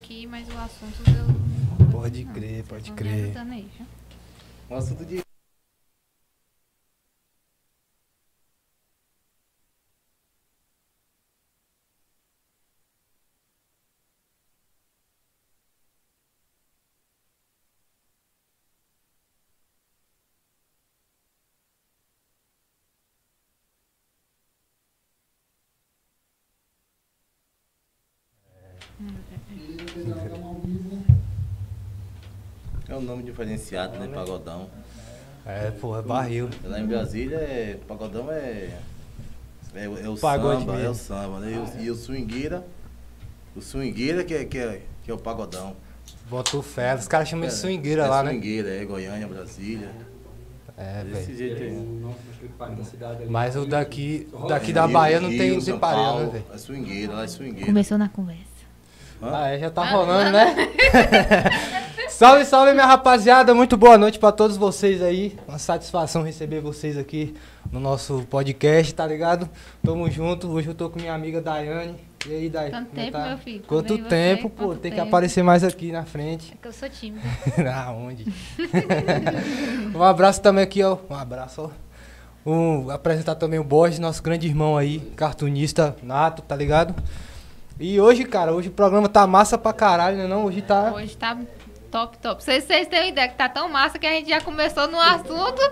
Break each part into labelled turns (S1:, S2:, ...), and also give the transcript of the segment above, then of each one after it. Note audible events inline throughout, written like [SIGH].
S1: aqui, mas o assunto eu.
S2: Pode crer, pode crer.
S1: tá-
S3: O Um assunto de. É um nome diferenciado, né? Pagodão.
S2: É, porra, barril.
S3: Lá em Brasília, é, pagodão é. É, o- é o
S2: Pagode
S3: samba, é
S2: mesmo.
S3: o samba, né? E o, e o swingueira. O swingueira que é, que é, que é o pagodão.
S2: Botou fé. Os caras chamam de
S3: É,
S2: swingueira
S3: é
S2: lá, né?
S3: swingueira, é Goiânia, Brasília.
S2: É,
S3: desse
S2: velho.
S3: jeito aí.
S2: Mas o daqui, daqui
S3: Rio,
S2: da Bahia não tem,
S3: É, Rio,
S2: não tem
S3: São
S2: parede, né,
S3: Paulo,
S2: velho?
S3: É swingueira, lá é swingueira.
S1: Começou na conversa.
S2: Ah, é, já tá rolando, né? [LAUGHS] salve, salve, minha rapaziada. Muito boa noite pra todos vocês aí. Uma satisfação receber vocês aqui no nosso podcast, tá ligado? Tamo junto. Hoje eu tô com minha amiga Daiane. E aí, Daiane?
S1: Quanto
S2: como é que
S1: tempo,
S2: tá?
S1: meu filho? Tudo
S2: Quanto
S1: bem, você?
S2: tempo, pô.
S1: Quanto
S2: tem que
S1: tempo?
S2: aparecer mais aqui na frente.
S1: É que eu sou tímida.
S2: [LAUGHS] Aonde? um abraço também aqui, ó. Um abraço, ó. Um, apresentar também o Borges, nosso grande irmão aí, cartunista nato, tá ligado? E hoje, cara, hoje o programa tá massa pra caralho, né não? Hoje tá...
S1: Hoje tá top, top. Vocês, vocês têm uma ideia que tá tão massa que a gente já começou no assunto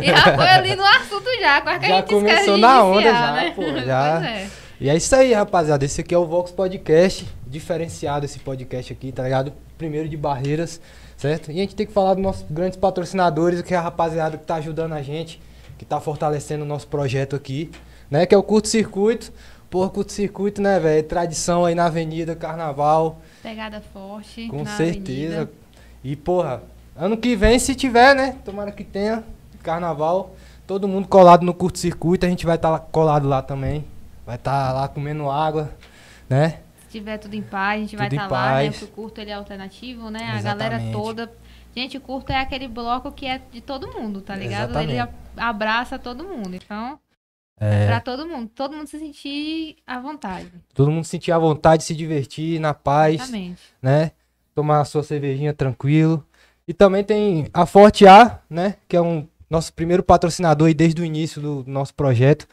S1: e já foi ali no assunto já. Quase que
S2: Já
S1: a gente esquece
S2: começou
S1: de
S2: na onda
S1: iniciar,
S2: já,
S1: né?
S2: pô, já.
S1: Pois é.
S2: E é isso aí, rapaziada. Esse aqui é o Vox Podcast, diferenciado esse podcast aqui, tá ligado? Primeiro de barreiras, certo? E a gente tem que falar dos nossos grandes patrocinadores, que é a rapaziada que tá ajudando a gente, que tá fortalecendo o nosso projeto aqui, né? Que é o Curto Circuito. Porra, Curto Circuito, né, velho? Tradição aí na Avenida, Carnaval,
S1: Pegada forte.
S2: com
S1: na
S2: certeza.
S1: avenida.
S2: E, porra, ano que vem, se tiver, né? Tomara que tenha carnaval. Todo mundo colado no curto-circuito. A gente vai estar colado lá também. Vai estar lá comendo água, né?
S1: Se tiver tudo em paz, a gente vai
S2: Tudo em
S1: estar lá, né?
S2: paz.
S1: Porque o curto ele é alternativo, né? A
S2: Exatamente.
S1: galera toda. Gente, o curto é aquele bloco que é de todo mundo, tá ligado? Ele
S2: Exatamente.
S1: a- abraça todo mundo. Então,
S2: É.
S1: pra todo mundo. Todo mundo se sentir à vontade.
S2: Todo mundo sentir a vontade de se divertir, na paz,
S1: Exatamente.
S2: né? Tomar a sua cervejinha tranquilo. E também tem a Forte A, né? Que é um nosso primeiro patrocinador aí desde o início do nosso projeto.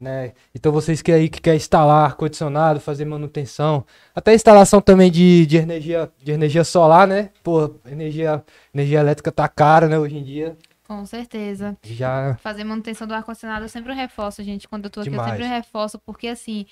S2: Né? Então vocês que aí que quer instalar ar-condicionado, fazer manutenção, até instalação também de, de, energia, de energia solar, né? Pô, energia, energia elétrica tá cara, né, hoje em dia.
S1: Com certeza.
S2: Já
S1: fazer manutenção do ar-condicionado, eu sempre reforço, gente. Quando eu tô aqui,
S2: Demais.
S1: eu sempre reforço, porque assim.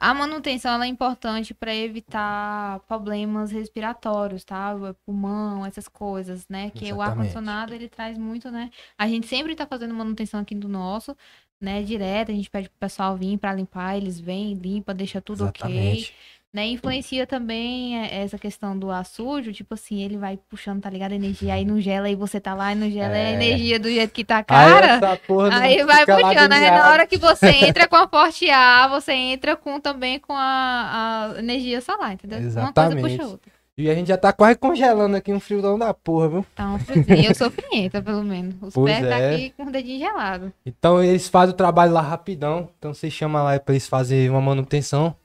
S1: A manutenção ela é importante para evitar problemas respiratórios, tá? Pulmão, essas coisas, né? Que o
S2: Exatamente.
S1: ar-condicionado ele traz muito, né? A gente sempre tá fazendo manutenção aqui do nosso, né? Direto, a gente pede pro pessoal vir para limpar, eles vêm, limpa, deixa tudo ok
S2: exatamente.
S1: né? Influencia também é, essa questão do ar sujo, tipo assim, ele vai puxando, tá ligado? A Energia aí não gela, aí você tá lá e não gela, é. a
S2: É.
S1: energia do jeito que tá
S2: aí,
S1: cara.
S2: essa porra não
S1: Aí vai
S2: fica lá
S1: puxando, aí
S2: agoniado.
S1: na hora que
S2: [LAUGHS]
S1: você entra com a forte A, você entra com também com a, a energia solar, entendeu? Uma coisa
S2: Exatamente.
S1: puxa a outra.
S2: E a gente já tá quase congelando aqui um friozão da porra, viu?
S1: Tá um friozinho, eu sou frienta, pelo menos. Os
S2: Pois
S1: pés tá
S2: é.
S1: aqui com o dedinho gelado.
S2: Então eles fazem o trabalho lá rapidão. Então você chama lá pra eles fazerem uma manutenção.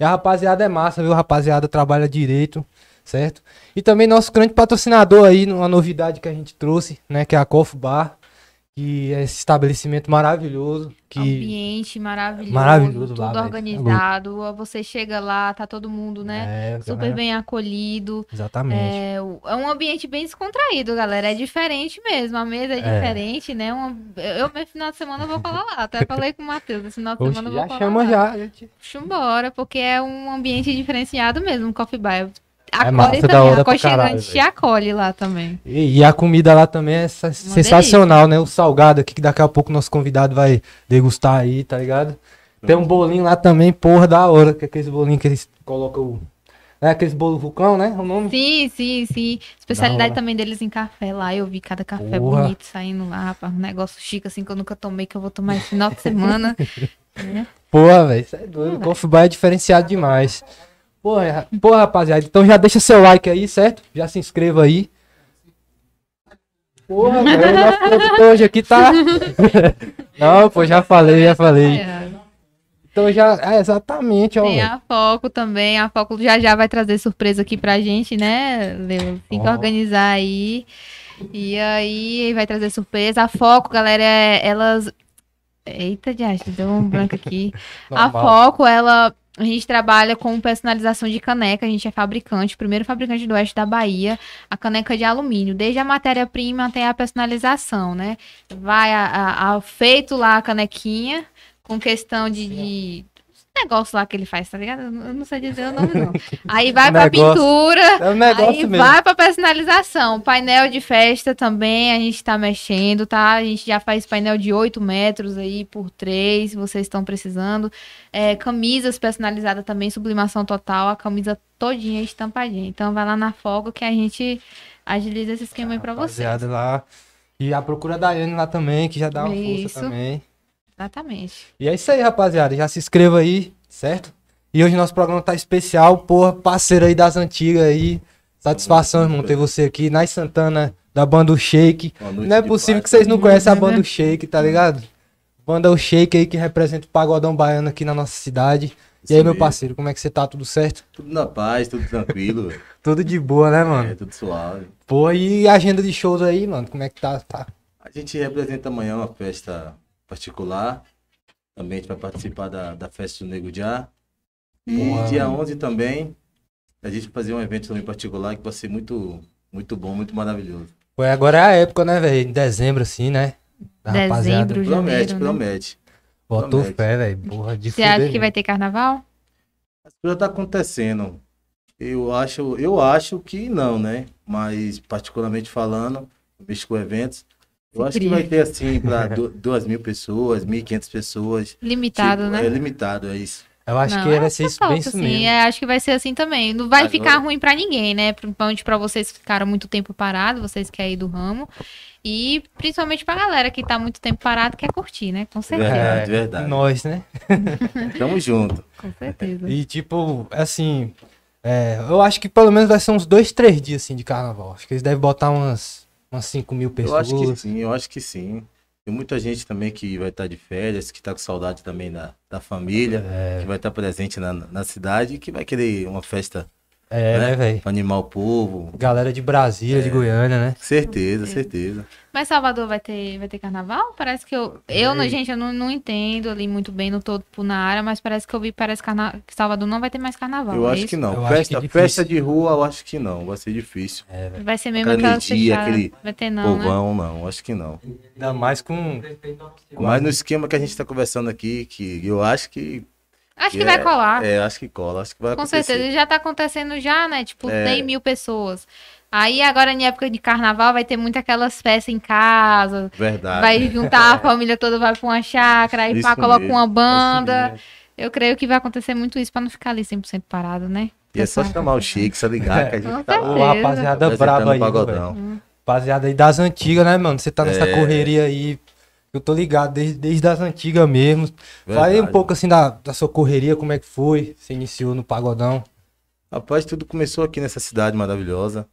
S2: E a rapaziada é massa, viu? A rapaziada trabalha direito, certo? E também nosso grande patrocinador aí, uma novidade que a gente trouxe, né? Que é a Cof Bar. Que é esse estabelecimento maravilhoso. Que
S1: Ambiente maravilhoso,
S2: Maravilhoso lá,
S1: tudo
S2: velho.
S1: organizado. você chega lá, tá todo mundo, né?
S2: É,
S1: Super
S2: galera,
S1: bem acolhido.
S2: Exatamente.
S1: É, o- é um ambiente bem descontraído, galera. É diferente mesmo. A mesa é, diferente, né? Uma- eu, meu final de semana, eu vou falar lá.
S2: [LAUGHS]
S1: Até falei com o Matheus. Esse final de
S2: Oxe,
S1: semana eu vou
S2: já
S1: falar
S2: chama
S1: É, lá.
S2: já. gente.
S1: Chumbora, porque é um ambiente diferenciado mesmo, o Coffee Bar. Acolhe
S2: É massa, da
S1: também.
S2: hora pra caralho,
S1: Aconchegante te
S2: velho.
S1: acolhe lá também.
S2: E, e a comida lá também é sa- sensacional, né? O salgado aqui, que daqui a pouco o nosso convidado vai degustar aí, tá ligado? Tem um bolinho lá também, porra, da hora, que é aqueles bolinhos que eles colocam. o- É aqueles bolos vulcão, né? O nome?
S1: Sim, sim, sim. Especialidade
S2: hora.
S1: também deles em café lá. Eu vi cada café
S2: Porra.
S1: bonito saindo lá, rapaz. Um negócio chique, assim, que eu nunca tomei, que eu vou tomar esse final de
S2: [LAUGHS]
S1: semana.
S2: Porra, velho, isso é doido. O Coffee Bar é diferenciado demais. Porra, ra- porra, rapaziada, então já deixa seu like aí, certo? Já se inscreva aí. Porra, velho, nosso
S1: [LAUGHS]
S2: produtor hoje aqui tá. Não, pô, já falei, já falei.
S1: É.
S2: Então já, é, exatamente, ó,
S1: Tem
S2: velho.
S1: a Foco também. A Foco já já vai trazer surpresa aqui pra gente, né, Leo? Tem que
S2: Ó.
S1: organizar aí. E aí vai trazer surpresa. A Foco, galera, é- elas. Eita, Diacho, deu um branco aqui. a
S2: Normal.
S1: Foco, ela. A gente trabalha com personalização de caneca, a gente é fabricante, o primeiro fabricante do oeste da Bahia, a caneca de alumínio, desde a matéria-prima até a personalização, né? Vai a, a- a- feito lá a canequinha, com questão de, de negócio lá que ele faz, tá ligado? Eu não eu não sei dizer o nome,
S2: [LAUGHS]
S1: não. Aí vai pra
S2: Negócio.
S1: pintura,
S2: É um negócio
S1: aí
S2: mesmo.
S1: vai pra personalização. Painel de festa também, a gente tá mexendo, tá? A gente já faz painel de 8 metros aí por 3, se vocês estão precisando. É, camisas personalizadas também, sublimação total, a camisa todinha estampadinha. Então vai lá na folga que a gente agiliza esse esquema aí pra vocês.
S2: Rapaziada lá. E a procura da Yane lá também, que já dá uma
S1: Isso.
S2: força também.
S1: Exatamente.
S2: E é isso aí, rapaziada. Já se inscreva aí, certo? E hoje nosso programa tá especial, porra, parceiro aí das antigas aí. Satisfação, irmão, ter você aqui. Nai Santana, da banda O Shake.
S3: Uma noite
S2: Não é
S3: de
S2: possível
S3: paz,
S2: que vocês não conheçam a
S1: né?
S2: banda O Shake, tá ligado? Banda O Shake aí que representa o pagodão baiano aqui na nossa cidade.
S3: Isso
S2: E aí, meu
S3: mesmo.
S2: parceiro, como é que você tá? Tudo certo?
S3: Tudo na paz, tudo tranquilo, [LAUGHS] velho.
S2: Tudo de boa, né,
S3: É,
S2: mano?
S3: tudo suave.
S2: Pô, e a agenda de shows aí, mano? Como é que tá? Tá
S3: A gente representa amanhã uma festa particular. Também a gente vai participar da, da festa do Nego Já. E
S2: Boa.
S3: dia 11 também, a gente vai fazer um evento também particular que vai ser muito, muito bom, muito maravilhoso.
S2: Pô, agora é a época, né, velho? Em dezembro, assim, né? Da rapaziada.
S1: Dezembro,
S3: Promete,
S1: janeiro, né?
S3: promete.
S2: Botou
S3: promete.
S2: fé, velho. Porra, de
S1: Você acha
S2: fuder,
S1: que vai ter carnaval?
S3: As coisas tá acontecendo. Eu acho, eu acho que não, né? Mas particularmente falando, eu mexo com eventos. Eu acho que vai ter
S1: [LAUGHS]
S3: assim para duas mil pessoas, 1.500 pessoas.
S1: Limitado,
S3: Tipo,
S1: né?
S3: É limitado, é isso.
S2: Eu acho
S1: Não,
S2: que
S1: é
S2: vai ser isso,
S1: falta,
S2: bem isso
S1: assim,
S2: mesmo.
S1: é, acho que vai ser assim também. Não vai
S3: Agora-
S1: ficar ruim pra ninguém, né? Principalmente pra vocês que ficaram muito tempo parado, vocês que é aí do ramo. E principalmente pra galera que tá muito tempo parado quer curtir, né? Com certeza.
S3: Verdade, É, verdade.
S2: É, Nós, né?
S3: Tamo junto.
S1: Com certeza.
S2: E, tipo, assim... é, eu acho que pelo menos vai ser uns dois, três dias, assim, de carnaval. Acho que eles devem botar umas, umas 5 mil
S3: Eu
S2: pessoas.
S3: acho que sim, eu acho que sim. Tem muita gente também que vai estar de férias, que tá com saudade também da, da família,
S2: É.
S3: que vai estar presente na, na cidade e que vai querer uma festa
S2: É, né, velho?
S3: pra animar o povo.
S2: Galera de Brasília,
S3: É.
S2: de Goiânia, né?
S3: Certeza, certeza.
S1: Mas Salvador vai ter, vai ter carnaval? Parece que eu. Eu, não,
S2: Ei.
S1: gente, eu não, não entendo ali muito bem, não tô tipo, na área, mas parece que eu vi, parece carna... que Salvador não vai ter mais carnaval.
S3: Eu
S1: é
S3: acho que
S1: isso?
S3: não.
S2: Eu acho
S3: festa,
S2: que é
S3: festa de rua, eu acho que não. Vai ser difícil.
S1: Vai ser mesmo
S3: Aquele
S1: aquela
S3: dia,
S1: fechada.
S3: aquele
S1: Vai ter não, né?
S3: Povão, não, acho que não.
S2: Ainda mais com...
S3: Mas no esquema que a gente tá conversando aqui, que eu acho que.
S1: Acho que
S3: é,
S1: vai colar.
S3: É, acho que cola, acho que vai
S1: Ah. Com
S3: acontecer.
S1: certeza, já tá acontecendo já, né? Tipo,
S3: É.
S1: 100 mil pessoas. Aí agora, em época de carnaval, vai ter muito aquelas festas em casa.
S3: Verdade.
S1: Vai
S3: [LAUGHS]
S1: juntar a família toda, vai pra uma chácara, aí
S3: Tá. É. Isso
S1: pá, coloca
S3: mesmo,
S1: uma
S3: É isso
S1: banda.
S3: mesmo.
S1: Eu creio que vai acontecer muito isso pra não ficar ali 100% parado, né?
S3: E é só chamar o Shake, se ligar, que a
S1: Com [LAUGHS]
S3: gente tá
S2: Ô,
S1: certeza.
S2: rapaziada
S3: apresentando
S2: braba aí, né, velho.
S3: pagodão.
S2: Rapaziada aí das antigas, né, mano? Você tá nessa
S3: É.
S2: correria aí. Eu tô ligado desde, desde as antigas mesmo. Fala aí um
S3: Verdade.
S2: pouco assim da, da sua correria, como é que foi? Você iniciou no pagodão.
S3: Rapaz, tudo começou aqui nessa cidade maravilhosa.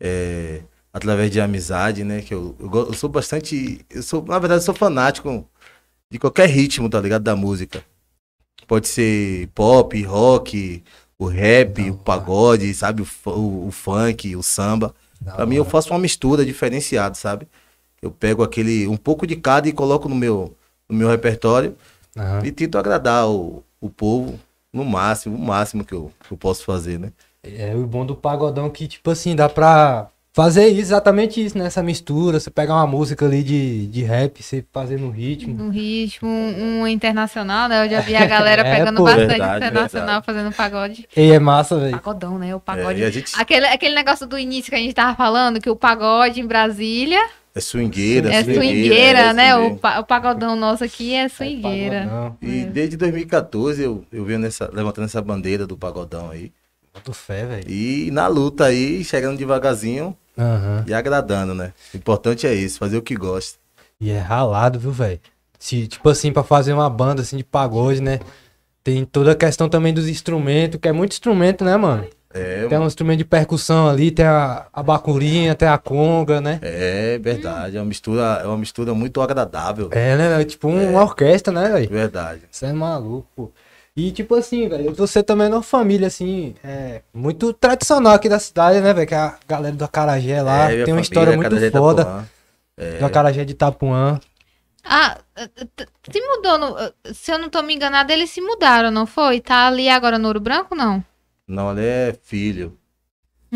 S3: É, através de amizade, né? Que eu, eu, go- eu sou bastante. Eu sou, na verdade, eu sou fanático de qualquer ritmo, tá ligado? Da música. Pode ser pop, rock, o rap, o pagode, sabe? O, fu- o- o funk, o samba. Pra mim, eu faço uma mistura diferenciada, sabe? Eu pego aquele. um pouco de cada e coloco no meu, no meu repertório.
S2: Aham.
S3: E tento agradar o, o povo no máximo, o máximo que eu, que eu posso fazer, né?
S2: É o bom do pagodão que, tipo assim, dá pra fazer isso, exatamente isso, né? Essa mistura. Você pegar uma música ali de, de rap, você fazer no ritmo.
S1: Um ritmo, um internacional, né? Eu já
S3: [LAUGHS]
S1: vi a galera
S2: É,
S1: pegando
S2: pô.
S1: bastante
S3: Verdade, é
S1: internacional,
S3: verdade.
S1: fazendo pagode.
S2: E é massa, velho.
S1: Pagodão, né? O
S3: É,
S1: pagode.
S3: e a gente
S1: Aquele, aquele negócio do início que a gente tava falando, que o pagode em Brasília
S3: é swingueira,
S1: É
S3: swingueira,
S1: swingueira,
S3: é
S1: né? O,
S3: swingueira.
S1: pa- o pagodão nosso aqui é swingueira.
S2: Pagodão,
S1: É.
S3: E desde 2014 eu, eu venho nessa, levantando essa bandeira do pagodão aí.
S2: boto fé, velho.
S3: E na luta aí, chegando devagarzinho
S2: Aham.
S3: e agradando, né? O importante é isso, fazer o que gosta.
S2: E é ralado, viu, velho? Se, tipo assim, pra fazer uma banda assim de pagode, né? Tem toda a questão também dos instrumentos, que é muito instrumento, né, mano?
S3: É,
S2: Tem um instrumento de percussão ali, tem a, a bacurinha, tem a conga, né?
S3: é verdade. É uma mistura, é uma mistura muito agradável.
S2: É, né? velho? Tipo uma orquestra, né, velho?
S3: Verdade.
S2: Você é maluco, pô. E tipo assim, velho, você também é numa família, assim, é, muito tradicional aqui da cidade, né, velho? Que a galera do Acarajé lá
S3: É, minha
S2: tem uma
S3: família,
S2: história muito
S3: Acarajé
S2: foda
S3: Itapuã.
S2: do Acarajé de Itapuã.
S1: Ah, t- se mudou, no- se eu não tô me enganada, eles se mudaram, não foi? Tá ali agora no Ouro Branco, não?
S3: Não, ele é filho.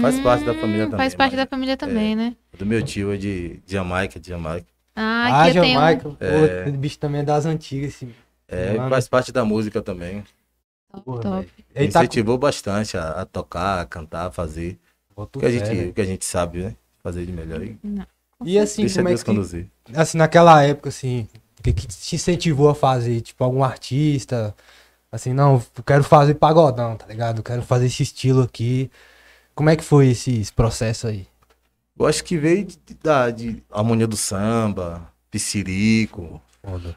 S3: Faz parte da família
S1: Hum,
S3: também.
S1: Faz parte
S3: mas
S1: da família também, né?
S3: Do meu tio é de Jamaica, de Jamaica.
S1: Ah, aqui eu tenho um-
S2: Jamaica, pô, esse bicho também é das antigas, esse
S3: É,
S2: Mano.
S3: faz parte da música também.
S2: porra,
S1: um Top.
S2: velho.
S3: Me
S2: né? Ele tá com-
S3: incentivou bastante a, a tocar, a cantar, a fazer.
S2: Bota o
S3: O que, a
S2: fé,
S3: gente,
S2: velho.
S3: o que a gente sabe, né? Fazer de melhor. E
S2: E assim,
S3: deixa
S2: como é
S3: Deus
S2: que,
S3: conduzir.
S2: assim, naquela época, assim, o que, que te incentivou a fazer? Tipo, algum artista, assim, não, eu quero fazer pagodão, tá ligado? Eu quero fazer esse estilo aqui. Como é que foi esse, esse processo aí?
S3: Eu acho que veio de, de- da de harmonia do samba, Piscirico,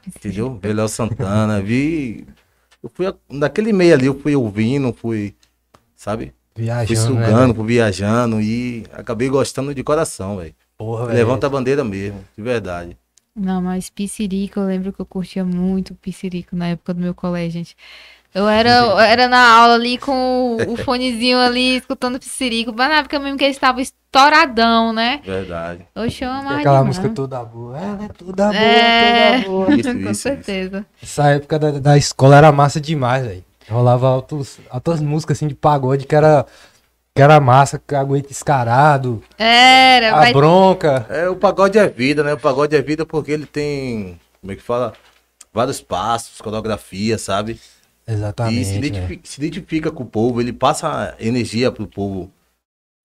S3: entendeu? Veio Léo Santana, vi. Eu fui a- naquele meio ali, eu fui ouvindo, fui, sabe? Fui
S2: Viajando, né,
S3: sugando, fui viajando e acabei gostando de coração, velho.
S2: Porra, velho.
S3: Levanta a bandeira mesmo, de verdade.
S1: Não, mas Piscirico, eu lembro que eu curtia muito Piscirico na época do meu colégio, gente. Eu era, eu era na aula ali com o, o fonezinho ali, escutando Piscirico, mas na época mesmo que ele estava estouradão, né?
S3: Verdade.
S1: Oxe, eu
S2: Tem
S1: amava
S2: aquela
S1: demais. [LAUGHS]
S2: música toda boa. Ela é toda boa,
S1: É.
S2: toda boa.
S3: Isso,
S1: Com
S3: isso, isso.
S1: certeza.
S2: Essa época da, da escola era massa demais, velho. Rolava altos, altas músicas assim de pagode que era, que era massa, caguete escarado,
S1: Era,
S2: a
S1: vai...
S2: bronca.
S3: É, o pagode é vida, né? O pagode é vida porque ele tem, como é que fala? Vários passos, coreografia, sabe?
S2: Exatamente.
S3: e se
S2: né?
S3: identifica, se identifica com o povo, ele passa energia pro povo.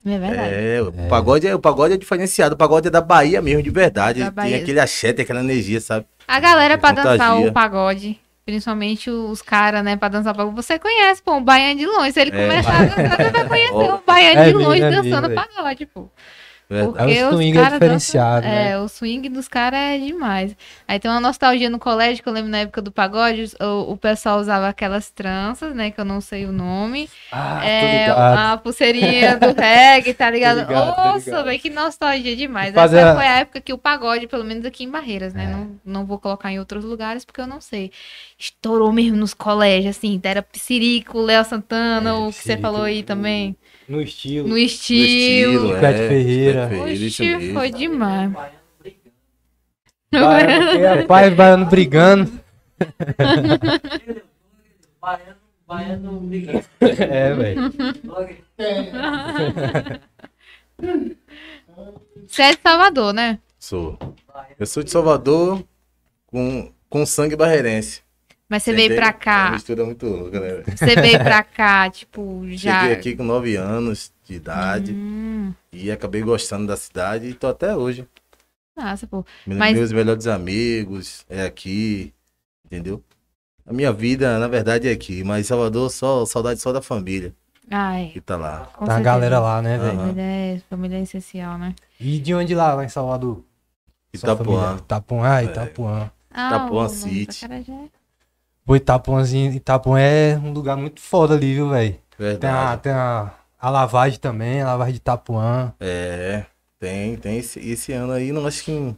S1: É verdade.
S3: É, o pagode é, o pagode é diferenciado, o pagode é da Bahia mesmo, de verdade.
S1: Da
S3: ele
S1: Bahia.
S3: tem aquele axé, tem aquela energia, sabe?
S1: A galera pra dançar
S3: é Contagia.
S1: o pagode, principalmente os caras, né, pra dançar o pagode. Você conhece, pô, um baiano de longe. Se ele
S3: É.
S1: começar a dançar, você vai
S3: [LAUGHS]
S1: conhecer um baiano
S2: É
S1: de
S2: mesmo,
S1: longe
S2: é mesmo,
S1: dançando
S2: velho.
S1: pagode, pô.
S3: Verdade.
S2: Aí o
S1: os
S2: swing é
S1: caras dançam-
S2: diferenciado, né?
S1: É, o swing dos caras é demais. Aí tem uma nostalgia no colégio, que eu lembro na época do pagode, os- o, o pessoal usava aquelas tranças, né, que eu não sei o nome.
S2: Ah, tô
S1: é,
S2: ligado.
S1: a pulseirinha do reggae, tá ligado?
S2: ligado, tô
S1: Nossa,
S2: ligado.
S1: velho, que nostalgia demais.
S2: Fazer
S1: Essa
S2: a-
S1: foi a época que o pagode, pelo menos aqui em Barreiras, né,
S2: É.
S1: não, não vou colocar em outros lugares, porque eu não sei. Estourou mesmo nos colégios, assim, era Psirico, Léo Santana,
S2: É,
S1: o que você
S2: Psirico,
S1: falou aí
S2: o-
S1: também,
S2: No
S1: [LAUGHS]
S2: estilo.
S1: no
S3: O
S1: estilo.
S3: é,
S2: Pet Ferreira.
S3: Pet Ferreira, isso
S1: Oxi,
S3: mesmo.
S1: foi demais.
S2: Baiano, que é pai baiano brigando.
S4: Baiano, baiano, ninguém
S2: [LAUGHS] É, velho.
S4: sabe.
S1: Você é de Salvador, né?
S3: Sou. Eu sou de Salvador com, com sangue barreirense.
S1: Mas você veio pra
S3: entende? É uma
S1: cá.
S3: mistura muito louca, né? velho?
S1: Você veio pra cá, tipo, já.
S3: Cheguei aqui com 9 anos de idade.
S1: Hum,
S3: E acabei gostando da cidade e tô até hoje.
S1: nossa, pô.
S3: Me-
S1: Mas-
S3: Meus melhores amigos é aqui, entendeu? A minha vida, na verdade, é aqui, mas Salvador, só saudade só da família
S1: Ai,
S3: que tá lá.
S1: com
S2: Tá a
S1: certeza.
S2: galera lá, né, velho?
S3: Aham.
S1: Família é, família é essencial, né?
S2: E de onde lá, lá em Salvador? Sua família?
S3: Itapuã.
S2: Itapuã, Itapuã.
S1: Ah,
S3: Itapuã
S1: o-
S3: City.
S1: Acarajé.
S2: Pô, Itapuãzinho, Itapuã é um lugar muito foda ali, viu, velho? Tem, a,
S3: Verdade.
S2: tem a, a lavagem também, a lavagem de Itapuã.
S3: É, tem, tem esse, esse ano aí, não acho que. Não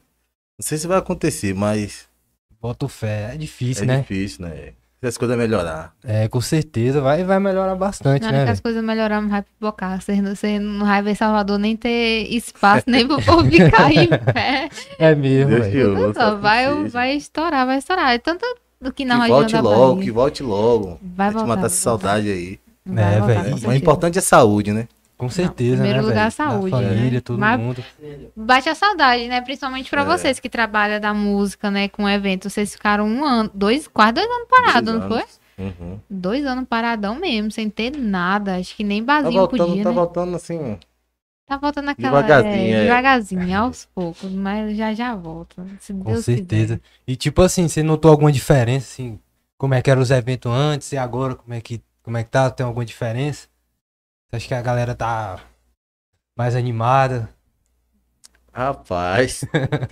S3: sei se vai acontecer, mas
S2: Bota o fé. É difícil,
S3: é
S2: né?
S3: difícil, né? Se as coisas melhorar.
S2: É, com certeza. Vai, vai melhorar bastante,
S1: Na hora
S2: né,
S1: que
S2: velho?
S1: as coisas melhorarem, vai pipocar. Você não, você não vai ver Salvador nem ter espaço nem pro povo ficar
S3: [LAUGHS]
S1: em pé.
S2: É mesmo,
S3: Deus
S2: velho.
S3: te ouça,
S1: Só vai,
S3: que seja.
S1: vai estourar, vai estourar. É tanto do que na
S3: Que
S1: região
S3: volte
S1: da
S3: logo, que
S1: Bahia.
S3: volte logo.
S1: Vai
S3: Pra te
S1: voltar.
S3: matar
S1: vai
S3: essa
S1: voltar.
S3: saudade aí.
S1: Vai
S2: É,
S1: voltar,
S2: velho.
S1: com
S2: Mas
S3: O
S1: certeza.
S3: importante é saúde, né?
S2: Com certeza,
S1: primeiro
S2: né,
S1: lugar,
S2: velho?
S1: a saúde,
S2: Da
S1: né?
S2: família, todo
S1: Mas-
S2: mundo.
S1: Bate a saudade, né? Principalmente pra
S3: É.
S1: vocês que trabalham da música, né? Com evento. Vocês ficaram um ano, dois, quase dois anos parados,
S3: Dois
S1: não foi?
S3: anos. Uhum.
S1: Dois anos paradão mesmo, sem ter nada. Acho que nem
S3: Tá
S1: barzinho
S3: voltando,
S1: podia,
S3: tá
S1: né?
S3: voltando assim.
S1: Tá voltando aquela.
S3: Devagarzinho,
S1: é,
S3: é.
S1: devagarzinho, aos poucos. Mas já já volta. Se
S2: Com
S1: Deus
S2: certeza. E tipo assim, você notou alguma diferença, assim, como é que eram os eventos antes e agora, como é que, como é que tá? Tem alguma diferença? Você acha que a galera tá mais animada?
S3: Rapaz,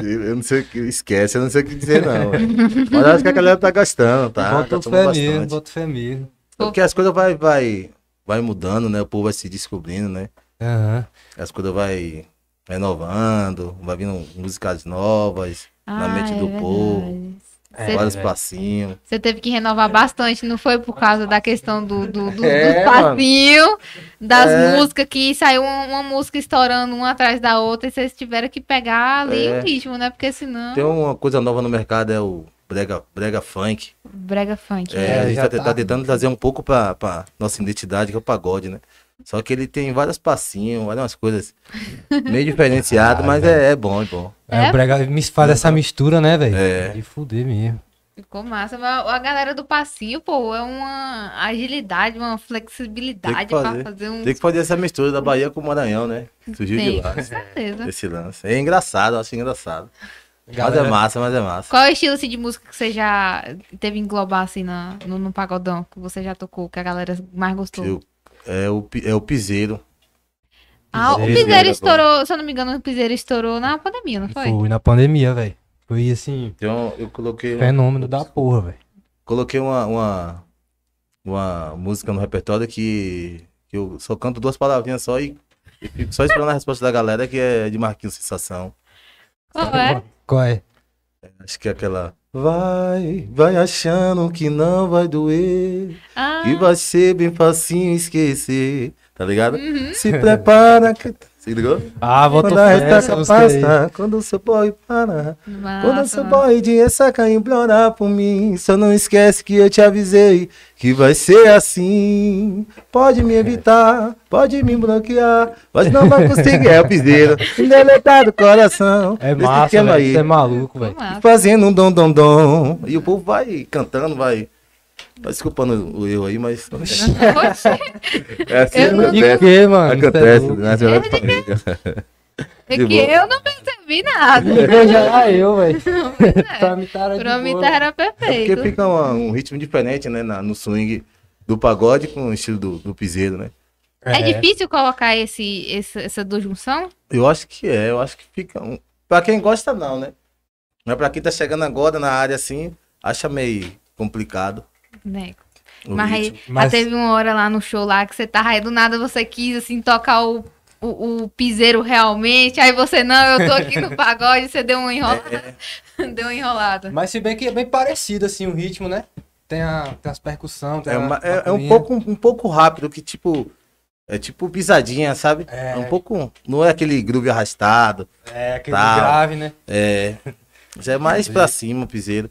S3: eu não sei o que. Esquece, eu não sei o que dizer, não. velho. Mas acho que a galera tá gastando, tá?
S2: bota
S3: Gastando
S2: fé
S3: bastante.
S2: mesmo, bota fé mesmo.
S3: Porque as coisas vai, vai. vai mudando, né? O povo vai se descobrindo, né?
S2: Aham.
S3: As coisas vai renovando, vai vindo músicas novas, na mente do povo.
S2: É,
S1: Cê-
S3: vários
S2: velho.
S3: passinhos.
S1: Você teve que renovar bastante, não foi por causa da questão do, do, do,
S3: É,
S1: dos passinhos, das
S3: É.
S1: músicas que saiu um, uma, uma música estourando uma atrás da outra e vocês tiveram que pegar ali
S3: É.
S1: o ritmo, né? Porque senão.
S3: Tem uma coisa nova no mercado, é o brega, brega funk.
S1: Brega funk.
S3: um
S1: né?
S3: É, a gente
S2: já
S3: tá, te-
S2: tá.
S3: tá tentando trazer um pouco pra, pra nossa identidade, que é o pagode, né? Só que ele tem vários passinhos, várias coisas
S2: [LAUGHS]
S3: meio diferenciado, mas é, é bom, é bom.
S2: É,
S1: É?
S2: o brega mis- faz essa mistura, né, velho?
S3: É.
S2: De fuder mesmo.
S1: Ficou massa. Mas a galera do passinho, pô, é uma agilidade, uma flexibilidade
S3: Tem que
S1: pra
S3: fazer.
S1: fazer um.
S3: Tem que fazer essa mistura da Bahia com o Maranhão, né? Surgiu de
S1: Tem,
S3: lá,
S1: com certeza.
S3: esse lance. É engraçado, eu acho engraçado. Mas
S2: Galera-
S3: é massa, mas é massa.
S1: Qual é o estilo assim, de música que você já teve englobar assim na, no, no pagodão que você já tocou, que a galera mais gostou?
S3: Eu- é, o, pi- é o piseiro.
S1: Ah, o
S2: Piseiro.
S1: Piseiro estourou, se eu não me engano, o Piseiro estourou na pandemia, não foi?
S2: Foi na pandemia, velho. Foi assim,
S3: Então, eu coloquei,
S2: fenômeno da porra, velho.
S3: coloquei uma, uma, uma música no repertório que, que eu só canto duas palavrinhas só e, e fico só esperando a resposta da galera, que é de Marquinhos Sensação.
S1: Qual é?
S2: Qual é?
S3: Acho que é aquela. Vai, vai achando que não vai doer.
S1: Ah,
S3: E vai ser bem facinho esquecer. Tá ligado?
S1: uhum.
S3: Se prepara. Que... Se ligou?
S2: Ah, volta
S3: Quando a ressaca passa, quando o seu boy para. Quando o
S1: massa,
S3: seu
S1: mano.
S3: boy de ressaca implora por mim. Só não esquece que eu te avisei que vai ser assim. Pode me evitar, pode me bloquear. Mas não vai conseguir. É
S2: [LAUGHS]
S3: o piseiro. Deletado coração.
S2: É
S3: Esse
S2: massa,
S3: esquema
S2: velho.
S3: aí.
S2: Isso é maluco,
S1: Ficou
S2: velho.
S3: E
S1: massa.
S3: fazendo um dom dom dom. E o povo vai cantando, vai. Vai desculpando o eu aí, mas.
S1: Oxi,
S3: É assim
S1: Eu não-
S2: E
S3: acontece.
S2: o que, mano? Isso é
S3: Acontece,
S2: louco.
S3: né? Você vai pra-
S1: é
S3: De
S1: que
S3: boa. É,
S1: eu não percebi
S3: [LAUGHS]
S1: nada.
S2: Veja lá
S1: [LAUGHS]
S2: eu, velho. Pra [LAUGHS] mim tá
S1: Pra
S2: de
S1: mim
S2: boa.
S1: tá era
S3: É Porque
S1: perfeito.
S3: fica uma- um ritmo diferente, né? na- no swing do pagode com o estilo do, do piseiro, né?
S1: É difícil colocar esse, esse- essa dojunção?
S3: Eu acho que é, eu acho que fica. Um... Pra quem gosta, não, né? Mas pra quem tá chegando agora na área assim, acha meio complicado.
S1: Né?
S3: o
S1: Mas,
S3: ritmo.
S1: aí,
S2: Mas-
S1: ah, teve uma hora lá no show lá que você tava aí do nada, você quis assim tocar o, o, o piseiro realmente, aí você não, eu tô aqui
S3: [LAUGHS]
S1: no pagode, você deu uma enrolada.
S3: É.
S1: [LAUGHS] deu uma enrolada.
S2: Mas se bem que é bem parecido, assim, o ritmo, né? Tem, a, tem as percussões, tem
S3: É,
S2: a-
S3: uma- é-
S2: a
S3: é um
S2: corinha.
S3: pouco um pouco rápido, que tipo. É tipo pisadinha, sabe? É, um pouco. Não é aquele groove arrastado.
S2: É, aquele
S3: Tá.
S2: grave, né?
S3: É. Já é mais pra cima o piseiro.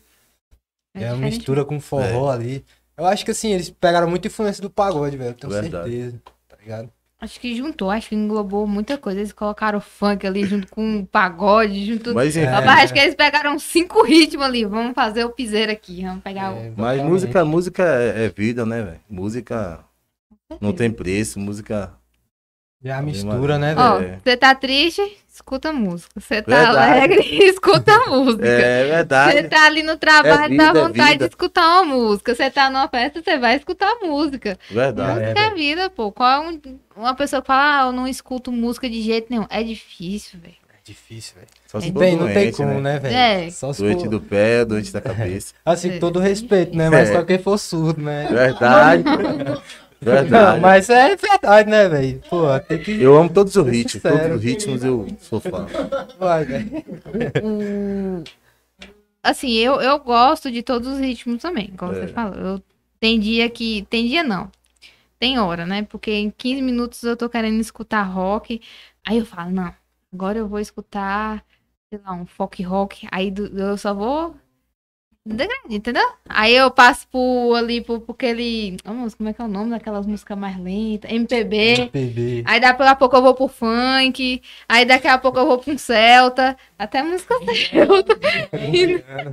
S2: É,
S3: um
S2: uma
S1: diferente.
S2: mistura com forró
S3: É.
S2: ali. Eu acho que, assim, eles pegaram muita influência do pagode, velho. eu Tenho
S3: Verdade.
S2: certeza. Tá ligado?
S1: Acho que juntou, acho que englobou muita coisa. Eles colocaram funk ali junto com o pagode, junto.
S3: Mas, enfim,
S1: Rapaz, acho que eles pegaram cinco ritmos ali. Vamos fazer o piseiro aqui. Vamos pegar o.
S2: É,
S3: mas
S2: exatamente.
S3: música, música é, é vida, né, velho? Música não tem preço, música.
S2: E a
S3: Ave
S2: mistura, né, velho?
S1: Ó,
S3: é.
S1: você tá triste? Escuta música. Você tá
S3: Verdade.
S1: alegre? [LAUGHS] Escuta música.
S3: É
S1: Você
S3: verdade.
S1: tá ali no trabalho,
S3: É vida,
S1: dá
S3: é
S1: vontade
S3: vida.
S1: de escutar uma música. Você tá numa festa, você vai escutar música.
S3: Verdade.
S1: música é, vida, pô. Qual é um- uma pessoa que fala, ah, eu não escuto música de jeito nenhum? É difícil, velho.
S2: É difícil, velho.
S3: Só se
S2: Não
S3: for
S2: tem, não tem
S3: doente,
S2: como, né, velho?
S1: É.
S2: Só se
S3: Doente
S2: for-
S3: do É. pé, doente
S2: [LAUGHS]
S3: da cabeça.
S2: Assim, com todo respeito, né? Mas só quem for surdo, né?
S3: Verdade.
S2: [LAUGHS] Não,
S3: verdade.
S2: mas é verdade, né, velho? Pô, tem que.
S3: Eu amo todos os ritmos,
S2: Sério.
S3: todos os ritmos eu sou fã.
S2: Vai, velho.
S1: o- Assim, eu, eu gosto de todos os ritmos também, como
S3: É.
S1: você falou. Eu... Tem dia que. Tem dia não. Tem hora, né? Porque em 15 minutos eu tô querendo escutar rock. Aí eu falo, não, agora eu vou escutar, sei lá, um folk rock. Aí do- eu só vou. degradando, Entendeu? Aí eu passo por ali, por, por aquele. Ô, moço, como é que é o nome daquelas músicas mais lentas? MPB.
S2: MPB.
S1: Aí daqui a pouco eu vou pro funk, aí daqui a pouco eu vou pro um celta, até música celta,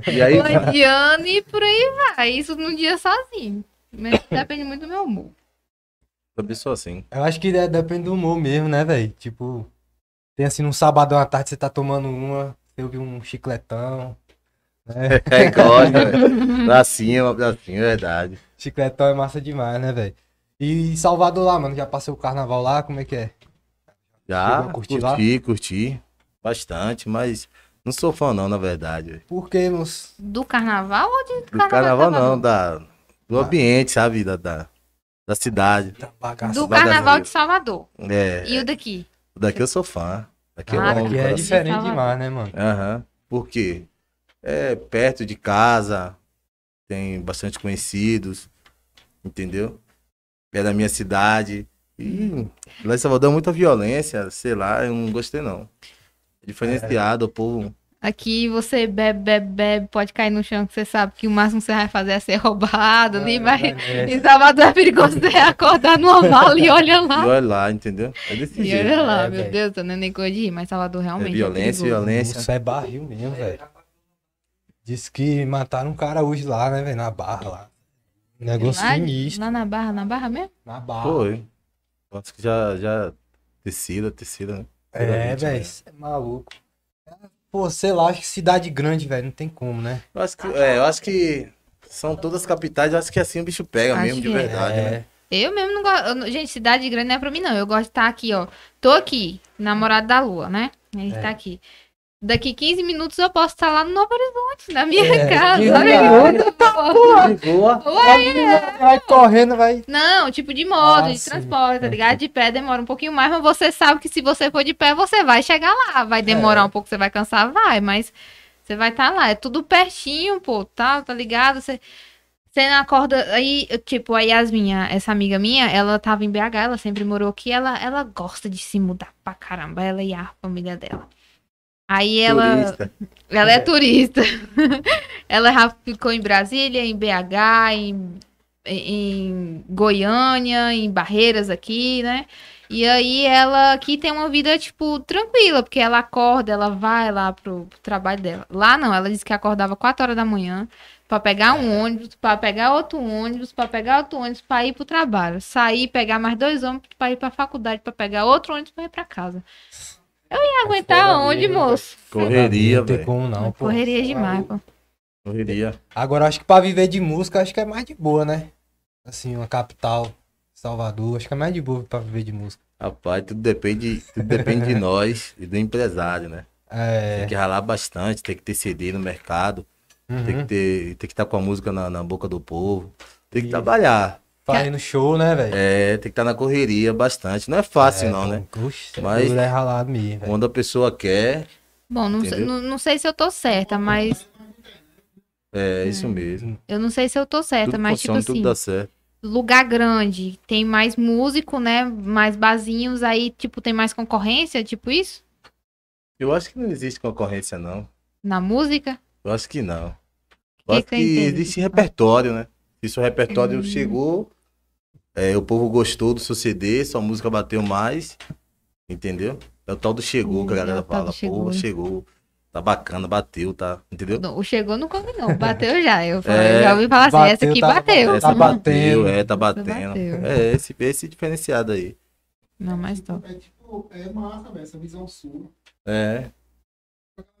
S3: E aí,
S1: indiano e por aí vai. Isso num dia sozinho. Mas depende muito do meu humor.
S3: a pessoa assim.
S2: Eu acho que de- depende do humor mesmo, né, velho? Tipo, tem assim, num sabadão à tarde você tá tomando uma, você ouve um chicletão.
S3: É, gosta, velho. Pra cima, pra cima, é verdade.
S2: Chicletão é massa demais, né, velho? E Salvador lá, mano, já passei o carnaval lá, como é que é?
S3: Já
S2: Chegou a curtir
S3: curti,
S2: lá?
S3: curti bastante, mas não sou fã não, na verdade. velho.
S2: Por que, moço?
S1: Do carnaval ou de
S3: Do
S1: carnaval?
S3: carnaval não,
S1: Salvador?
S3: da, do ambiente, sabe? Da, da, da cidade.
S2: Bagaça.
S1: do
S3: da
S1: Carnaval
S3: Bahia.
S1: de Salvador.
S3: É,
S1: E o daqui?
S3: daqui eu sou fã. Daqui eu
S1: Ah,
S3: amo.
S2: Aqui é
S3: coração.
S2: diferente
S1: Fala.
S2: demais, né, mano?
S3: Aham. Por quê? É perto de casa, tem bastante conhecidos, entendeu? É da minha cidade. E lá em Salvador é muita violência, sei lá, eu não gostei não. É Diferenciado, o povo.
S1: Aqui você bebe, bebe, bebe, pode cair no chão que você sabe que o máximo que você vai fazer é ser roubado,
S3: Ah,
S1: nem vai.
S2: É,
S1: Em Salvador é perigoso
S3: [LAUGHS]
S1: você acordar numa mala e olha
S3: E
S1: lá.
S3: olha lá, entendeu? É desse
S1: E
S3: jeito.
S1: olha Ah. lá,
S2: É,
S1: meu
S2: velho.
S1: Deus, tô nem nem coisa de rir, mas Salvador
S3: É
S1: realmente. é
S3: violência,
S1: perigoso.
S3: violência.
S2: Isso é barril mesmo, velho. Diz que mataram um cara hoje lá, né, velho? Na barra lá. Um negócio
S1: Lá-
S2: sinistro.
S1: Lá na barra, na barra mesmo?
S2: Na barra.
S3: Foi. Quantos que já, já tecida, tecida, né?
S2: É,
S3: Tecida,
S2: velho, isso é maluco. Pô, sei lá, acho que cidade grande, velho, não tem como, né?
S3: Eu acho que, é, eu acho que são todas capitais, eu acho que assim o bicho pega
S1: Acho
S3: mesmo, de
S1: que é.
S3: verdade,
S2: é,
S3: né?
S1: Eu mesmo não gosto. eu não- Gente, cidade grande não é pra mim, não. Eu gosto de estar aqui, ó. Tô aqui, namorado da lua, né? A gente
S2: É.
S1: tá aqui. Daqui 15 minutos eu posso estar lá no Novo Horizonte, na minha
S2: É,
S1: casa.
S2: que né?
S1: Olha que é coisa boa.
S3: De boa.
S2: Vai correndo, vai.
S1: Não, tipo de moto,
S2: Ah,
S1: de
S2: sim.
S1: transporte, tá
S2: É.
S1: ligado? De pé demora um pouquinho mais, mas você sabe que se você for de pé, você vai chegar lá. Vai
S2: É.
S1: demorar um pouco, você vai cansar, vai, mas você vai estar lá. É tudo pertinho, pô, tá, tá ligado? Você, você não acorda. Aí, eu, tipo, a Yasmin, a- essa amiga minha, ela tava em BH, ela sempre morou aqui, ela, ela gosta de se mudar pra caramba, ela e a família dela. Aí ela.
S3: Turista.
S1: Ela é,
S2: É.
S1: turista. [LAUGHS] ela já ficou em Brasília, em BH, em, em Goiânia, em Barreiras aqui, né? E aí ela aqui tem uma vida, tipo, tranquila, porque ela acorda, ela vai lá pro, pro trabalho dela. Lá não, ela disse que acordava 4 horas da manhã pra pegar um ônibus, pra pegar outro ônibus, pra pegar outro ônibus pra ir pro trabalho. Sair, pegar mais dois ônibus pra ir pra faculdade, pra pegar outro ônibus pra ir pra casa. Eu ia aguentar
S2: foda
S1: onde,
S2: mesmo,
S1: moço?
S3: Correria,
S2: Não tem
S3: velho.
S2: como não, pô. é
S1: Correria demais, pô.
S3: Correria.
S2: Agora, acho que pra viver de música, acho que é mais de boa, né? Assim, uma capital, Salvador, acho que é mais de boa pra viver de música.
S3: Rapaz, tudo depende, tudo depende de nós e do empresário, né?
S2: É.
S3: Tem que ralar bastante, tem que ter CD no mercado, tem que
S2: Uhum.
S3: ter, tem que estar com a música na, na boca do povo, tem que
S2: E-
S3: trabalhar.
S2: Fazendo show, né, velho?
S3: É, tem que estar na correria bastante. Não é fácil
S2: É,
S3: não, né?
S2: Oxe,
S3: Mas-
S2: Mas... é ralado mesmo, velho.
S3: Quando a pessoa quer,
S1: Bom, não, sei-
S3: Entendeu?
S1: não, não sei se eu tô certa, mas.
S3: é isso mesmo.
S1: Eu não sei se eu tô certa,
S3: Tudo
S1: mas tipo
S3: funciona,
S1: assim,
S3: tudo dá certo.
S1: lugar grande, tem mais músico, né? Mais barzinhos, aí, tipo, tem mais concorrência, tipo isso?
S3: Eu acho que não existe concorrência, não.
S1: Na música?
S3: Eu acho que não.
S1: Que
S3: Eu acho
S1: que
S3: que
S1: entende?
S3: existe repertório, né? Se seu repertório
S1: Hum.
S3: chegou, é, o povo gostou do seu CD, sua música bateu mais, entendeu? É o tal do chegou, que
S1: Hum,
S3: a
S1: é
S3: galera
S1: o tal
S3: fala,
S1: do
S3: pô,
S1: chegou.
S3: chegou, tá bacana, bateu, tá, entendeu?
S1: Não, o chegou não come, não. Bateu já.
S3: [LAUGHS]
S1: Eu, falei,
S3: É,
S1: eu já ouvi falar assim, essa aqui
S2: tá-
S1: bateu. Uhum.
S2: Tá batendo.
S3: é, tá
S1: Bateu.
S3: É, batendo. É esse, esse diferenciado aí.
S1: Não, mas top.
S5: É tipo, é massa, velho, essa visão sua.
S3: É,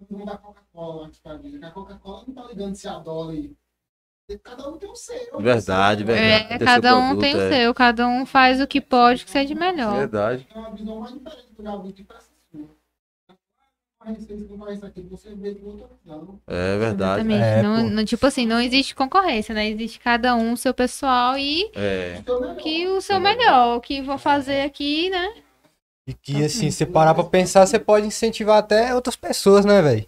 S5: Não da Coca-Cola aqui pra vida. que A Coca-Cola não tá ligando se adora aí. Cada um tem o seu.
S3: Verdade,
S5: velho.
S3: verdade.
S1: É,
S3: Tem seu
S1: cada um tem o
S3: produto, é.
S1: seu, cada um faz o que pode, o que seja melhor.
S3: verdade.
S5: É uma visão mais diferente do Gabriel de peça sua. Mas vocês não fazem isso aqui, você vê de outra visão.
S3: É verdade.
S1: Exatamente.
S2: É,
S1: não,
S2: pô.
S1: não- tipo assim, não existe concorrência, né? Existe cada um, seu pessoal e
S3: É,
S5: Então, melhor.
S1: que o seu melhor, o que vou fazer aqui, né?
S2: E
S1: Tá
S2: que, assim, se parar pra pensar, você pode incentivar até outras pessoas, né, velho?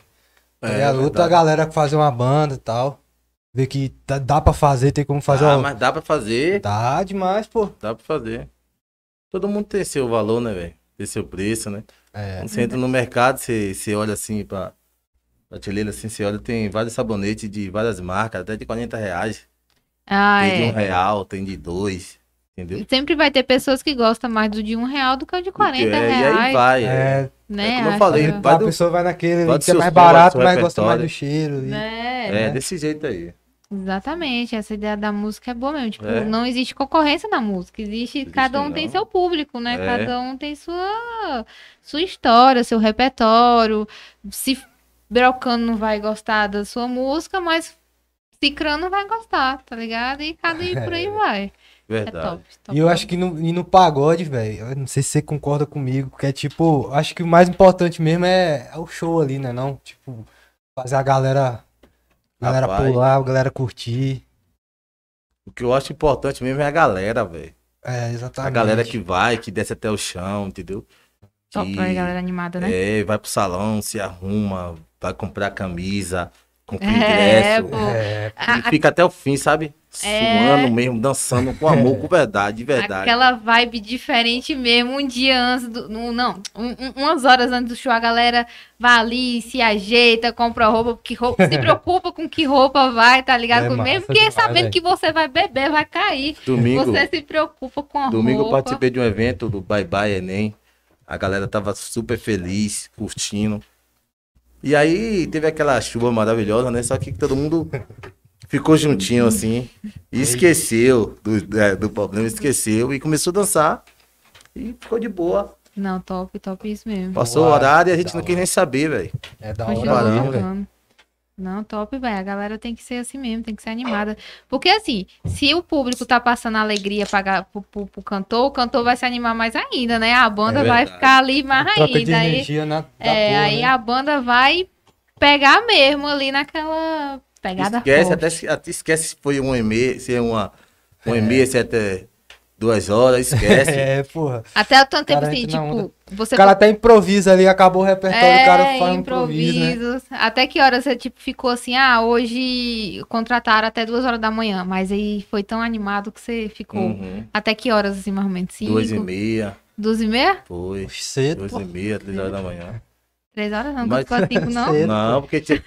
S3: é,
S2: É, a luta, a
S3: verdade.
S2: galera fazer uma banda e tal. Ver que tá- dá pra fazer, tem como fazer
S3: Ah,
S2: uma.
S3: mas dá pra fazer.
S2: Dá demais, pô.
S3: Dá pra fazer. Todo mundo tem seu valor, né, velho? Tem seu preço, né?
S2: É.
S3: Quando você entra no mercado, você, você olha assim pra prateleira, assim, você olha, tem vários sabonetes de várias marcas, até de 40 reais.
S1: Ah,
S3: tem de um
S1: é.
S3: real, tem de dois, entendeu?
S1: Sempre vai ter pessoas que gostam mais do de um real do que o de 40
S3: É,
S1: reais,
S3: E aí vai, é.
S2: É,
S1: né?
S3: é como eu
S1: Acho
S3: falei,
S1: que-
S3: vai
S2: a
S3: do-
S2: pessoa vai naquele
S3: vai
S2: ali
S3: do
S2: que é
S3: seu
S2: mais
S3: som, vai do
S2: barato,
S3: seu
S2: mas gosta mais
S3: repertório.
S2: do cheiro. e-
S1: Né?
S3: É,
S2: né?
S3: desse jeito aí.
S1: Exatamente, essa ideia da música é boa mesmo. Tipo,
S3: É.
S1: não existe concorrência na música, existe,
S3: Existe
S1: cada um tem
S3: não.
S1: seu público, né?
S3: É.
S1: Cada um tem sua sua história, seu repertório. Se Brocano não vai gostar da sua música, mas Cicrano vai gostar, tá ligado? E cada e
S3: [LAUGHS]
S1: por aí vai. É
S3: Verdade.
S1: top.
S2: E eu acho que no, e no pagode, velho, eu não sei se você concorda comigo, que é tipo, acho que o mais importante mesmo é, é o show ali, né? Não, tipo, fazer a galera, a galera
S3: Rapaz.
S2: pular, a galera curtir.
S3: o que eu acho importante mesmo é a galera, velho.
S2: É,
S3: A
S2: exatamente.
S3: galera que vai, que desce até o chão, entendeu?
S1: Só
S3: Que-
S1: pra galera animada, né?
S3: É, vai pro salão, se arruma, vai comprar camisa, compra
S1: É,
S3: ingresso.
S1: pô.
S2: É,
S1: A-
S3: E fica até o fim, sabe?
S1: É.
S3: Suando mesmo, dançando com amor, com verdade, de verdade.
S1: Aquela vibe diferente mesmo, um dia antes do. no- Não, um- um- umas horas antes do show, a galera vai ali, se ajeita, compra roupa, que roupa,
S3: [LAUGHS]
S1: se preocupa com que roupa vai, tá ligado?
S2: É
S1: Com-
S2: massa
S1: mesmo que
S2: demais,
S1: sabendo
S2: velho.
S1: que você vai beber, vai cair.
S3: Domingo,
S1: Você se preocupa com a
S3: domingo eu
S1: roupa.
S3: participei de um evento do Bye Bye Enem. A galera tava super feliz, curtindo. E aí teve aquela chuva maravilhosa, né? Só que todo mundo ficou juntinho assim. E esqueceu do, é, do problema, esqueceu. E começou a dançar. E ficou de boa.
S1: Não, top, top isso mesmo.
S3: Passou o
S2: Boa,
S3: horário e a gente
S2: da
S3: não
S2: hora.
S3: quis nem saber, velho.
S2: é da hora.
S1: Continua
S3: Continua
S2: mesmo,
S3: não,
S2: velho.
S1: brincando. Não, top, velho. A galera tem que ser assim mesmo, tem que ser animada. Porque assim, se o público tá passando alegria pra, ga- pro, pro- pro cantor, o cantor vai se animar mais ainda, né? A banda
S3: É
S1: vai
S3: verdade.
S1: ficar ali mais
S2: Troca de
S1: ainda. Aí,
S2: energia na, da
S1: é,
S2: porra,
S1: aí
S2: né?
S1: a banda vai pegar mesmo ali naquela pegada
S3: Esquece,
S1: forte.
S3: até, se- até esquece se foi um e-mail, se é uma, um e-mail, se é até duas horas, esquece.
S2: [LAUGHS] É, porra.
S1: Até o tanto tempo
S2: Cara,
S1: assim,
S2: entra na
S1: tipo, você
S2: O cara até improvisa ali, acabou o repertório, o
S1: É,
S2: cara faz um improviso, né?
S1: improvisos. Até que hora você tipo, ficou assim, ah, hoje contrataram até duas horas da manhã, mas aí foi tão animado que você ficou.
S3: Uhum.
S1: Até que horas, assim, mais ou menos? Cinco?
S3: Duas e meia,
S1: Duas e meia?
S3: foi.
S2: né? Oxe, é Cedo,
S3: Duas
S2: pô.
S3: e meia, três horas da manhã.
S1: Três horas? Não,
S3: Mas-
S1: duas horas, cinco,
S3: [LAUGHS]
S1: não.
S2: Cedo,
S3: Não, porque tinha.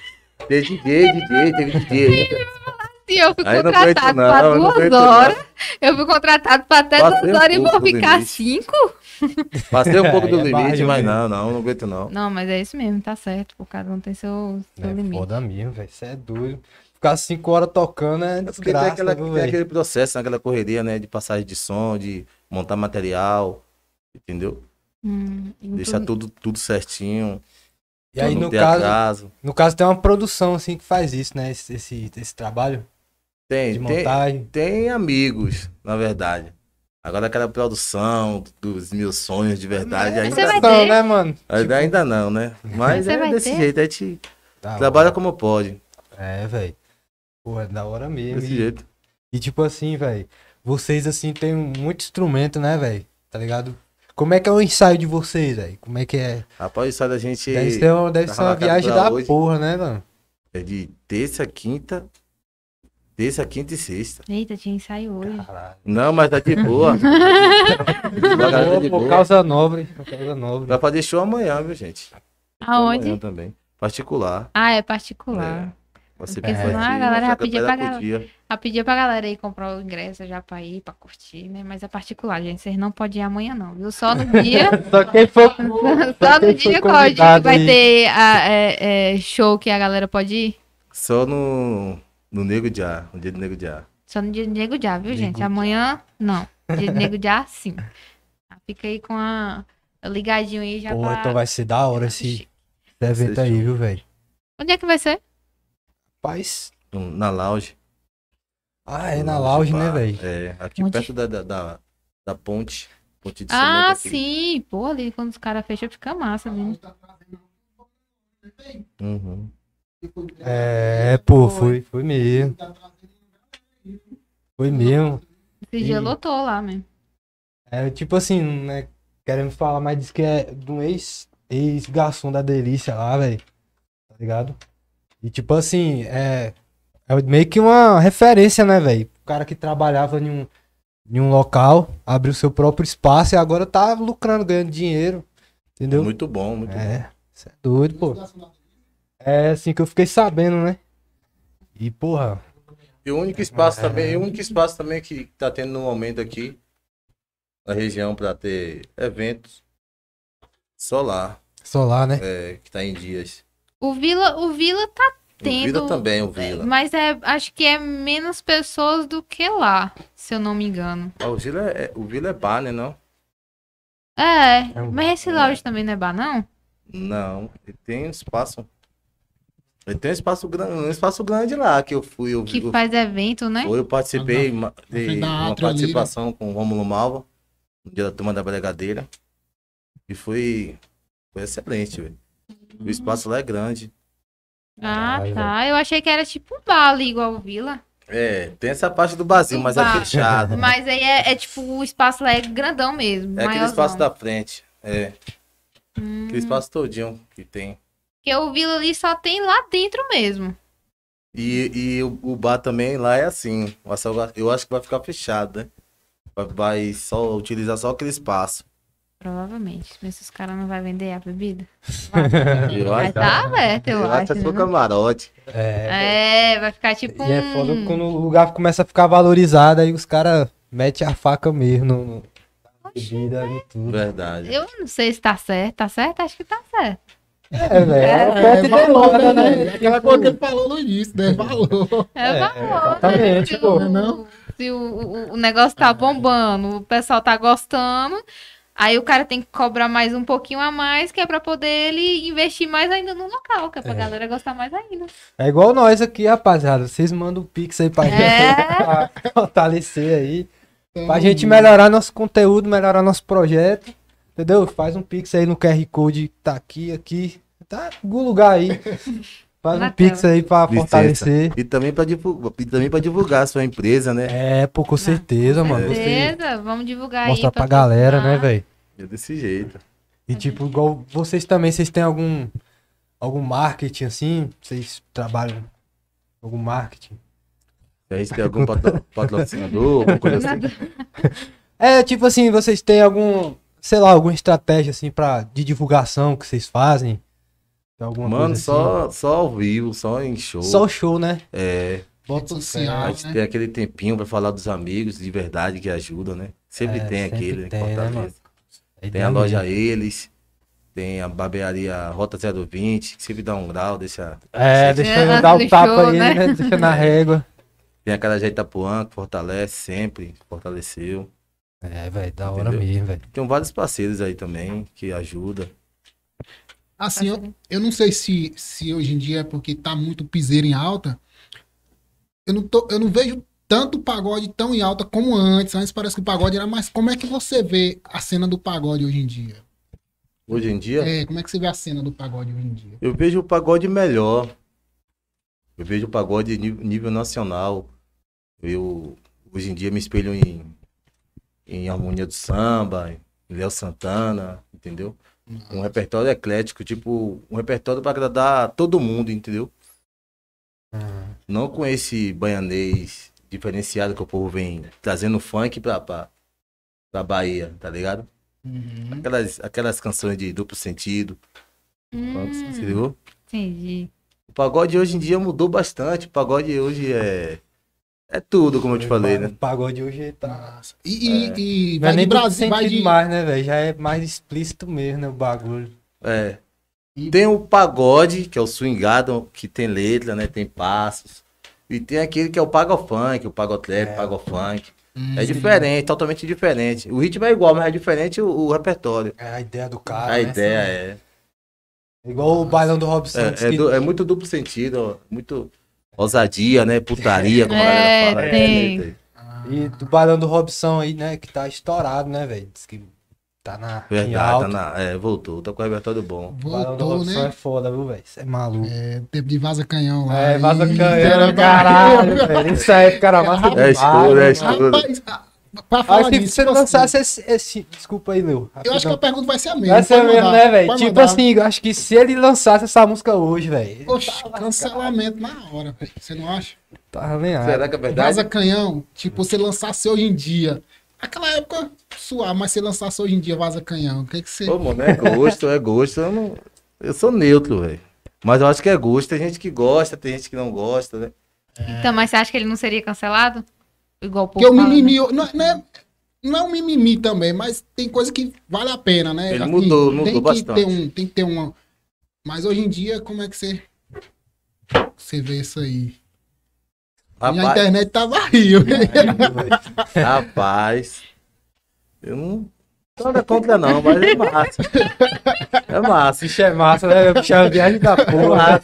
S3: Teve DJ, DJ, teve DJ.
S1: E eu fui
S3: Aí não
S1: contratado
S3: aguento não,
S1: pra
S3: eu não
S1: duas
S3: aguento
S1: horas. Eu fui contratado pra até
S3: Passei
S1: duas
S3: um
S1: horas e
S3: pouco
S1: vou
S3: do
S1: ficar
S3: limite.
S1: cinco?
S3: Passei um pouco do
S2: Aí é
S3: limite,
S2: barril
S3: mas
S2: mesmo.
S3: não, não, não aguento não.
S1: Não, mas é isso mesmo, tá certo. Pô, cada um tem seu, seu
S2: É
S1: limite.
S2: foda mesmo, velho. Isso é doido. Ficar cinco horas tocando é
S3: É Porque tem,
S2: desgraça,
S3: aquela,
S2: viu,
S3: tem
S2: velho?
S3: aquele processo, né, aquela correria, né? De passagem de som, de montar material, entendeu?
S1: Hum, e
S3: Deixar
S1: tudo-
S3: tudo, tudo certinho,
S2: E aí,
S3: pra não
S2: no
S3: ter
S2: caso,
S3: atraso.
S2: no caso, tem uma produção, assim, que faz isso, né? Esse, esse, esse trabalho de
S3: Tem, tem,
S2: montagem.
S3: Tem amigos, na verdade. Agora aquela produção dos meus sonhos de verdade
S1: Mas
S3: ainda,
S1: você vai
S2: Produção,
S1: ter.
S2: né, mano?
S3: ainda, ainda não, né? Mas
S1: Você
S3: é
S1: vai
S3: desse
S1: ter?
S3: jeito, a gente
S2: Da
S3: trabalha
S2: hora.
S3: como pode.
S2: É, velho. Pô, é da hora mesmo.
S3: Desse
S2: E-
S3: jeito.
S2: E tipo assim, velho, vocês assim tem muito instrumento, né, velho? Tá ligado? Como é que é o ensaio de vocês, velho? Como é que é?
S3: Rapaz, isso aí da gente
S2: Deve ser, uma- deve
S3: tá
S2: ser uma
S3: marcado
S2: viagem
S3: pra
S2: da
S3: hoje.
S2: porra, né, mano?
S3: é de terça, quinta. Terça, quinta e sexta.
S1: Eita, tinha ensaio hoje.
S2: Caralho.
S3: Não, mas tá de boa. Devagar, tá de
S2: Por
S3: boa.
S2: causa nobre, por causa nobre.
S3: Vai fazer show amanhã, viu, gente? então Amanhã
S1: Aonde?
S3: também. Particular.
S1: Ah, é particular.
S3: Vai ser
S1: Porque
S3: bem
S1: senão a
S3: facinho,
S1: galera
S3: só
S1: já
S3: que eu
S1: pedia
S3: pego
S1: pra
S3: por
S1: galera.
S3: dia.
S1: Ah, pedir pra galera aí comprar o ingresso já pra ir, pra curtir, né? Mas é particular, gente. Vocês não podem ir amanhã, não, viu? Só
S3: [LAUGHS]
S1: no dia.
S2: Só quem for.
S1: [LAUGHS] Só no
S2: quem foi
S1: dia qual é o dia que
S2: convidado
S1: vai
S2: aí.
S1: ter a- é- é, show que a galera pode ir?
S3: Só no, no Nego de Ar, no dia do Nego de Ar.
S1: Só no dia do Nego Já, viu,
S2: Nego
S1: gente?
S2: Já.
S1: Amanhã, não. Dia do Nego Já, sim. Ah, Fica aí com a ligadinho aí já tá
S2: Pô,
S1: pra...
S2: então vai ser da hora esse esse evento aí, viu, velho?
S1: Onde é que vai ser?
S2: Paz.
S3: no- Na lounge.
S2: Ah, é na lounge, né,
S3: pá.
S2: velho?
S3: É, aqui
S1: Onde?
S3: perto da, da, da, da ponte. Ponte de
S1: Ah,
S3: cimento aqui.
S1: sim. Pô, ali quando os caras fecham fica massa, viu?
S3: Uhum.
S5: Tipo,
S2: É, pô, foi, foi mesmo. Foi mesmo.
S1: Esse dia
S2: Sim.
S1: lotou lá mesmo.
S2: É, tipo assim, né? Querendo falar, mas diz que é de um ex, ex-garçom da delícia lá, velho. Tá ligado? E tipo assim, é, é meio que uma referência, né, velho? O cara que trabalhava em um, em um local, abriu seu próprio espaço e agora tá lucrando, ganhando dinheiro. Entendeu?
S3: Muito bom, muito bom.
S2: É, isso é doido, pô. É assim que eu fiquei sabendo, né? E, porra,
S3: E o único espaço também, e o único espaço também que tá tendo no momento aqui na região para ter eventos solar,
S2: solar, né?
S3: é, que tá em dias.
S1: O Vila, o Vila tá
S3: O
S1: tendo...
S3: Vila também, o
S2: Tá.
S3: Vila.
S1: Mas é, acho que é menos pessoas do que lá, se eu não me engano.
S3: Ah, o Vila é, o Vila é bar, né, não?
S1: É,
S2: É um-
S1: mas esse lounge também não é bar, não?
S3: Não, ele tem um espaço. Ele tem um espaço grande, um espaço grande lá que eu fui, eu,
S1: Que
S3: eu
S1: faz evento, né?
S3: Ou eu participei ma-
S5: fui
S3: de
S5: na
S3: uma
S5: Atrio ali, né?
S3: participação com o Rômulo Malva, no dia da turma da Bregadeira. E foi, foi excelente, velho.
S1: Uhum.
S3: O espaço lá é grande.
S1: Ah,
S2: Caralho,
S1: tá. Eu achei que era tipo um bar ali, igual o Vila.
S3: É, tem essa parte do barzinho,
S1: Do
S3: mas
S1: bar. [LAUGHS]
S3: é fechado.
S1: Mas aí é, é tipo, o espaço lá é grandão mesmo.
S3: É aquele
S1: maiorzão.
S3: espaço da frente. É,
S1: Hum,
S3: aquele espaço todinho que tem.
S1: Porque o Vila ali só tem lá dentro mesmo.
S3: E, e o, o bar também lá é assim. o açougue- Eu acho que vai ficar fechado, né? Vai, vai só utilizar só aquele espaço.
S1: Provavelmente. Mas esses caras não vão vender a bebida.
S3: Eu
S1: Vai
S3: acho-
S1: tá aberto, eu,
S3: Eu acho
S1: acho.
S3: que é só
S1: né?
S3: camarote.
S2: É.
S1: É, vai ficar tipo
S2: E é
S1: um-
S2: foda quando o lugar começa a ficar valorizado, aí os caras metem a faca mesmo no, no- na bebida e tudo.
S3: Verdade.
S1: Eu não sei se tá certo. Tá certo? Acho que tá certo.
S2: É, velho. É,
S5: É,
S2: oferta e
S5: valor,
S2: demanda,
S5: né?
S2: né?
S5: É Aquela coisa que ele falou no início, né? Valor.
S1: É,
S2: É,
S1: valor,
S2: exatamente,
S1: né? Se,
S2: pô. Ah.
S1: o,
S5: Não?
S1: se o, o- o negócio tá bombando, o pessoal tá gostando, aí o cara tem que cobrar mais um pouquinho a mais, que é pra poder ele investir mais ainda no local, que é pra
S2: É.
S1: galera gostar mais ainda.
S2: É igual nós aqui, rapaziada. Vocês mandam o pix aí pra gente né?
S1: É.
S2: pra fortalecer aí. Pra gente melhorar nosso conteúdo, melhorar nosso projeto. Entendeu? Faz um pix aí no QR Code que tá aqui, aqui. Tá em algum lugar aí. Faz
S1: Na
S2: um pix aí pra
S3: Licença.
S2: fortalecer.
S3: E também pra divulgar, e também pra divulgar a sua empresa, né?
S2: É, pô, com certeza, mano. Você
S1: Beleza, vamos divulgar aí.
S2: mostrar pra galera, né, velho?
S3: É desse jeito.
S2: E tipo, igual vocês também, vocês têm algum algum marketing assim? Vocês trabalham algum marketing?
S3: Se a gente tem algum
S2: [LAUGHS]
S3: patro- patrocinador, alguma coisa assim.
S2: É, tipo assim, vocês têm algum, sei lá, alguma estratégia assim para de divulgação que vocês fazem? Tem Alguma
S3: Mano,
S2: coisa
S3: só, só ao vivo, só em show.
S2: assim? só o show, né?
S3: É,
S5: Bota o
S3: a
S5: sinal,
S3: gente
S5: né?
S3: tem aquele tempinho pra falar dos amigos de verdade que ajudam, né? Sempre
S2: É,
S3: tem
S2: sempre
S3: aquele
S2: tem,
S3: em
S2: né,
S3: Fortaleza.
S2: mano? um
S3: Tem a loja Eles, tem a barbearia Rota 020, que sempre dá um grau, deixa.
S2: É, deixa eu
S1: É,
S2: dar
S1: do
S2: o tapa
S1: show,
S2: aí,
S1: né?
S2: né? Deixa [LAUGHS] na régua.
S3: Tem a Carajé Itapuã, que fortalece sempre, fortaleceu.
S2: É, velho, da
S3: hora Entendeu?
S2: mesmo, velho.
S3: Tem vários parceiros aí também que ajudam.
S5: Assim, eu, eu não sei se, se hoje em dia é porque tá muito piseiro em alta. Eu não, tô, eu não vejo tanto pagode tão em alta como antes. Antes parece que o pagode era mais. Como é que você vê a cena do pagode hoje em dia?
S3: Hoje em dia,
S5: É, como é que você vê a cena do pagode hoje em dia?
S3: eu vejo o pagode melhor. Eu vejo o pagode ni- nível nacional. Eu, hoje em dia, me espelho em, em Harmonia do Samba, em Léo Santana, entendeu? Um repertório eclético, tipo, um repertório pra agradar todo mundo, entendeu?
S2: Ah.
S3: Não com esse baianês diferenciado que o povo vem trazendo funk pra, pra, pra Bahia, tá ligado?
S5: Uhum.
S3: Aquelas, aquelas canções de duplo sentido,
S1: Hum.
S3: você ligou?
S1: entendi.
S3: O pagode hoje em dia mudou bastante. O pagode hoje é. É tudo, como eu te falei, né?
S2: O pagode hoje tá.
S5: Nossa. E, e-
S2: Não
S5: e
S2: é
S5: vai de
S2: nem duplo
S5: Brasil, vai
S2: sentido
S5: de.
S2: mais, né, velho? Já é mais explícito mesmo, né, o bagulho.
S3: É.
S5: E-
S3: Tem o pagode, que é o swingado, que tem letra, né? Tem passos. E tem aquele que é o pagofunk, o pagotrap,
S2: É.
S3: o pagofunk.
S5: Hum,
S3: É diferente, totalmente diferente. O ritmo é igual, mas é diferente o, o repertório.
S2: É a ideia do cara, né?
S3: a ideia é.
S2: Igual o bailão do Rob Santos.
S3: É, é
S2: que-
S3: du- é muito duplo sentido, ó, muito ousadia, né? Putaria, como a
S1: É,
S3: galera fala. é
S1: tem.
S5: Ah,
S2: E do bailão do Robson aí, né? Que tá estourado, né, velho? Diz que tá na. em
S3: Verdade, tá
S2: alta.
S3: na, é, voltou, tá com o repertório bom.
S2: O bailão do
S5: Voltou,
S2: Robson é
S5: né?
S2: foda, viu, velho? Isso é maluco.
S5: É, tempo de vaza canhão lá.
S2: É, vaza
S5: Ih,
S2: canhão,
S5: era-
S2: caralho, velho. Isso aí, cara, massa
S3: É estouro, é
S2: demais.
S3: estouro.
S5: Rapaz, ah,
S2: né?
S5: pra
S2: Aí
S5: falar
S2: se
S5: disso,
S2: você
S5: tipo
S2: lançasse esse, esse- Desculpa aí, Leo.
S5: assim, Eu acho que a
S2: rapidão.
S5: pergunta vai ser a mesma.
S2: Vai ser
S5: pode
S2: mesmo,
S5: mandar,
S2: né, velho?
S5: pode
S2: Tipo
S5: mandar.
S2: assim, eu acho que se ele lançasse essa música hoje, velho.
S5: Oxe, cancelamento na hora, velho. Você não acha?
S2: Tá nem nada.
S3: Será que é verdade?
S5: Vaza canhão, tipo, você lançasse hoje em dia. Aquela época suave, mas você lançasse hoje em dia vaza canhão. O que, que você.
S3: Ô, mano, é gosto, é gosto. Eu, não... eu sou neutro, velho. Mas eu acho que é gosto. Tem gente que gosta, tem gente que não gosta, né?
S1: Então, mas você acha que ele não seria cancelado? Igual o povo
S5: Porque o
S1: fala, né?
S5: mimimi. Não, é- não é, não é um mimimi também, mas tem coisa que vale a pena, né?
S3: Ele mudou, mudou
S5: tem que
S3: bastante.
S5: Ter um, tem que ter uma. Mas hoje em dia, como é que você. Você vê isso aí? E a
S3: Rapaz,
S5: internet [LAUGHS] tá varrida.
S2: É.
S3: rapaz. Eu não. Nada contra, não, mas é massa. É massa.
S2: Bicho é massa, né? Bicho é uma viagem
S3: [LAUGHS]
S2: da porra.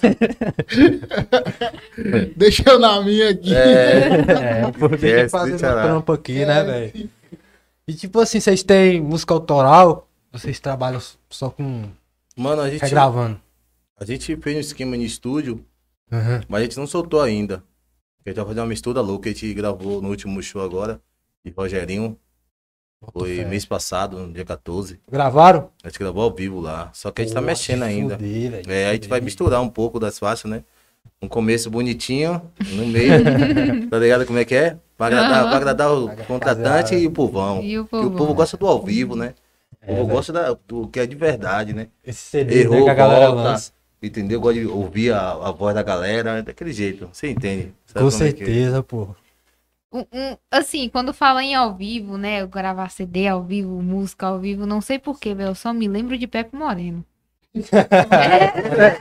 S5: Deixa eu na minha aqui.
S2: [LAUGHS]
S5: [LAUGHS]
S2: É, pô, tem que
S3: Esquece,
S2: fazer uma
S3: caralho.
S2: trampa aqui,
S1: É.
S2: né, velho? E tipo assim, vocês têm música autoral? Vocês trabalham só com.
S3: Mano, a
S2: É
S3: gente,
S2: regravando?
S3: a gente fez um esquema no estúdio, mas a gente não soltou ainda. A gente vai fazer uma mistura louca. A gente gravou no último show agora, de Rogerinho. Foi
S2: fé.
S3: mês passado, no dia 14.
S2: Gravaram?
S3: A gente gravou ao vivo lá. Só que a gente tá
S2: Pô,
S3: mexendo
S2: vai se
S3: ainda.
S2: fuder, velho.
S3: É, a gente vai misturar um pouco das faixas, né? Um começo bonitinho, no meio. [LAUGHS] tá ligado como é que é? Pra agradar,
S1: Aham.
S3: pra agradar o
S2: Rapaziada.
S3: contratante Uhum. e o povão.
S1: E o
S3: Porque
S1: povo?
S3: o povo gosta do ao vivo, né? O
S2: É,
S3: povo
S2: velho.
S3: gosta da- do que é de verdade, né?
S2: Esse CD né,
S3: Errou,
S2: que a galera
S3: volta.
S2: lança.
S3: Entendeu? Gosta de ouvir a, a voz da galera, é daquele jeito. Você entende? Sabe
S2: Com
S3: como é que é?
S2: certeza, pô.
S1: Um- um- assim, quando fala em ao vivo, né? eu Gravar CD ao vivo, música ao vivo, não sei porquê, velho. Eu só me lembro de Pepe Moreno. É,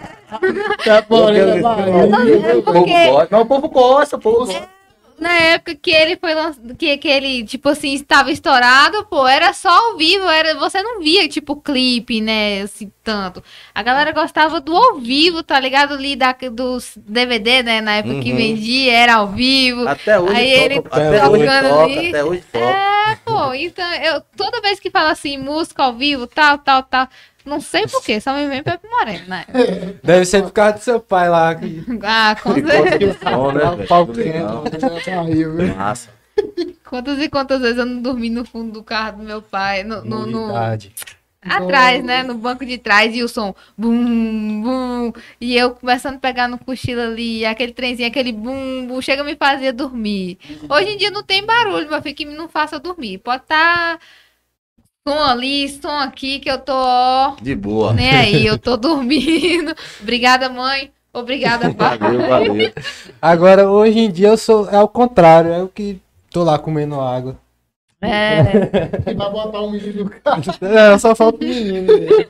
S2: Tá
S3: Porque- O povo
S1: Porque-
S3: gosta. Não, o povo gosta, o povo gosta.
S1: na época que ele foi lançado, que, que ele, tipo assim, estava estourado, pô, era só ao vivo, era, você não via, tipo, clipe, né? Assim, tanto. A galera gostava do ao vivo, tá ligado? Ali da, dos DVD, né? Na época que
S3: Uhum.
S1: vendia, era ao vivo.
S3: Até hoje
S1: Aí
S3: toca,
S1: ele
S3: até hoje
S1: tocando
S3: toca,
S1: ali.
S3: até hoje toca.
S1: Pô, então, eu, toda vez que fala assim, música ao vivo, tal, tal, tal, não sei porquê, só me vem Pepe Moreno, né?
S2: Deve ser por causa do seu pai lá. que-
S1: Ah, quantas,
S3: Gosta de som, né, velho?
S2: Pau
S3: Legal. Massa.
S1: quantas e quantas vezes eu não dormi no fundo do carro do meu pai, no, no- no-
S2: Verdade.
S1: atrás, né, no banco de trás, e o som, bum, bum, e eu começando a pegar no cochilo ali, aquele trenzinho, aquele bum, bum, chega me fazia dormir. Hoje em dia não tem barulho, meu filho, que não faça eu dormir. Pode estar som ali, som aqui, que eu tô, ó,
S3: De boa.
S1: Nem aí, eu
S2: [LAUGHS]
S1: tô dormindo. Obrigada, mãe. Obrigada, pai.
S3: Valeu, valeu.
S2: Agora, hoje em dia, eu sou. É o contrário. É o que tô lá comendo água. [LAUGHS]
S1: É,
S5: E vai botar um menino no carro.
S2: É, só falta o menino. né? velho.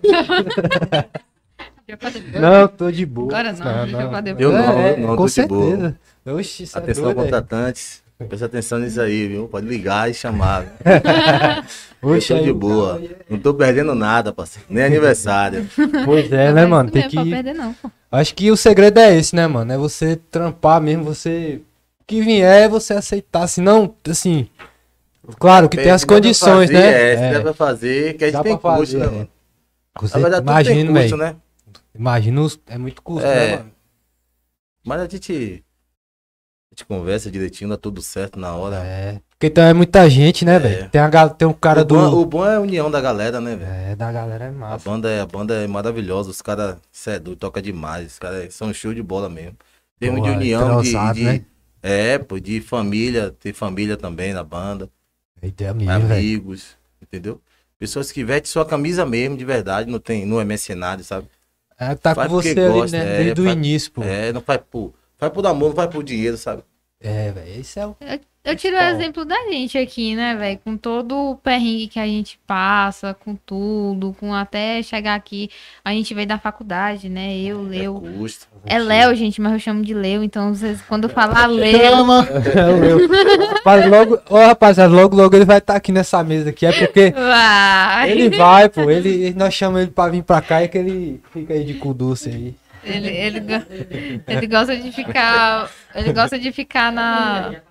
S1: já falei.
S2: Não, tô de boa.
S1: Agora não, deixa pra depois.
S3: Eu não, eu não,
S2: com
S3: tô de boa.
S2: certeza. Oxi, isso
S3: Atenção,
S2: é doido, é.
S3: contratantes. Presta atenção nisso aí, viu? Pode ligar e chamar. viu? Eu
S2: Oxi,
S3: tô
S2: aí
S3: de
S2: o
S3: boa.
S2: cara
S3: Não tô perdendo nada, parceiro. Nem aniversário.
S2: aí- Pois é,
S1: Não
S2: né,
S1: é
S2: mano?
S1: isso
S2: Tem
S1: mesmo
S2: que.
S1: pra perder, não, pô.
S2: Acho que o segredo é esse, né, mano? É você trampar mesmo, você. O que vier, você aceitar. Se não, assim. Claro que tem as
S3: Se der pra
S2: condições,
S3: fazer,
S2: né?
S3: É, se
S2: É,
S3: der pra fazer, que a
S2: Dá
S3: gente tem
S2: pra
S3: custo,
S2: fazer,
S3: né,
S2: é.
S3: mano?
S2: com
S3: Na
S2: cer-
S3: verdade, tudo tem
S2: imagino,
S3: custo,
S2: velho.
S3: né?
S2: Imagino, os- é muito custo,
S3: É.
S2: né, mano?
S3: Mas a gente, a gente conversa direitinho, dá tudo certo na hora.
S2: É. Porque então é muita gente, né,
S3: É.
S2: velho? Tem, a gal- tem um cara
S3: o,
S2: do.
S3: bom, o bom é a união da galera, né, velho?
S2: É, da galera é
S3: A
S2: massa.
S3: banda, é, a banda é maravilhosa, os caras, cê é doido, toca demais, os caras são show de bola mesmo. Termo de
S2: Porra,
S3: união, de,
S2: entrosado,
S3: de-
S2: é né?
S3: é, pô, de família, tem família também na banda,
S2: É ideia mesmo, velho.
S3: amigos, entendeu? Pessoas que vestem sua camisa mesmo, de verdade, não tem, não é mercenário, sabe?
S2: É, tá com
S3: Faz porque
S2: você ali,
S3: gosta,
S2: né?
S3: é,
S2: Desde o
S3: faz-
S2: início, pô. É,
S3: É, não faz por, faz por amor, não faz por dinheiro, sabe?
S2: velho. Isso é o.
S1: Eu tiro o
S3: Então,
S2: Bom.
S1: exemplo da gente aqui, né, velho? Com todo o perrengue que a gente passa, com tudo, com até chegar aqui. A gente veio da faculdade, né? Eu, Leu.
S3: É custo.
S1: É Léo, gente, mas eu chamo de Leu, então vocês,
S3: É.
S1: quando
S3: [LAUGHS]
S1: falar Leu,
S5: Chama!
S2: É o meu. Rapaz, logo, ô rapaziada, logo, logo ele vai estar aqui nessa mesa aqui. É porque
S1: vai.
S2: ele vai, pô. Ele, nós chamamos ele pra vir pra cá e que ele fica aí de cu doce aí.
S1: Ele, ele, go- ele gosta de ficar. Ele gosta de ficar na.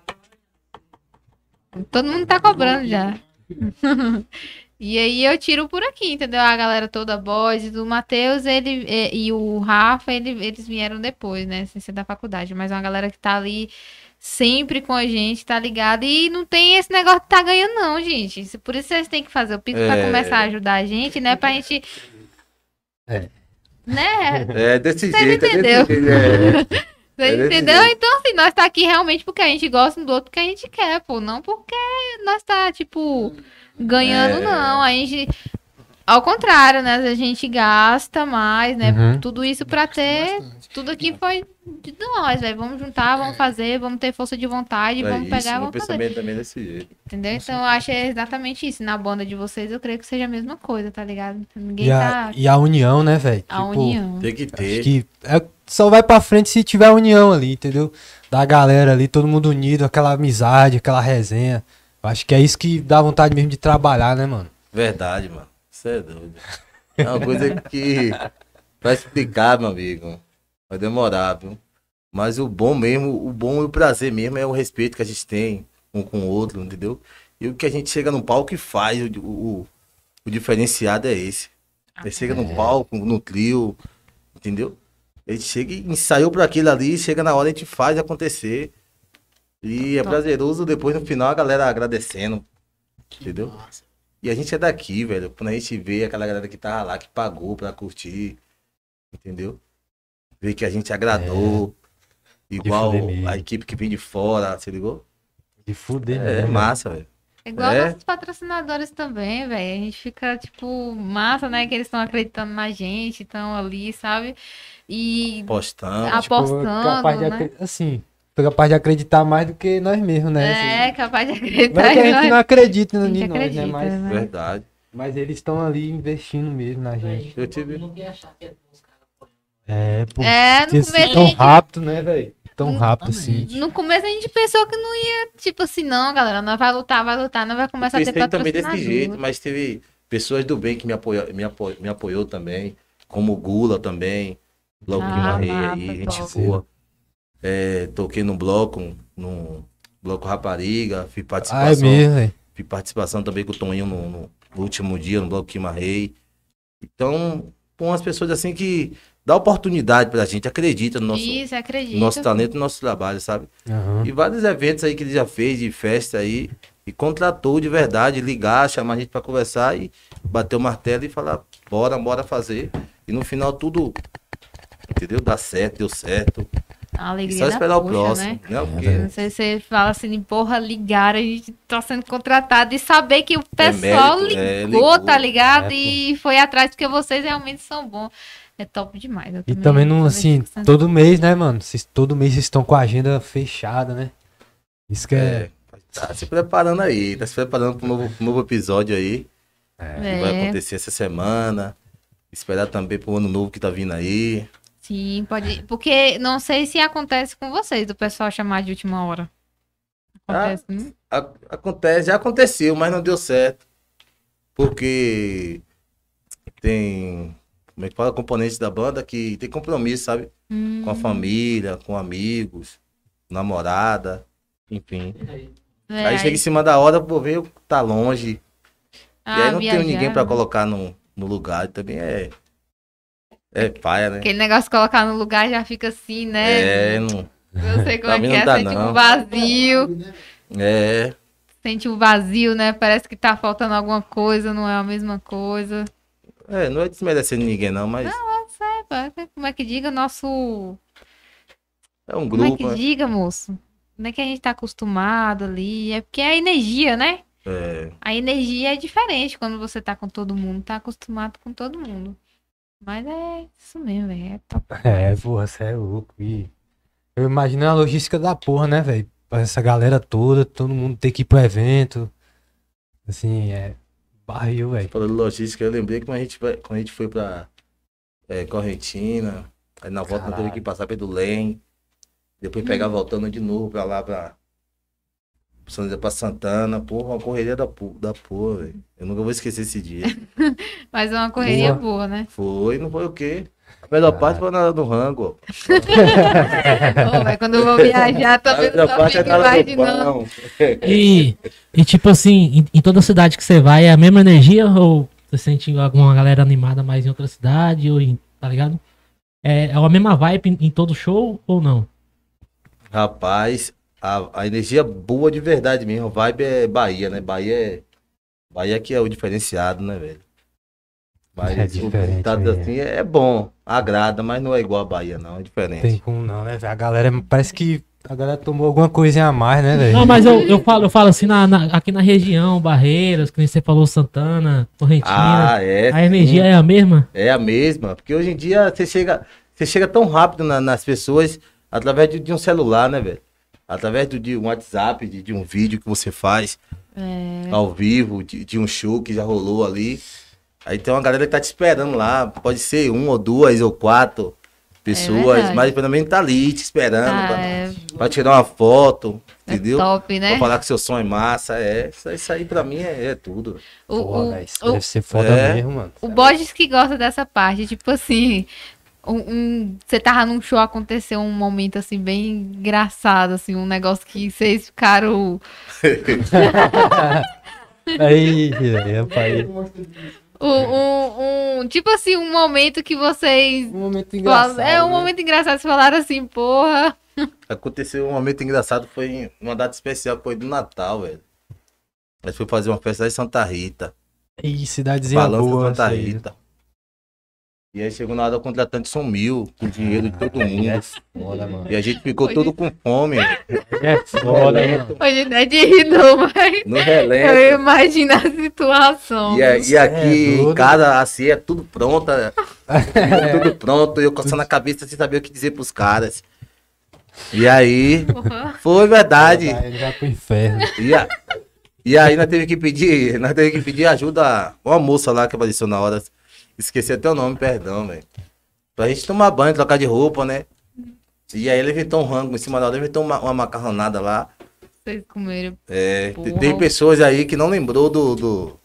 S1: Todo mundo tá cobrando já. [LAUGHS] E aí eu tiro por aqui, entendeu? A galera toda boys do Matheus ele, e, e o Rafa, ele, eles vieram depois, né? Sem ser da faculdade. Mas é uma galera que tá ali sempre com a gente, tá ligada. E não tem esse negócio de tá ganhando, não, gente. Isso- Por isso vocês têm que fazer o Pix pra
S3: É.
S1: começar a ajudar a gente, né? Pra gente.
S2: É.
S1: Né?
S3: É desse
S1: Você
S3: jeito, é
S1: entendeu.
S3: desse
S1: [LAUGHS]
S3: jeito. é.
S1: Você
S3: É desse
S1: entendeu?
S3: jeito.
S1: Então, assim, nós tá aqui realmente porque a gente gosta um do outro, porque a gente quer, pô. Não porque nós tá, tipo, ganhando,
S3: É.
S1: não. A gente. Ao contrário, né? A gente gasta mais, né?
S2: Uhum.
S1: Tudo isso pra ter.
S5: Bastante.
S1: Tudo aqui foi de nós, velho. Vamos juntar, vamos fazer, vamos ter força de vontade,
S3: É
S1: vamos
S3: isso,
S1: pegar,
S3: meu
S1: vamos fazer.
S3: pensamento também é desse jeito.
S1: Entendeu? Então, eu acho exatamente isso. Na banda de vocês, eu creio que seja a mesma coisa, tá ligado? Ninguém
S2: E a,
S1: tá.
S2: e a união, né, velho?
S1: A união.
S3: Tem que
S2: Acho
S3: ter.
S2: que é- só vai pra frente se tiver união ali, entendeu? Da galera ali, todo mundo unido, aquela amizade, aquela resenha. Eu Acho que é isso que dá vontade mesmo de trabalhar, né, mano?
S3: Verdade, mano. Você é doido. É uma coisa que vai explicar, meu amigo. Vai demorar, viu? Mas o bom mesmo, o bom e o prazer mesmo é o respeito que a gente tem um com o outro, entendeu? E o que a gente chega no palco e faz, o, o, o diferenciado é esse. Ele chega no palco, no trio, entendeu? Ele chega e ensaiou pra aquilo ali, chega na hora, a gente faz acontecer. E é
S1: Top.
S3: prazeroso depois no final a galera agradecendo.
S5: Que
S3: Entendeu?
S5: massa.
S3: E a gente é daqui, velho. Quando a gente vê aquela galera que tava lá, que pagou pra curtir, entendeu? Vê que a gente agradou. Igual
S2: fuder mesmo.
S3: a equipe que vem de fora, se ligou?
S2: De fuder,
S3: É,
S2: né?
S3: massa, velho.
S1: É Igual
S3: É.
S1: nossos patrocinadores também, velho. A gente fica, tipo, massa, né? Que eles estão acreditando na gente, estão ali, sabe? E
S3: Postando.
S1: Ah,
S2: Tipo,
S1: apostando,
S2: capaz de
S1: né?
S2: acre- Assim, foi capaz de acreditar mais do que nós mesmos, né?
S1: é,
S2: Assim,
S1: capaz de
S2: não
S1: acreditar.
S2: é que a gente
S1: em
S2: não
S1: nós.
S2: acredita
S1: A
S2: em
S1: gente
S2: nós, né?
S1: acredita,
S2: Mas,
S1: né?
S3: Verdade.
S2: mas eles estão ali investindo mesmo na
S4: Véi,
S2: gente.
S3: Eu tive-
S4: Não quer achar que é dos caras.
S2: É, pô.
S1: É, no
S2: Tinha sido
S1: começo, a
S2: tão
S1: gente,
S2: rápido, né, velho? Tão
S1: Hum,
S2: rápido assim.
S1: no começo a gente pensou que não ia, tipo assim, não, galera, não vai lutar, vai lutar, não vai começar a ter
S3: Pensei também
S1: patrocinador.
S3: desse jeito, mas teve pessoas do bem que me apoiou, me apoiou, me apoiou também, como o Gula também, Glauquinho
S1: Ah,
S3: Arreia
S1: massa,
S3: aí, gente
S1: top.
S3: boa. É, toquei num bloco, num bloco Rapariga, fiz
S2: Ah, é
S3: participação
S2: mesmo, velho.
S3: Fiz participação também com o Toninho no, no último dia, no Bloco Quima Rei. Então, com as pessoas assim que dá oportunidade pra gente, acredita no nosso,
S1: Isso,
S3: no
S1: acredito.
S3: nosso talento, no nosso trabalho, sabe?
S2: Aham.
S3: E vários eventos aí que ele já fez, de festa aí, e contratou de verdade, ligar, chamar a gente pra conversar e bater o martelo e falar, bora, bora fazer. E no final tudo, entendeu? Dá certo, deu certo.
S1: A
S3: E
S1: alegria
S3: só
S1: da
S3: esperar o
S1: poxa, né?
S3: próximo, né? Porque
S1: Não sei se você fala assim, porra, ligaram, a gente tá sendo contratado. E saber que o pessoal
S3: mérito, é,
S1: ligou,
S3: ligou.
S1: tá ligado?
S2: É, pô.
S1: e foi atrás, porque vocês realmente são bons. É top demais. eu
S2: E também não, assim,
S1: fico sendo-
S2: todo mês, né, mano? Vocês- todo mês vocês estão com a agenda fechada, né? Isso que é.
S3: É, tá se preparando aí, tá se preparando para um novo, novo episódio aí, que vai
S1: É,
S3: acontecer essa semana. Esperar também pro ano novo que tá vindo aí.
S1: sim, pode. Porque não sei se acontece com vocês, do pessoal chamar de última hora. Acontece,
S3: Ah,
S1: né?
S3: A- acontece, já aconteceu, mas não deu certo. Porque tem, como é que fala, componente da banda que tem compromisso, sabe?
S1: Hum,
S3: Com a família, com amigos, namorada, enfim.
S1: é,
S3: Aí chega em cima da hora, pô, ver tá longe. e aí não tem ninguém pra
S1: Ah, viajar.
S3: colocar né? no, no lugar, e também é. É paia, né?
S1: Aquele negócio de colocar no lugar já fica assim, né?
S3: É, não.
S1: Eu sei como
S3: Pra
S1: é
S3: mim
S1: que
S3: não
S1: é,
S3: dá,
S1: sente um
S3: não.
S1: vazio.
S3: É.
S1: sente o vazio, né? Parece que tá faltando alguma coisa, não é a mesma coisa.
S3: É, não é desmerecendo ninguém, não, mas
S1: É, pá, Como é que diga nosso.
S3: é um
S1: Como é
S3: grupo.
S1: que
S3: né?
S1: diga, moço? Não é que a gente tá acostumado ali. É porque é a energia, né?
S3: É,
S1: A energia é diferente quando você tá com todo mundo, tá acostumado com todo mundo. Mas é isso mesmo, velho. É top.
S2: É, porra, você é louco. E eu imagino a logística da porra, né, velho? Pra Essa galera toda, todo mundo ter que ir pro evento. Assim, é. Barril, velho.
S3: falando de logística, eu lembrei que quando a gente, vai- quando a gente foi pra é, Correntina, aí na volta nós teve
S2: Caralho.
S3: que passar pelo Lem, depois pegar voltando de novo pra lá, pra, São José, pra Santana, porra, uma correria da, pu- da porra, velho. Eu nunca vou esquecer esse dia.
S1: Mas é uma correria
S2: Boa.
S1: boa,
S3: [LAUGHS]
S1: né?
S3: Foi, não foi o quê? A melhor parte foi na hora do rango. ó.
S1: Ô, véi, É né? quando eu vou viajar,
S3: A
S1: também não
S3: melhor
S1: Tá só
S3: parte é
S1: fico
S3: na hora do
S1: imaginando.
S3: pão.
S6: E, e tipo assim, em, em toda cidade que você vai, é a mesma energia ou você sente alguma galera animada mais em outra cidade, ou em, tá ligado? É, é a mesma vibe em, em todo show ou não?
S3: Rapaz, a, a energia boa de verdade mesmo. A vibe é Bahia, né? Bahia é. Bahia que é o diferenciado, né, velho? Mas
S2: É
S3: o
S2: diferente
S3: estado
S2: mesmo.
S3: assim é bom, agrada, mas não é igual a Bahia, não. É diferente.
S2: Tem como não, né, velho? A galera. Parece que a galera tomou alguma coisinha a mais, né, velho?
S6: Não, mas eu, eu, falo, eu falo assim, na, na- aqui na região, Barreiras, que nem você falou, Santana, Correntina,
S3: Ah, é.
S6: a
S3: sim.
S6: energia é a mesma?
S3: É a mesma. Porque hoje em dia você chega, você chega tão rápido na- nas pessoas através de, de um celular, né, velho? Através do, de um WhatsApp, de, de um vídeo que você faz.
S1: É,
S3: ao vivo, de, de um show que já rolou ali. Aí tem uma galera que tá te esperando lá. Pode ser um ou duas ou quatro pessoas,
S1: verdade.
S3: mas pelo menos tá ali te esperando
S1: tá,
S3: pra,
S1: é- é
S3: pra tirar uma foto, entendeu?
S1: top, né?
S3: Pra falar que seu som é massa, é. Isso, isso aí pra mim é, é tudo.
S1: O-
S2: Porra,
S1: o-
S3: né?
S2: velho, isso
S1: o-
S2: deve ser foda
S3: É.
S2: mesmo, mano.
S1: O Borges que gosta dessa parte, tipo assim, um, um- você tava num show, aconteceu um momento assim bem engraçado, assim, um negócio que vocês ficaram.
S2: Aí, velho, pai.
S1: Um, um- um- tipo assim, um momento que vocês.
S2: Um momento
S1: falaram-
S2: engraçado.
S1: é um
S2: né?
S1: momento engraçado, vocês falaram assim, porra,
S3: Aconteceu um momento engraçado, foi em uma data especial, foi do Natal, velho. A gente foi fazer uma festa lá em Santa Rita.
S2: Ih, cidadezinha
S3: Balança
S2: boa.
S3: Santa
S2: essa aí.
S3: Rita. E aí chegou na hora o contratante sumiu com o dinheiro de todo mundo.
S7: Foda, mano.
S3: E a gente ficou todo com fome.
S2: É foda, mano.
S1: Hoje não é de rir, não, [LAUGHS] mas
S3: No
S1: eu
S3: relento.
S1: imagino a situação.
S3: É, E, a- e
S2: É,
S3: aqui,
S2: doido.
S3: cara, assim, é tudo
S2: [LAUGHS]
S3: pronta. Tudo pronto. E eu coçando a cabeça sem saber o que dizer pros caras. E aí,
S1: Porra.
S3: foi verdade.
S2: Vai, ele vai pro inferno.
S3: E, a- e aí nós teve que pedir, nós teve que pedir ajuda a uma moça lá que apareceu na hora. Esqueci até o nome, perdão, velho. Pra gente tomar banho, trocar de roupa, né? E aí ele inventou um rango em cima da hora, inventou uma, uma macarronada lá.
S1: Vocês comeram.
S3: É, te-
S1: Porra.
S3: tem pessoas aí que não lembrou do, do,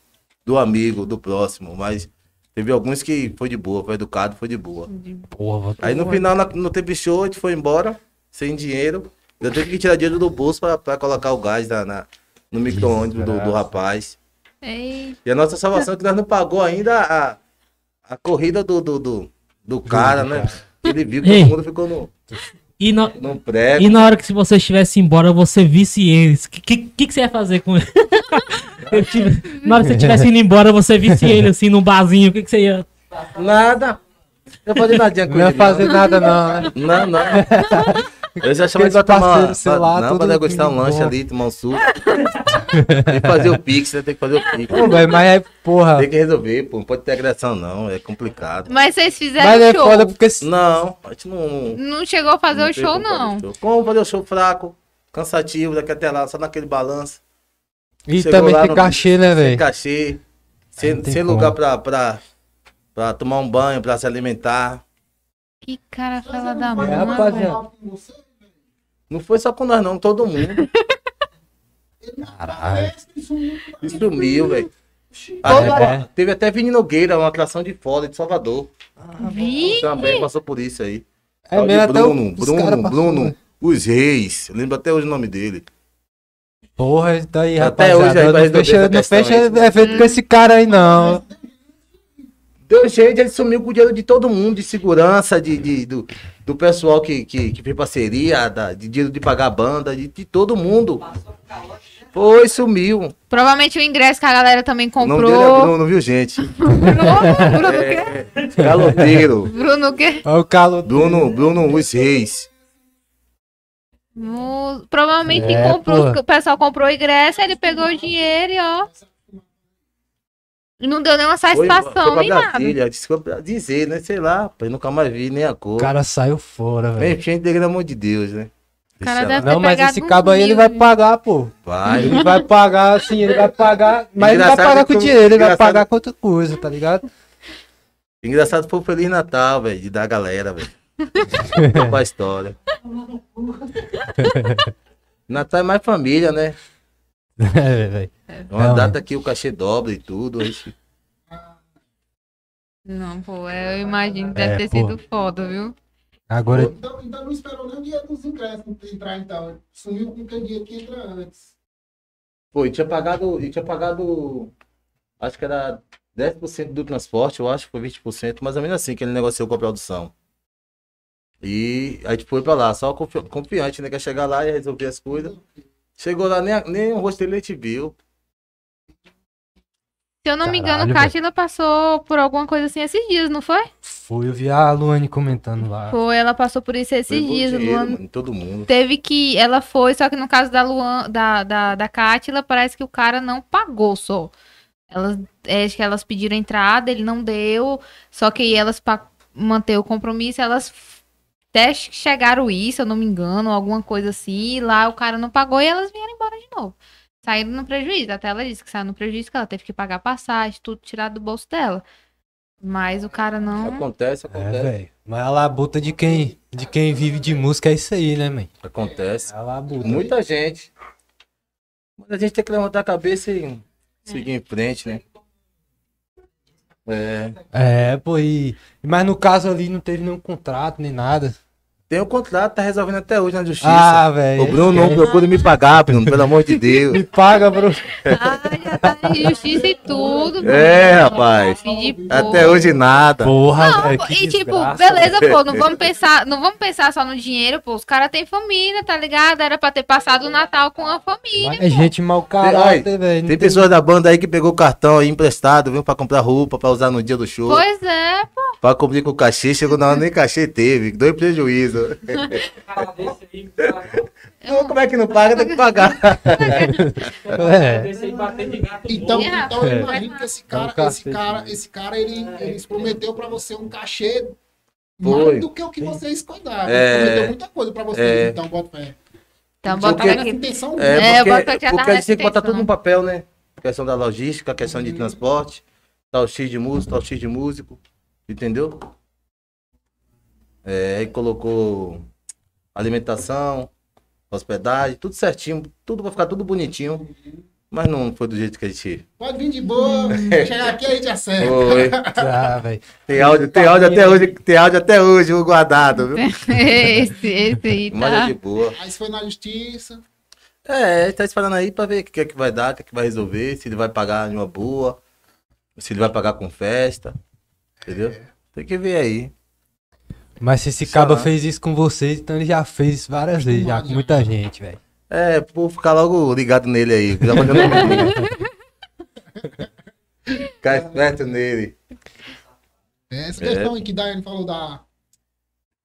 S3: do amigo, do próximo, mas teve alguns que foi de boa, foi educado, foi de boa.
S2: Porra, vou-
S3: Aí no final, na- no tempo show, a gente foi embora, sem dinheiro. Eu teve que tirar dinheiro do bolso pra, pra colocar o gás na, na- no micro-ônibus do, do rapaz.
S1: Ei,
S3: E a nossa salvação é que nós não pagou ainda a, a corrida do, do, do, do cara, né? Ele viu que
S6: Ei.
S3: todo mundo ficou no,
S6: E na,
S3: no prego.
S6: e na hora que se você estivesse embora, você visse eles. O que, que, que que você ia fazer
S4: [LAUGHS]
S6: com eles? Eu tive- na hora que você estivesse indo embora, você visse ele assim num barzinho. O que, que você ia.
S3: Nada. Eu falei nadinha com
S2: Não ia
S3: ele, não.
S2: fazer nada, não, né?
S3: Não,
S2: [LAUGHS]
S3: não. Eu já chamei
S2: Aqueles
S3: pra tomar.
S2: parceiros, sei
S3: pra-
S2: lá,
S3: não,
S2: todo
S3: pra degustar um
S2: mundo
S3: lanche
S2: bom.
S3: ali, tomar um suco. tem que fazer o pix, né? Tem que fazer o pix.
S2: Pô, velho, mas é, porra.
S3: Tem que resolver, pô. Não pode ter agressão, não. É complicado.
S1: Mas vocês fizeram
S2: Mas é
S3: um
S1: show.
S2: foda porque.
S3: Hum.
S2: se-
S3: Não, a gente não.
S1: Não chegou a fazer
S3: não
S1: o
S3: tem
S1: show,
S3: como fazer
S1: não.
S3: show. Como fazer o show fraco, cansativo, daqui até lá, só naquele balanço.
S2: E
S3: Chegou
S2: também
S3: lá
S2: tem
S3: no-
S2: cachê, né,
S3: Sem
S2: velho?
S3: cachê, sem,
S2: não tem
S3: sem
S2: como.
S3: lugar pra, pra, pra tomar um banho, pra se alimentar.
S1: Que cara fala da mãe.
S2: É, rapaziada.
S3: Não foi só com nós, não, todo
S1: [LAUGHS]
S3: mundo. Isso sumiu, velho.
S2: Toda-
S3: Ah, é. Teve até Vini Nogueira, uma atração de foda de Salvador.
S1: Vi.
S3: Também passou por isso aí.
S2: É
S3: Tal de
S2: mesmo, até o-
S3: Bruno,
S2: os cara
S3: Bruno,
S2: passou,
S3: Bruno,
S2: né?
S3: os reis. Eu Lembro até hoje o nome dele.
S2: Porra, tá aí,
S3: Até
S2: rapaziada.
S3: hoje aí vai
S2: não
S3: resolver
S2: fecha,
S3: essa
S2: não
S3: questão
S2: fecha
S3: aí.
S2: é feito com esse cara aí, não.
S3: Hum. Deu jeito, ele sumiu com o dinheiro de todo mundo, de segurança, de, de- do, do pessoal que, que, que fez parceria, da, de dinheiro de pagar a banda, de, de todo mundo. Foi, sumiu.
S1: Provavelmente o ingresso que a galera também
S3: O nome dele é
S1: comprou.
S3: Bruno, viu, gente?
S1: Bruno,
S3: [LAUGHS]
S1: Bruno, o quê?
S3: É, Galoteiro.
S1: Bruno, o quê?
S2: Olha É o calo.
S3: Bruno, Bruno, os reis.
S1: Mu- Provavelmente
S2: É,
S1: comprou,
S2: pô.
S1: o pessoal comprou o ingresso, aí ele pegou o dinheiro e ó. Não deu nenhuma
S3: Foi,
S1: satisfação,
S3: foi
S1: nem
S3: pra
S1: nada.
S3: Brasília, desculpa dizer, né? Sei lá, eu nunca mais vi nem a
S2: O
S3: cor.
S2: cara saiu fora, velho.
S3: Bem gente, pelo amor de Deus, né?
S1: O cara
S3: Deixa
S1: deve
S3: lá.
S2: Não, mas
S1: pegado
S2: esse
S1: uns
S2: cabo aí ele
S1: mil,
S2: vai
S1: né?
S2: pagar, pô.
S3: Vai.
S2: Ele vai pagar, assim, ele vai pagar. Mas ele vai
S3: Engraçado
S2: pagar
S3: que
S2: com
S3: tu-
S2: dinheiro, ele vai
S3: engraçado-
S2: pagar com outra coisa, tá
S3: [LAUGHS]
S2: ligado? [LAUGHS]
S3: Engraçado foi o Feliz Natal, velho, de da
S1: [LAUGHS]
S3: galera, velho. Boa história. Natal é mais família, né?
S2: É, velho.
S3: É uma
S2: Não,
S3: data que o cachê dobra e tudo. a gente-
S1: Não, pô, eu imagino que deve
S2: É,
S1: ter
S2: pô.
S1: sido foda, viu?
S2: Agora,
S5: Então, então não esperou nem o dinheiro dos ingressos entrar, então. Sumiu com o dinheiro que entra antes.
S3: Pô, eu tinha pagado. Eu tinha pagado. Acho que era 10% do transporte, eu acho que foi 20%, mais ou menos assim, que ele negociou com a produção. E a gente foi pra lá, só confi- confiante, né? Quer chegar lá e resolver as coisas. Chegou lá, nem, a- nem o rosto dele te viu.
S1: Se eu não me engano,
S2: Caralho,
S1: o Cátila passou por alguma coisa assim esses dias, não foi?
S2: foi, eu vi a Luane comentando lá.
S1: Foi, ela passou por isso esses
S3: Levou
S1: dias.
S3: dinheiro,
S1: Luan
S3: mano, todo mundo.
S1: teve que. Ela foi, só que no caso da Luan, da, da, da Cátila, parece que o cara não pagou só. Elas, é, acho que elas pediram entrada, ele não deu. Só que elas, pra manter o compromisso, elas f- até che- chegaram isso, se eu não me engano, alguma coisa assim. E lá o cara não pagou e elas vieram embora de novo. Saindo no prejuízo. Até ela disse que saiu no prejuízo, que ela teve que pagar passagem, tudo tirado do bolso dela. Mas o cara não.
S3: Acontece,
S2: É,
S3: acontece.
S2: velho. Mas a labuta de quem, de quem vive de música é isso aí, né, mãe?
S3: acontece.
S2: A labuta.
S3: Muita gente. É. Mas a gente tem que levantar a cabeça e seguir em frente, né? É.
S2: É, pô, e... Mas no caso ali não teve nenhum contrato, nem nada.
S3: Tem o contrato, tá resolvendo até hoje na justiça.
S2: Ah, velho.
S3: é. [LAUGHS] o Bruno não procura me pagar, Bruno, pelo amor de Deus.
S2: Me paga, Bruno.
S1: Ai, tentando justiça e tudo.
S3: Tá É, rapaz.
S1: Pedir
S3: Até
S1: pô.
S3: hoje nada.
S2: Porra,
S1: Não,
S2: velho,
S1: pô,
S2: que
S1: e tipo,
S2: desgraça,
S1: beleza, pô, não
S3: [LAUGHS]
S1: vamos pensar, não vamos pensar só no dinheiro, pô. Os caras têm família, tá ligado? Era pra ter passado o Natal com a família.
S2: É gente mau caráter, velho. não
S3: Tem pessoas da banda aí que pegou o cartão aí emprestado, viu, pra comprar roupa, pra usar no dia do show,
S1: Pois é, pô.
S3: pra cumprir com o cachê, chegou na hora nem cachê teve, deu prejuízo.
S4: Cara desse aí, cara
S3: Então, como é que não paga? Tem que pagar.
S2: É.
S4: desse aí bater de gato.
S5: Então,
S1: É.
S5: então eu
S2: É.
S5: imagino que esse
S2: É um
S5: cara, esse
S2: cacete,
S5: cara,
S2: né?
S5: esse cara, ele,
S1: É.
S5: ele prometeu pra você um cachê
S3: Foi.
S5: mais do que o que vocês pagaram.
S3: É.
S5: Ele prometeu muita coisa pra vocês,
S3: É.
S5: então bota fé.
S1: Então,
S3: Porque-
S1: bota
S5: Tava
S1: lá
S5: nessa
S1: que
S5: intenção
S3: É,
S5: mesmo.
S1: É,
S3: porque,
S1: bota que já tá
S3: porque a gente tem que
S1: restrito,
S3: botar tudo
S1: né?
S3: no papel, né? Questão da logística, questão de transporte, tal X de músico, tal X de músico, entendeu? É, aí colocou alimentação, hospedagem, tudo certinho, tudo pra ficar tudo bonitinho. Mas não foi do jeito que a gente.
S5: Pode vir de boa, chegar aqui a gente acerta.
S3: Foi.
S2: Ah, velho.
S3: Tem áudio, tem áudio até hoje, tem áudio até hoje, o guardado,
S1: [LAUGHS]
S3: viu?
S1: esse, esse aí
S3: Mas é
S1: tá.
S3: de boa.
S5: Aí isso foi na justiça.
S3: É, ele tá esperando aí pra ver o que é que vai dar, o que é que vai resolver, se ele vai pagar de uma boa, se ele vai pagar com festa, entendeu? Tem que ver aí.
S2: Mas se esse
S3: Sei
S2: caba
S3: lá.
S2: fez isso com vocês, então ele já fez isso várias vezes, já com muita gente, velho.
S3: É, vou ficar logo ligado nele aí. já mandando um- Ficar esperto nele.
S5: É, essa
S3: É.
S5: questão aí que Daiane falou da,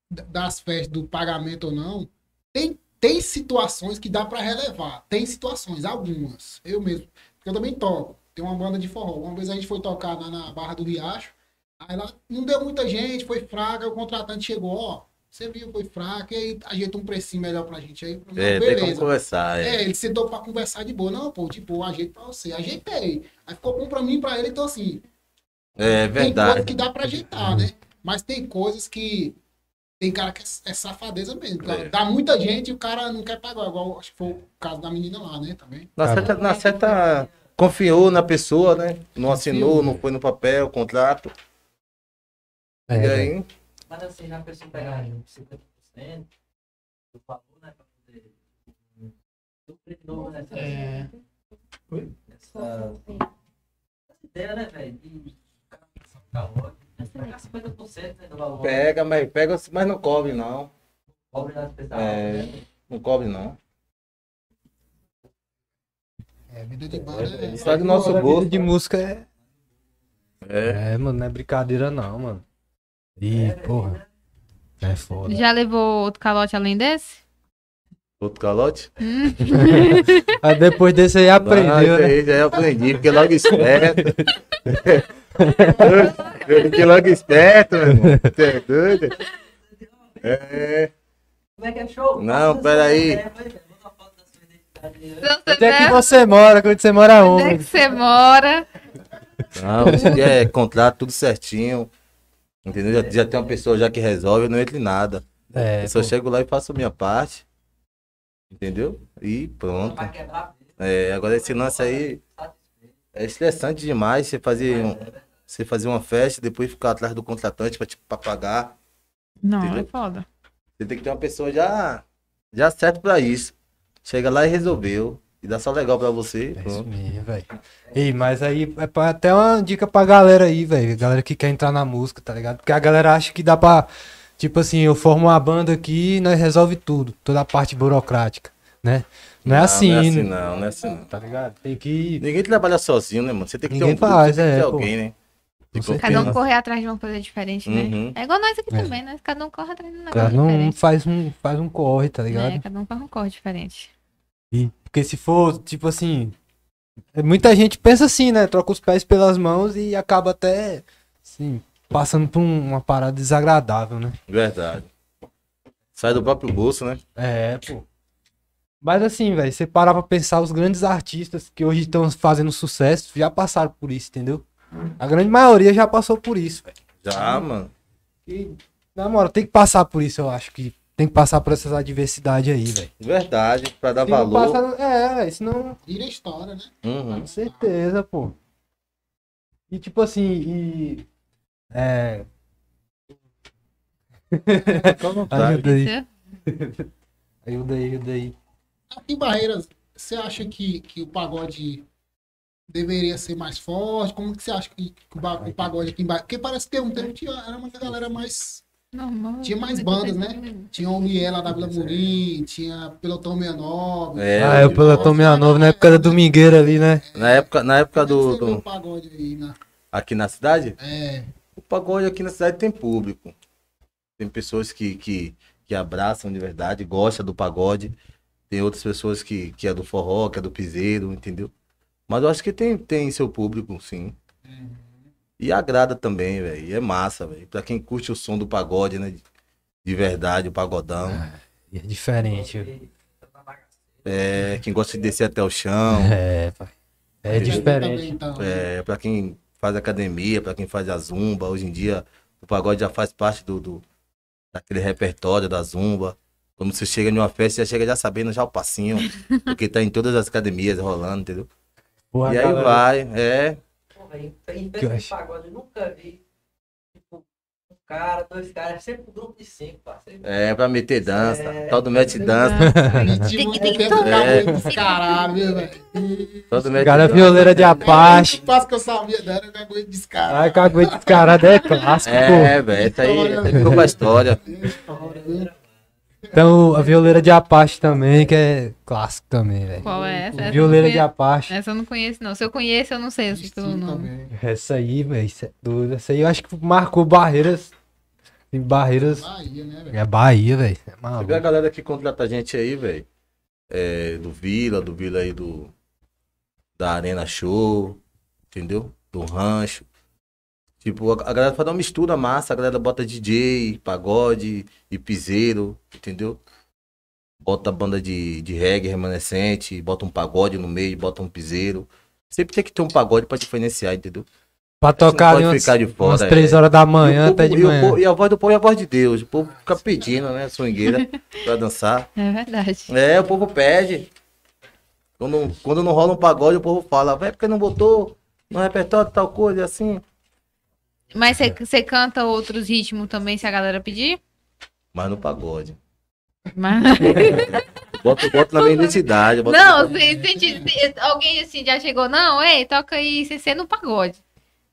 S5: da- das festas, do pagamento ou não, tem, tem situações que dá pra relevar. Tem situações, algumas. Eu mesmo. Porque eu também toco. Tem uma banda de forró. Uma vez a gente foi tocar na, na Barra do Riacho. Aí lá não deu muita gente, foi fraca. O contratante chegou, ó. Você viu, foi fraca. E aí ajeita um precinho melhor pra gente. Aí, eu falei,
S3: É,
S5: "Não,
S3: tem como conversar. É.
S5: é, ele sentou pra conversar de boa. Não, pô, de boa, ajeito pra você. Ajeitei. Aí ficou bom pra mim e pra ele, então assim.
S3: É
S5: Tem coisa
S3: verdade.
S5: que dá pra ajeitar, né? Mas tem coisas que. Tem cara que é, é safadeza mesmo. cara.
S3: É.
S5: Dá muita gente e o cara não quer pagar. Igual acho que foi o caso da menina lá, né? Também.
S3: Na certa, na certa, confiou na pessoa, né? Não assinou, não foi no papel, contrato.
S2: É,
S3: e
S2: velho.
S3: aí,
S4: Mas assim, na pessoa pegar 50% do valor, né? Pra poder. Duplicou nessa.
S5: É.
S4: né, Essa. Essa ideia, né, velho? De ficar na pressão calórica. né, Pegar 50% né, do valor.
S2: É.
S3: pega, mas pega, mas não cobre não.
S4: Pobre das pessoas. né,
S3: É, não cobre não.
S5: É, vida de banda é.
S3: Só do nosso
S2: Agora, a
S3: gosto.
S2: vida de música é...
S3: É.
S2: é. mano, não é brincadeira não, mano. Ih, porra. É foda.
S1: Já levou outro calote além desse?
S3: Outro calote?
S2: Aí depois desse aí aprendeu,
S3: Nossa,
S2: né?
S3: aí Já é aprendi, fiquei
S4: [LAUGHS]
S3: logo esperto. Eu fiquei logo esperto, meu irmão. Você é doido? É.
S4: Como é que é show?
S3: Não,
S4: Passa
S3: pera
S4: essa
S3: aí.
S4: ideia, vai, velho, manda uma foto da sua identidade, né?
S1: Então, você
S2: Onde é que
S1: deve-
S2: você mora? Onde você mora
S1: onde é que
S2: onde?
S1: você mora?
S3: Não, isso aqui é contrato tudo certinho. Entendeu? Já, já tem uma pessoa já que resolve, eu não entro em nada.
S2: É,
S3: Eu só
S2: pô.
S3: chego lá e faço a minha parte. Entendeu? E pronto.
S4: Pra quebrar,
S3: É, agora esse lance aí é estressante demais você fazer, um- você fazer uma festa e depois ficar atrás do contratante pra, te- pra pagar.
S1: Não, é
S3: Entendeu?
S1: foda.
S3: Você tem que ter uma pessoa já, já certa pra isso. Chega lá e resolveu. E dá só legal pra você.
S2: É isso
S3: pronto.
S2: mesmo, velho. Ei, mas aí é pra- até uma dica pra galera aí, velho. Galera que quer entrar na música, tá ligado? Porque a galera acha que dá pra. Tipo assim, eu formo uma banda aqui e nós resolve tudo, toda a parte burocrática, né? Não é assim,
S3: Não, não é assim, não. Não é assim, não.
S2: tá ligado? Tem que.
S3: Ninguém trabalha sozinho, né, mano? Você tem que
S2: Ninguém
S3: ter um grupo,
S2: faz,
S3: você tem que
S2: é,
S3: ter
S2: pô.
S3: alguém, né?
S2: Com
S3: De
S2: certeza.
S1: Cada um
S3: confiança.
S1: correr atrás de uma coisa diferente, né?
S3: Uhum.
S1: É igual nós aqui
S2: É.
S1: também, né? Cada um corre atrás de um negócio
S2: Cada um
S1: diferente.
S2: faz um, faz um corre, tá
S1: né?
S2: ligado?
S1: Cada um corre um corre diferente.
S2: E, porque se for, tipo assim. Muita gente pensa assim, né? Troca os pés pelas mãos e acaba até. Assim, passando por um- uma parada desagradável, né?
S3: Verdade. Sai do próprio bolso, né?
S2: É, pô. Mas assim, velho, você parar pra pensar, os grandes artistas que hoje estão fazendo sucesso já passaram por isso, entendeu? A grande maioria já passou por isso, velho.
S3: Já, mano.
S2: E, na moral, tem que passar por isso, eu acho que tem que passar por essas adversidades aí, velho.
S3: Verdade. Pra dar
S2: Se não
S3: valor.
S2: passa- É, velho, senão.
S5: Vira história, né?
S3: Uhum.
S2: Com certeza, pô. E tipo assim, e. É.
S3: Tá.
S2: Ajuda aí,
S1: Entendeu?
S2: ajuda aí, ajuda aí.
S5: Aqui em Barreiras, você acha que, que o pagode deveria ser mais forte? Como que você acha que, que o, ba- o pagode aqui embaixo? Porque parece que tem um tempo que era uma galera mais.
S1: Normal.
S5: Tinha mais bandas, né? Tinha o Liela da Vila Murim, tinha Pelotão 69.
S3: É,
S2: ah, é o pelotão 69 na época da domingueira ali, né?
S3: Na época, na época
S5: Como
S3: do,
S5: é que você vê o
S3: do-
S5: pagode aí, né?
S3: Aqui na cidade?
S5: É,
S3: O pagode aqui na cidade tem público. Tem pessoas que, que, que abraçam de verdade, gostam do pagode. Tem outras pessoas que, que é do forró, que é do piseiro, entendeu? Mas eu acho que tem, tem seu público, sim. E agrada também, velho. E É massa, velho. Pra quem curte o som do pagode, né? de- De verdade, o pagodão.
S2: É diferente.
S4: Ele tá bagaceiro.
S3: É, quem gosta de descer até o chão.
S2: É, pai. É
S3: Entendi.
S2: diferente.
S5: também, então.
S3: É, para quem faz academia, para quem faz a zumba, hoje em dia o pagode já faz parte do, do- daquele repertório da zumba. Quando você chega numa festa, já chega já sabendo já o passinho, porque tá em todas as academias rolando, entendeu?
S2: Porra,
S3: e aí
S2: galera.
S3: vai, é,
S4: Pô, velho, em
S2: Que eu
S4: festa de
S2: acho.
S4: pagode eu nunca vi. Tipo, um cara, dois caras, é sempre um grupo de cinco, parceiro.
S3: é pra meter dança,
S4: É.
S3: tal do mete dança,
S2: [LAUGHS]
S5: Meti muito tempo pra ver
S1: um
S5: esse
S1: né,
S5: caralho, viu, velho?
S3: todo mete
S2: Cara, é
S3: dança.
S2: violeira de Apache.
S5: Faz que eu sabia dela, eu caguei de descarado.
S2: Ai, cagou descarado, é clássico, pô.
S3: É, velho, essa aí, essa aí ficou pra história.
S2: Então, a violeira de Apache também, que é clássico também, velho.
S1: Qual é essa? Essa eu não
S2: Violeira de
S1: conheço-
S2: Apache.
S1: Essa eu não conheço, não. Se eu conheço, eu não sei esse pelo nome.
S2: Essa aí, velho, isso é doido. Essa aí eu acho que marcou barreiras. Tem barreiras.
S5: Bahia, né, velho?
S2: É Bahia, velho. É
S3: Você vê a
S2: maluco.
S3: galera que contrata a gente aí, velho. É, do Vila, do Vila aí do. Da Arena Show, entendeu? Do Rancho. Tipo, a, a galera faz uma mistura massa, a galera bota DJ, pagode e piseiro, entendeu? Bota banda de, de reggae remanescente, bota um pagode no meio, bota um piseiro. Sempre tem que ter um pagode pra diferenciar, entendeu?
S2: Pra
S3: não
S2: tocar
S3: pode
S2: ali umas,
S3: ficar de fora,
S2: umas 3
S3: é.
S2: horas da
S3: e,
S2: manhã
S3: o
S2: até de
S3: povo- e o
S2: manhã.
S3: povo- e a voz do povo é a voz de Deus. O povo fica pedindo, né? Swingueira pra dançar.
S1: É verdade.
S3: É, o povo pede. Quando, quando não rola um pagode, o povo fala, vai porque não botou no repertório tal coisa, assim. É.
S1: Mas você- você canta outros ritmos também, se a galera pedir?
S3: Mas no pagode.
S1: Mas...
S3: Bota, bota na minha identidade. Bota
S1: [LAUGHS] Não, se, se te- se- alguém assim já chegou, não, ei, toca aí sem ser no pagode.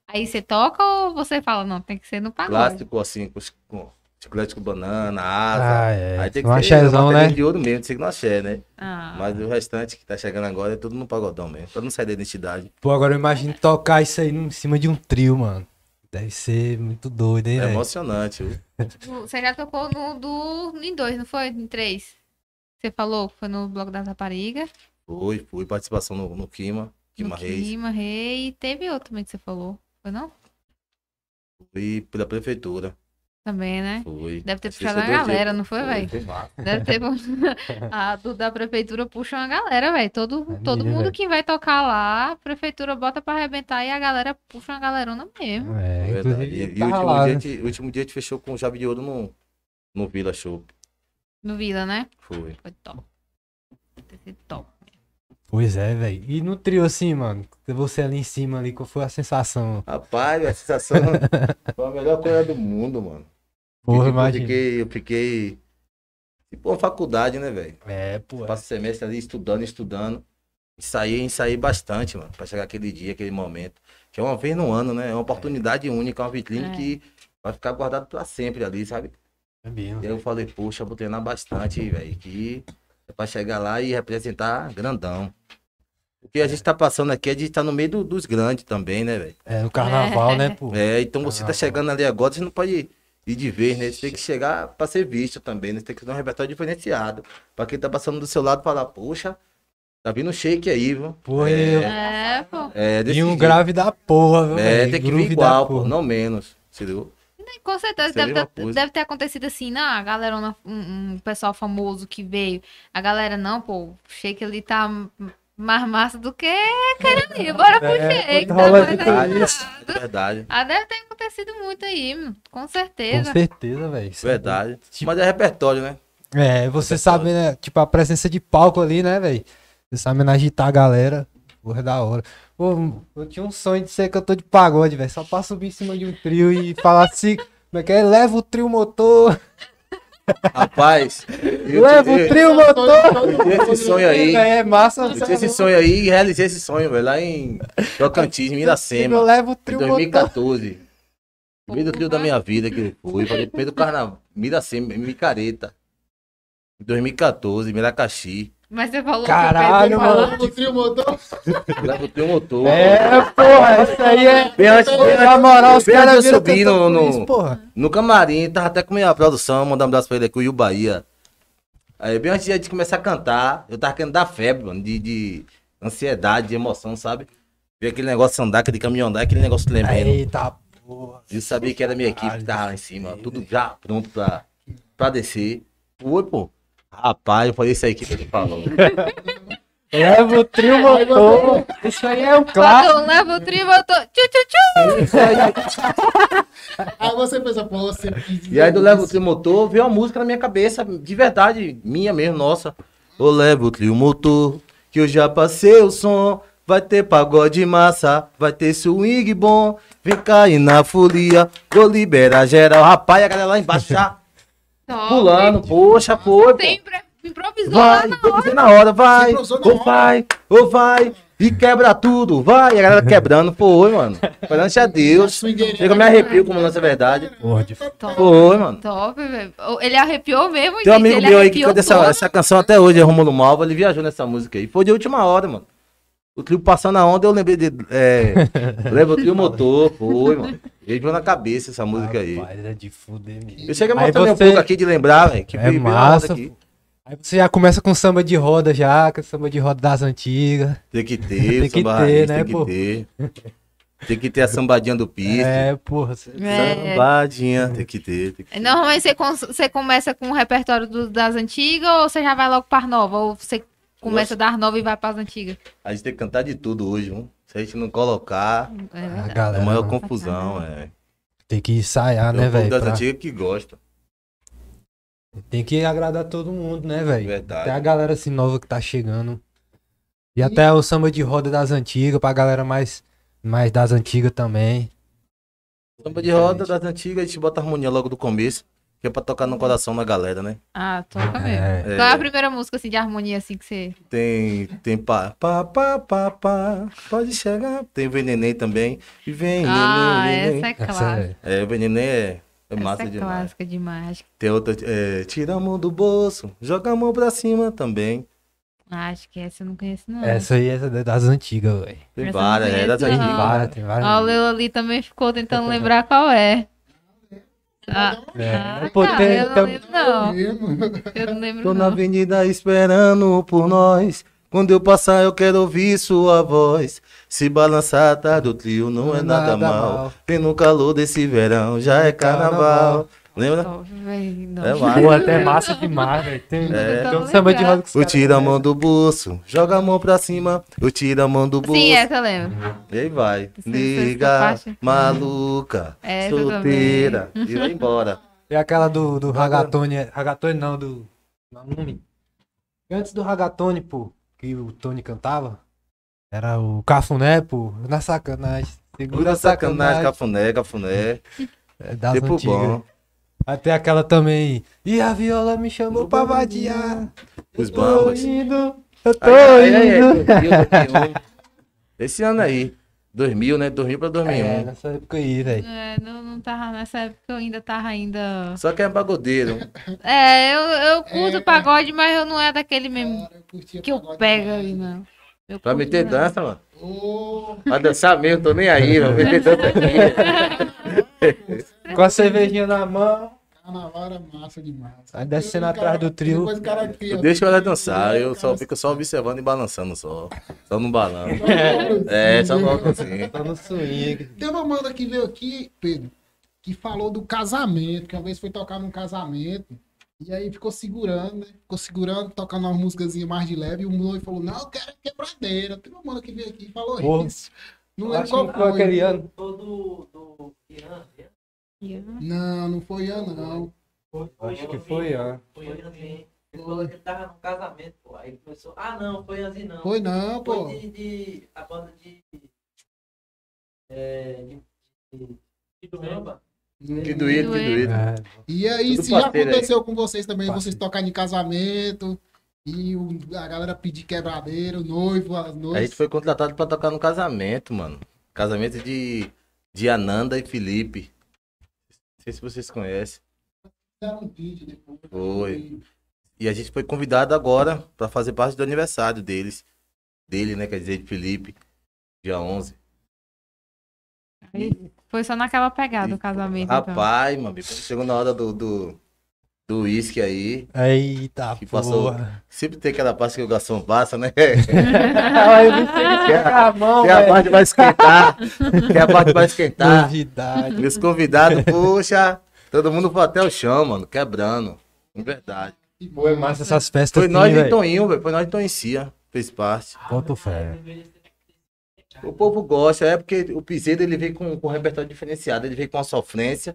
S1: Aí você toca ou você fala, não, tem que ser no
S3: no
S1: pagode.
S3: clássico, assim, com, com chiclete com banana, asa.
S2: Ah, é.
S3: Aí tem que
S2: um
S3: ser na
S2: axézão,
S3: bateria
S2: né?
S3: de ouro mesmo, tem que não axé, né?
S1: Ah,
S3: Mas o restante que tá chegando agora é tudo no pagodão mesmo, pra não sair da identidade.
S2: Pô, agora eu imagino tocar isso aí em cima de um trio, mano. Deve ser muito doido, hein,
S3: É,
S2: velho?
S3: emocionante. viu?
S1: Você já tocou no do em dois, não foi? Em três? Você falou que foi no bloco da Rapariga.
S3: Fui, fui, participação no, no Kima, Kima
S1: no
S3: Reis.
S1: Quima Rei. E teve outro também que você falou. Foi não?
S3: Fui pela prefeitura.
S1: Também, né?
S3: Fui.
S1: Deve ter
S3: Acho que
S1: puxado
S3: isso
S1: a
S3: é dois
S1: galera,
S3: dias.
S1: não foi, véi?
S3: Foi massa.
S1: Deve ter. [LAUGHS] a do da prefeitura puxa uma galera, velho. Todo,
S2: Maravilha,
S1: todo mundo
S2: véi.
S1: que vai tocar lá, a prefeitura bota pra arrebentar e a galera puxa uma galerona mesmo.
S2: É,
S3: É verdade. E,
S2: inclusive,
S3: e o
S2: tava
S3: último,
S2: lá,
S3: dia,
S2: né?
S3: a gente- o último dia a gente fechou com chave de ouro no, no Vila Show.
S1: No Vila, né?
S3: Foi.
S1: Foi top. Deve ter sido top.
S2: Pois é, velho. E no trio assim, mano, você ali em cima ali, qual foi a sensação?
S3: Rapaz,
S2: [LAUGHS]
S3: a sensação foi a melhor coisa do mundo, mano.
S2: Porra,
S3: Porque, tipo, eu
S2: imagina.
S3: fiquei, eu fiquei. Tipo, uma faculdade, né, velho?
S2: É, pô.
S3: Passa o semestre ali estudando, estudando. Ensaiei, ensaiei bastante, mano, pra chegar aquele dia, aquele momento. Que é uma vez no ano, né? É uma oportunidade única, uma vitrine
S1: É.
S3: que vai ficar guardado pra sempre ali, sabe?
S2: é mesmo.
S3: E aí eu falei, poxa, vou treinar bastante, velho, que é pra chegar lá e representar grandão. O que a gente tá passando aqui, a gente tá no meio do- dos grandes também, né, velho?
S2: É, no carnaval, né, pô?
S3: É, então você tá
S2: Carnaval.
S3: chegando ali agora, você não pode ir de vez, né? Você tem que chegar pra ser visto também, né? Você tem que ter um repertório diferenciado. Pra quem tá passando do seu lado, falar, poxa, tá vindo um shake aí, viu?
S2: Pô,
S3: é,
S1: É, pô.
S3: é, desse
S2: E um
S3: jeito.
S2: grave da porra, viu?
S3: É,
S2: velho?
S3: tem que vir
S2: Groove da
S3: igual, pô,
S2: porra.
S3: não menos, entendeu?
S1: Com certeza
S3: Isso é a
S1: deve
S3: mesma
S1: ter,
S3: coisa.
S1: deve ter acontecido assim, não, a galera, um, um pessoal famoso que veio, a galera, não, pô, o shake ali tá m- mais massa do que aquele ali, bora pro
S2: É,
S1: shake.
S2: tá
S1: Tá
S2: rolando
S1: mais
S2: tudo
S1: errado.
S2: isso.
S3: É verdade.
S1: Ah, deve ter acontecido muito aí, mano, com
S2: Com
S1: certeza.
S2: certeza, velho. Isso é
S3: Verdade.
S2: Tipo-
S3: Mas é repertório, né?
S2: É, você
S3: Repertório.
S2: sabe, né? Tipo, a presença de palco ali, né, velho? Você sabe agitar a galera. Porra, é da hora. Pô, eu tinha um sonho de ser cantor de pagode, velho. Só pra subir em cima de um trio e falar assim. Como é que é? Leva o trio motor. [LAUGHS]
S3: Rapaz, eu,
S2: Leva o
S3: eu,
S2: trio motor!
S3: eu tinha esse sonho aí.
S2: É massa,
S3: Eu tinha esse sonho aí e realizei esse sonho, velho, lá em Tocantins, em
S2: Eu
S3: Miracema,
S2: levo o
S3: em
S2: trio motor.
S3: 2014. Primeiro trio da minha vida que eu fui, falei, primeiro carnaval, Miracema, em Micareta. Em 2014, Miracaxi.
S1: Mas você falou que
S2: Caralho,
S1: o Pedro
S2: mano.
S1: falou.
S5: O trio então, motor.
S3: Lá botei o motor.
S2: É, porra, essa
S5: né,
S2: aí é.
S3: Bem antes,
S5: Então,
S3: bem antes-
S2: Na moral, os
S3: bem antes
S2: caras
S3: de eu
S2: viram
S3: subir no,
S2: cantando por
S3: no,
S2: isso, porra.
S3: no camarim, tava até com minha produção, mandar um abraço pra ele aqui, o Yu Bahia. Aí, bem antes de a gente começar a cantar, eu tava querendo dar febre, mano, de, de ansiedade, de emoção, sabe? Ver aquele negócio andar, aquele caminhão andar, aquele negócio tremendo.
S2: Eita porra.
S3: Eu sabia que era minha equipe que tava lá em cima, tudo já pronto pra, pra descer. Foi, pô. Rapaz, foi isso aí que ele falou.
S2: Leva o
S3: [LAUGHS]
S2: trio motor. Isso aí é um clássico.
S1: Falou, leva o trio, eu tô... Tchu, tchu, tchu.
S5: Aí você pensa, pô, você.
S3: E aí do Levo o Trio Motor veio uma música na minha cabeça, de verdade, minha mesmo, nossa. Ô Levo o Trio Motor, que eu já passei o som, vai ter pagode massa, vai ter swing bom, vem cair na folia, vou liberar geral. Rapaz, a galera lá embaixo já
S1: Top.
S3: pulando, poxa, foi, pô.
S1: Sempre improvisou lá
S3: Vai,
S1: na
S3: tô dizendo na hora, vai,
S5: Improvisou na
S3: ou
S5: hora.
S3: vai, ou vai, e quebra tudo, vai. E
S2: [LAUGHS]
S3: a galera quebrando, foi, mano. Perante a Deus. Chega, eu me arrepio como lança a verdade.
S2: Porra, de
S1: top.
S3: Foi, mano.
S1: Top, velho. Ele arrepiou mesmo,
S3: Tem um amigo
S1: ele
S3: meu aí que
S1: arrepiou
S3: canta essa,
S1: todo.
S3: essa canção até hoje, é Romulo Malva, ele viajou nessa música aí. Foi de última hora, mano. O trio passando a onda, eu lembrei de.
S2: [LAUGHS]
S3: É, lembra o trio motor, foi, mano. Ele veio na cabeça essa música aí.
S2: Rapaz, é de fuder, menino.
S3: Eu chego a
S2: Aí
S3: mostrar um
S2: você-
S3: pouco aqui de lembrar, velho. Que
S2: É
S3: veio- veio na onda
S2: massa,
S3: aqui.
S2: Aí você já começa com samba de roda já, com samba de roda das antigas. [LAUGHS]
S3: Tem que ter,
S2: Tem que
S3: samba
S2: ter,
S3: raiz,
S2: né,
S3: tem que
S2: pô?
S3: ter. Tem que ter a sambadinha do piso.
S2: É, porra. você-
S1: É.
S3: Sambadinha, tem que ter. Tem que ter.
S1: Normalmente você, cons- você começa com o repertório do- das antigas ou você já vai logo para as novas? Ou você começa das novas e vai para as antigas?
S3: A gente tem que cantar de tudo hoje, viu? Se a gente não colocar,
S1: É
S2: A
S1: verdade.
S3: é
S2: galera
S3: a maior
S2: mano,
S3: confusão, é.
S2: tem que ensaiar,
S3: é
S2: né,
S3: o povo
S2: velho?
S3: das
S2: pra-
S3: antigas que gosta,
S2: Tem que agradar todo mundo, né,
S3: é
S2: velho? Tem a
S3: verdade.
S2: galera assim nova que tá chegando. E até o samba de roda das antigas, pra galera mais, mais das antigas também.
S3: Samba de roda das antigas, a gente bota a harmonia logo do começo, que é pra tocar no coração da galera, né?
S1: Ah, toca mesmo.
S2: É.
S1: Qual é a
S3: É,
S1: primeira música assim, de harmonia assim que você.
S3: tem, tem pá, pá, pá, pá, pá, pode chegar. Tem veneném também. E vem,
S1: Ah, essa
S3: é...
S1: é
S2: Essa
S1: clássica.
S2: é-
S3: É, veneném é, é
S1: Essa
S3: massa
S1: é
S3: demais.
S1: clássica demais. Acho,
S3: Tem outra, é, tira a mão do bolso, joga a mão pra cima também.
S1: acho que essa eu não conheço, não.
S2: Essa aí essa é das antigas, velho.
S3: Tem
S1: Essa eu não
S3: várias,
S1: conheço,
S3: é das
S1: não.
S2: Tem várias,
S3: antigas.
S2: tem
S1: Ó, o
S2: várias.
S1: Leo ali também ficou tentando lembrar qual é. Ah,
S2: É,
S1: ah,
S2: pô,
S1: cara,
S2: tem-
S1: eu não
S2: tem-
S1: lembro, não.
S5: Mesmo.
S1: Eu não
S3: Tô
S1: lembro,
S3: na
S1: não.
S3: avenida esperando por nós. Quando eu passar, eu quero ouvir sua voz. Se balançar, tá do trio, não é nada, mal. Tem no calor desse verão, já é carnaval. Lembra?
S1: Top, velho. Não.
S3: É massa.
S2: Pô, até massa demais, velho. Tem,
S1: É.
S3: Tá
S2: tem um samba de roda que os
S3: Eu
S2: caras-
S3: tiro a mão do bolso, joga a mão pra cima, eu tiro a mão do bolso.
S1: Sim, essa eu lembro.
S3: E aí vai.
S1: Essa- essa-
S3: Liga,
S1: essa parte.
S3: maluca,
S1: É Essa também.
S3: solteira. E vai embora.
S2: É aquela do, do Ragatone. é- Ragatone não, do. não, nome. Antes do Ragatone, pô, que o Tony cantava, era o Cafuné, pô. Na sacanagem. Segura
S3: Pura
S2: a sacanagem.
S3: sacanagem, cafuné, cafuné.
S2: É das
S3: Tempo
S2: antigas.
S3: bom.
S2: Até aquela também. E a viola me chamou pra vadiar.
S3: Os
S2: Eu
S3: bambas.
S2: Tô indo, eu tô
S3: Aí, aí, aí, aí,
S2: indo.
S3: 2000, 2001. Esse ano aí. 2000, né? 2000 pra
S2: É,
S3: 2001.
S2: nessa época aí, velho.
S1: É, não, não tava nessa época, eu ainda tava ainda.
S3: Só que é pagodeiro.
S1: É, eu, eu curto pagode, mas eu não é daquele mesmo
S5: Cara, eu curtia
S1: que eu
S5: pagode
S1: pego
S5: demais.
S1: aí, não. Eu
S3: Pra
S1: curto
S3: meter
S1: mais.
S3: dança, mano.
S5: Ô,
S3: Pra dançar mesmo, tô nem aí, mano. Meter dança aqui.
S2: Com a cervejinha na mão.
S5: carnaval era é massa demais.
S2: Aí descendo
S5: Depois o cara-
S2: atrás do trio.
S5: depois o cara cria-
S3: Deixa ela dançar. Eu
S5: Cara,
S3: só fico só observando e balançando só. Só no balanço.
S5: só-
S3: [LAUGHS] É, só coloca assim.
S2: Tá no swing.
S5: Teve uma banda que veio aqui, Pedro, que falou do casamento, que uma vez foi tocar num casamento, e aí ficou segurando, né? Ficou segurando, tocando umas músicas mais de leve, e o noivo falou, não, eu quero quebradeira. Teve uma banda que veio aqui e falou
S2: Porra.
S5: isso. Não é
S2: Eu
S5: lembro
S2: Acho que
S5: qual
S2: não foi aquele
S5: foi.
S2: ano.
S4: Todo do Ian, né?
S5: Não, não foi Ian, não.
S2: Acho que foi, é. ó.
S4: Foi Ian, sim. Ele falou que ele tava num casamento, pô. Aí começou. Ah, não, foi Ianzinho, não.
S5: Foi não,
S4: Foi
S5: pô.
S4: de, de- A banda de. É. De. de- de samba.
S3: Que doído, que doído.
S2: É,
S5: E aí,
S3: Tudo
S5: se já
S3: parceiro aí.
S5: aconteceu com vocês também,
S2: Parceiro.
S5: vocês tocarem em casamento e o- a galera pedir quebradeiro, o noivo, as
S3: A gente
S5: noivas.
S3: foi contratado pra tocar no casamento, mano. Casamento de, de Ananda e Felipe. Não sei se vocês conhecem.
S5: Fizeram um vídeo depois.
S3: Foi. E a gente foi convidado agora pra fazer parte do aniversário deles. Dele, né? Quer dizer, de Felipe. Dia 11.
S1: Foi só naquela pegada o
S3: E-
S1: casamento. então.
S3: Rapaz, mano. quando Chegou na hora do do do uísque aí.
S2: Eita,
S3: Que passou.
S2: [LAUGHS] porra.
S3: Sempre tem aquela parte que o garçom passa, né? [LAUGHS]
S2: eu não sei se é a mão,
S3: Que a
S2: velho.
S3: parte vai esquentar. Que é a parte vai esquentar.
S2: Novidade.
S3: Meus convidados, [LAUGHS] poxa, todo mundo foi até o chão, mano, quebrando. De verdade.
S5: Que
S2: Foi
S5: bom.
S2: é massa essas festas.
S3: Foi nós então. de
S2: velho.
S3: Toninho, velho. Foi nós de Toninho, fez parte.
S2: Boto fé.
S3: O povo gosta, é porque o Piseiro ele vem com, com um repertório diferenciado, ele vem com a sofrência,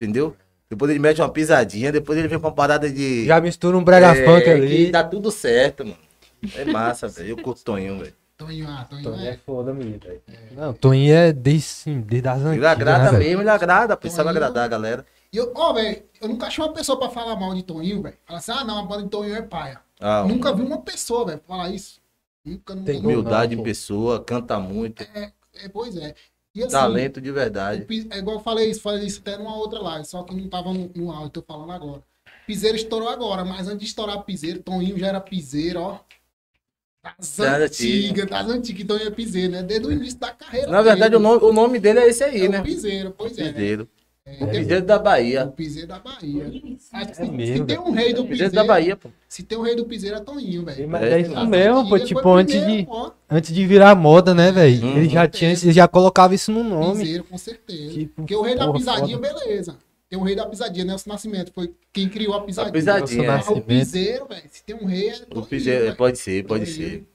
S3: entendeu? Depois ele mete uma pisadinha, depois ele vem com uma parada de.
S2: Já mistura um brega
S3: é,
S2: funk
S3: Que
S2: ali.
S3: dá tudo certo, mano. É massa, velho. Eu curto Toninho, velho.
S5: Tonho, ah, Tonho, é.
S3: foda, menino, velho.
S2: Não, Toninho é desde, sim, desde as antigas.
S3: Ele agrada
S2: né, velho?
S3: mesmo, ele agrada, pensando
S5: Toninho-
S3: agradar a galera.
S5: E eu, ó, velho, eu nunca achei uma pessoa pra falar mal de Toninho, velho. Falar assim, ah, não, a banda de Toninho é paia.
S3: Ah,
S5: Nunca vi uma pessoa, velho, falar isso. Nunca, nunca.
S2: Tem
S5: nunca.
S3: humildade
S2: Não, pô.
S3: em pessoa, canta muito,
S5: É, pois é. E assim,
S3: talento de
S5: o
S3: verdade.
S5: Pis- é igual eu falei isso, falei isso até numa outra live, só que não tava no, no áudio, tô falando agora. Piseiro estourou agora, mas antes de estourar Piseiro, Toninho já era Piseiro, ó. Das
S3: Já
S5: antigas, das antigas, que Toninho é Piseiro, né? Desde o início da carreira.
S3: Na verdade, o nome, o nome dele é esse aí,
S5: é
S3: né?
S5: o Piseiro, pois é. né?
S3: Piseiro.
S5: É, tem-
S3: Piseiro da Bahia.
S5: o Piseiro da Bahia. Acho que
S2: É
S5: se,
S2: mesmo,
S5: se tem um rei do
S3: Piseiro
S5: Piseiro,
S3: da Bahia, pô.
S5: se tem um rei do Piseiro é Toninho, velho.
S2: Mas é
S5: Das
S2: isso mesmo, pô.
S5: antigas,
S2: Tipo,
S5: foi
S2: antes de,
S5: primeiro, ó,
S2: antes de virar moda, né, velho?
S3: Uhum.
S2: Ele já tinha, ele já colocava isso no nome.
S5: Piseiro, com certeza.
S2: Tipo,
S5: Porque o rei da
S2: porra,
S5: pisadinha, beleza. Tem o rei da pisadinha, Nelson Nascimento. Foi quem criou a pisadinha.
S3: A pisadinha.
S5: Ah,
S2: Nelson
S3: é.
S5: o piseiro, velho. Se tem um rei, é
S3: O
S5: Toninho,
S3: Piseiro,
S5: velho.
S3: pode ser, pode
S5: Toninho.
S3: ser.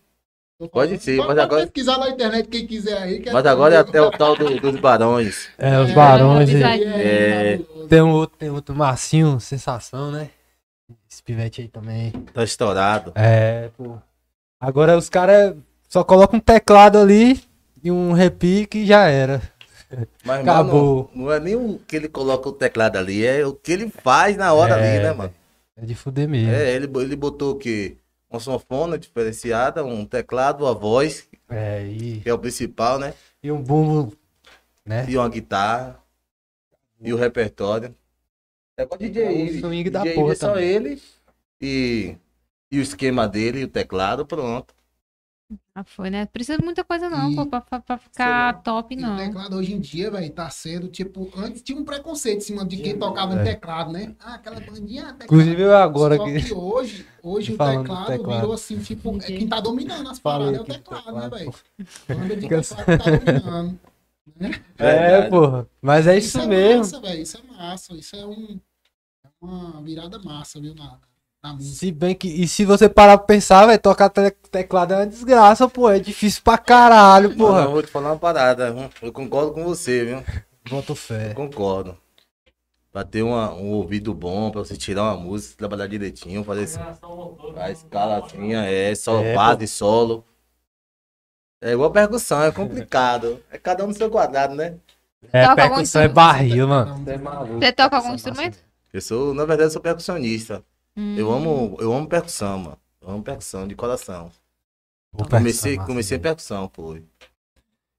S5: Tô
S3: pode
S5: falando.
S3: ser, mas
S5: Pode- pode
S3: agora-
S5: pesquisar na internet quem quiser aí. que
S3: Mas agora é até
S5: Toninho.
S3: o tal do- dos barões.
S2: É, os
S5: É,
S2: barões.
S1: é,
S2: ele-
S1: é,
S5: É, fabuloso.
S2: Tem um outro, tem outro Marcinho, sensação, né? Esse pivete aí também.
S3: Tá estourado.
S2: É, pô. Agora os caras só colocam um teclado ali e um repique e já era.
S3: Mas,
S2: Acabou.
S3: mano, não é nem o que ele coloca o teclado ali, é o que ele faz na hora
S2: É,
S3: ali, né, mano?
S2: É de fuder mesmo.
S3: É, ele, bo- ele botou o quê? Uma sanfona diferenciada, um teclado, uma voz,
S2: É, e,
S3: que é o principal, né?
S2: e um bumbo, né?
S3: E uma guitarra. E o repertório. É igual DJ
S2: É um
S3: Ives.
S2: swing da
S3: DJ
S2: porra
S3: Ives é só
S2: também.
S3: ele e, e o esquema dele, e o teclado, pronto.
S1: Ah, foi, né? Precisa de muita coisa não,
S5: E-
S1: pô, pra, pra- pra ficar top,
S5: E
S1: não.
S5: o
S3: né?
S5: teclado hoje em dia, velho, tá sendo tipo. Antes tinha um preconceito em cima de quem tocava no
S2: é.
S5: teclado, né? Ah, aquela bandinha. ah, teclado.
S2: Inclusive eu agora
S5: Só [LAUGHS]
S2: que.
S5: que hoje,
S2: [LAUGHS]
S5: hoje o
S2: Falando do
S5: teclado,
S2: teclado.
S5: virou assim, tipo, é quem tá dominando as
S2: Falei
S5: paradas é o
S2: aqui do
S5: teclado,
S2: teclado,
S5: né,
S2: pô. É
S5: velho? Banda
S2: [LAUGHS]
S5: de
S2: Fica
S5: teclado que tá dominando.
S2: É, porra. Mas é isso mesmo.
S5: Massa, velho, isso é massa, isso é um é uma virada massa, viu, na, na música.
S2: Se bem que. E se você parar pra pensar, vai tocar te- teclado é uma desgraça, pô. É difícil pra caralho,
S3: Porra. eu
S2: porra.
S3: vou te falar uma parada. viu? Eu concordo com você, viu?
S2: Bota fé.
S3: Concordo. Pra ter uma- um ouvido bom, pra você tirar uma música, trabalhar direitinho, fazer esse- a escalazinha, é só
S2: É,
S3: base, solo. É igual percussão, é complicado. É cada um no seu quadrado, né?
S2: É,
S1: Toca
S2: percussão é
S1: algum
S2: barril, mano.
S1: Você
S3: Tá
S1: toca algum instrumento?
S3: Eu sou, na verdade, eu sou percussionista.
S1: Hum.
S3: Eu amo, eu amo percussão, mano. Eu amo percussão de coração.
S2: Pô, percussão
S3: Comecei,
S2: é
S3: comecei em
S2: massa,
S3: percussão, pô.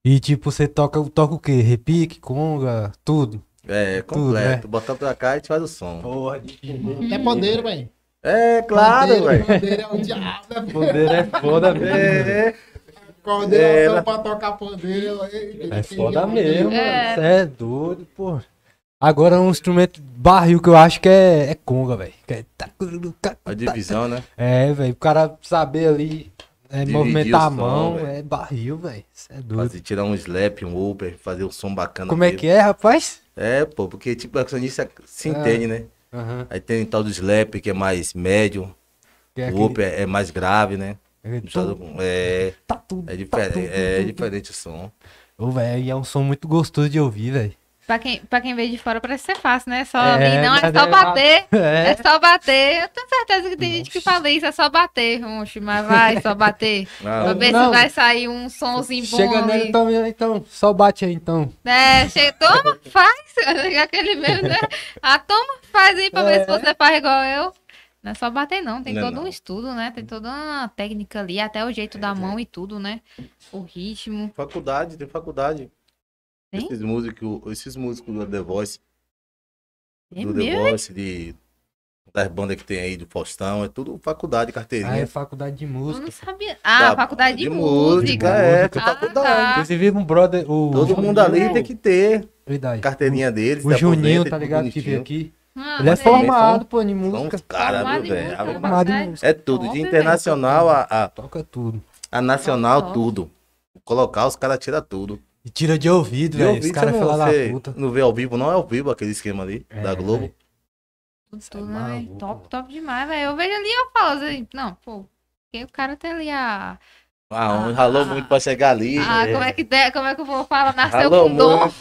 S2: E tipo, você toca, toca o quê? Repique, conga, tudo.
S3: É,
S2: Tudo, né?
S3: completo. Botamos pra cá e a gente faz o som.
S2: Porra,
S5: Até pandeiro, velho.
S3: É, claro,
S5: Pandeiro,
S3: velho.
S5: Pandeiro é um
S2: [LAUGHS]
S5: diabo, né, velho?
S2: Poder é foda mesmo.
S3: É,
S5: Pandeiro
S3: Era.
S5: é pra tocar pandeiro. ei,
S2: É
S5: ei,
S2: foda
S5: ei,
S2: mesmo,
S5: ei,
S1: É.
S2: mano. Cê é doido, pô. Agora um instrumento barril que eu acho que é, é conga, velho. Que é tacuru, ca-
S3: a divisão, né?
S2: É, velho. O cara saber ali é,
S3: Dividir
S2: movimentar
S3: o
S2: a
S3: som,
S2: mão,
S3: velho.
S2: é barril, velho. Cê é doido.
S3: Fazer, tirar um slap, um upper, fazer um som bacana.
S2: Como é
S3: mesmo.
S2: que é, rapaz?
S3: É, pô, porque tipo, percussionista se
S2: Ah.
S3: entende, né?
S2: Aham.
S3: Aí tem tal do slap, que é mais médio,
S2: Que é
S3: o upper é mais grave, né?
S2: aquele-
S3: Misturado com- É,
S2: Tá tudo.
S3: é,
S2: tá
S3: diferente,
S2: tudo,
S3: é
S2: tudo,
S3: diferente o som.
S2: Ô, velho, [LAUGHS] e é um som muito gostoso de ouvir, velho.
S1: Pra quem, pra quem veio de fora parece ser fácil, né? Só
S2: É,
S1: vir, não, é
S2: mas
S1: só
S2: é-
S1: bater, é.
S2: É.
S1: só bater. Eu tenho certeza que tem gente que fala isso, é só bater, Ronchi, mas vai, só
S3: [LAUGHS]
S1: bater.
S3: Ah,
S1: Pra ver se
S2: Não.
S1: vai sair um somzinho bom
S2: Chega nele
S1: ali.
S2: então, então, só bate aí então.
S1: É, chega, toma, faz. [LAUGHS] Aquele mesmo, né? Ah, toma, faz aí pra ver se você faz igual eu. Não é só bater, não. Tem
S3: Não é
S1: todo um
S3: não.
S1: estudo, né? Tem toda uma técnica ali, até o jeito da mão e tudo, né? O ritmo.
S3: Faculdade, tem faculdade.
S1: Tem?
S3: Esses músicos, esses músicos do The Voice,
S1: É
S3: do The
S1: mesmo?
S3: Voice, de, das bandas que tem aí, do Faustão, é tudo faculdade,
S2: Aí é
S3: carteirinha.
S2: faculdade de
S1: Eu não
S2: música.
S1: sabia. Ah,
S3: Da-
S1: faculdade de,
S3: Tá música.
S1: música.
S3: É,
S2: música.
S1: Ah,
S3: faculdade.
S1: tá.
S2: Inclusive um brother, o
S3: Todo mundo ali tem que ter a
S2: Verdade.
S3: carteirinha deles.
S2: O
S3: se
S2: Juninho,
S3: aposenta,
S2: tá
S3: tudo
S2: ligado? Que veio
S3: bonitinho.
S2: aqui.
S1: Ah,
S2: Ele é
S1: sei.
S2: formado, pô, em
S3: São
S2: música.
S3: uns caras,
S1: Formado em
S3: viu, velho?
S1: música,
S3: Ave Maria.
S2: Formado em
S1: faculdade.
S2: música.
S3: É tudo,
S1: Top,
S3: de internacional a, a,
S2: Toca tudo.
S3: a nacional,
S1: Top.
S3: tudo. Colocar, os caras tiram tudo.
S2: E tira de ouvido,
S3: De
S2: velho.
S3: ouvido,
S2: Os caras
S3: você
S2: falam
S3: não,
S2: lá
S3: você
S2: puta.
S3: não vê ao vivo, não é ao vivo aquele esquema ali, da
S2: É,
S3: Globo.
S1: Tudo,
S2: Sai
S1: tudo, né, velho?
S2: maluco,
S1: Top,
S2: mano.
S1: top demais, velho. Eu vejo ali e eu falo assim, não, pô, porque o cara tem ali a.
S3: Ah, ralou muito pra chegar ali.
S1: a como, é que, de- como é que eu vou falar? Nasceu
S3: Ralou
S1: com dom.
S3: muito.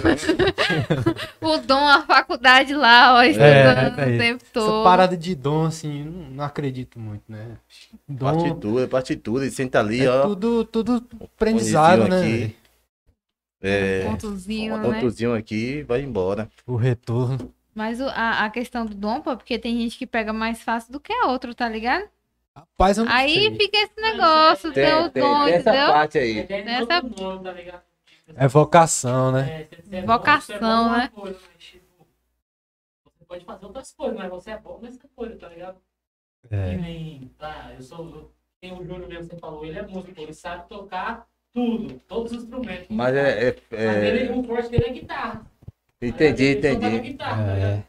S1: o dom, a faculdade lá, ó, estudando
S2: velho.
S1: o tempo
S2: É, Essa
S1: todo.
S2: parada de dom, assim, eu não, não acredito muito, né? Dom.
S3: Partitura, partitura, e senta ali,
S2: É
S3: ó.
S2: tudo, tudo aprendizado, né?
S3: Bonitinho aqui.
S2: velho?
S3: É,
S1: Pontozinho,
S3: um
S1: né?
S3: pontozinho aqui, vai embora.
S2: O retorno.
S1: Mas o- a, a questão do dom, pô, é porque tem gente que pega mais fácil do que a outra, tá ligado?
S2: Rapaz, eu não
S1: Aí
S2: sei.
S1: fica esse negócio, é tem, o dom, entendeu?
S3: parte aí.
S4: Depende
S1: Nessa-
S4: do outro nome, tá ligado?
S2: É vocação, né?
S4: É, você- você é bom,
S1: Vocação,
S4: você é bom numa
S1: né?
S4: coisa, mas, tipo, Você pode fazer outras coisas, mas você é bom nessa coisa, tá ligado? Que
S2: É.
S4: nem, tá, eu sou. Eu tenho o Júnior mesmo, você falou, ele é músico, ele sabe tocar tudo, todos os instrumentos.
S3: Mas é. é- é-
S4: Mas ele, o forte dele é guitarra.
S3: Entendi,
S4: Ele só toca
S3: entendi.
S4: guitarra, tá ligado?
S2: É.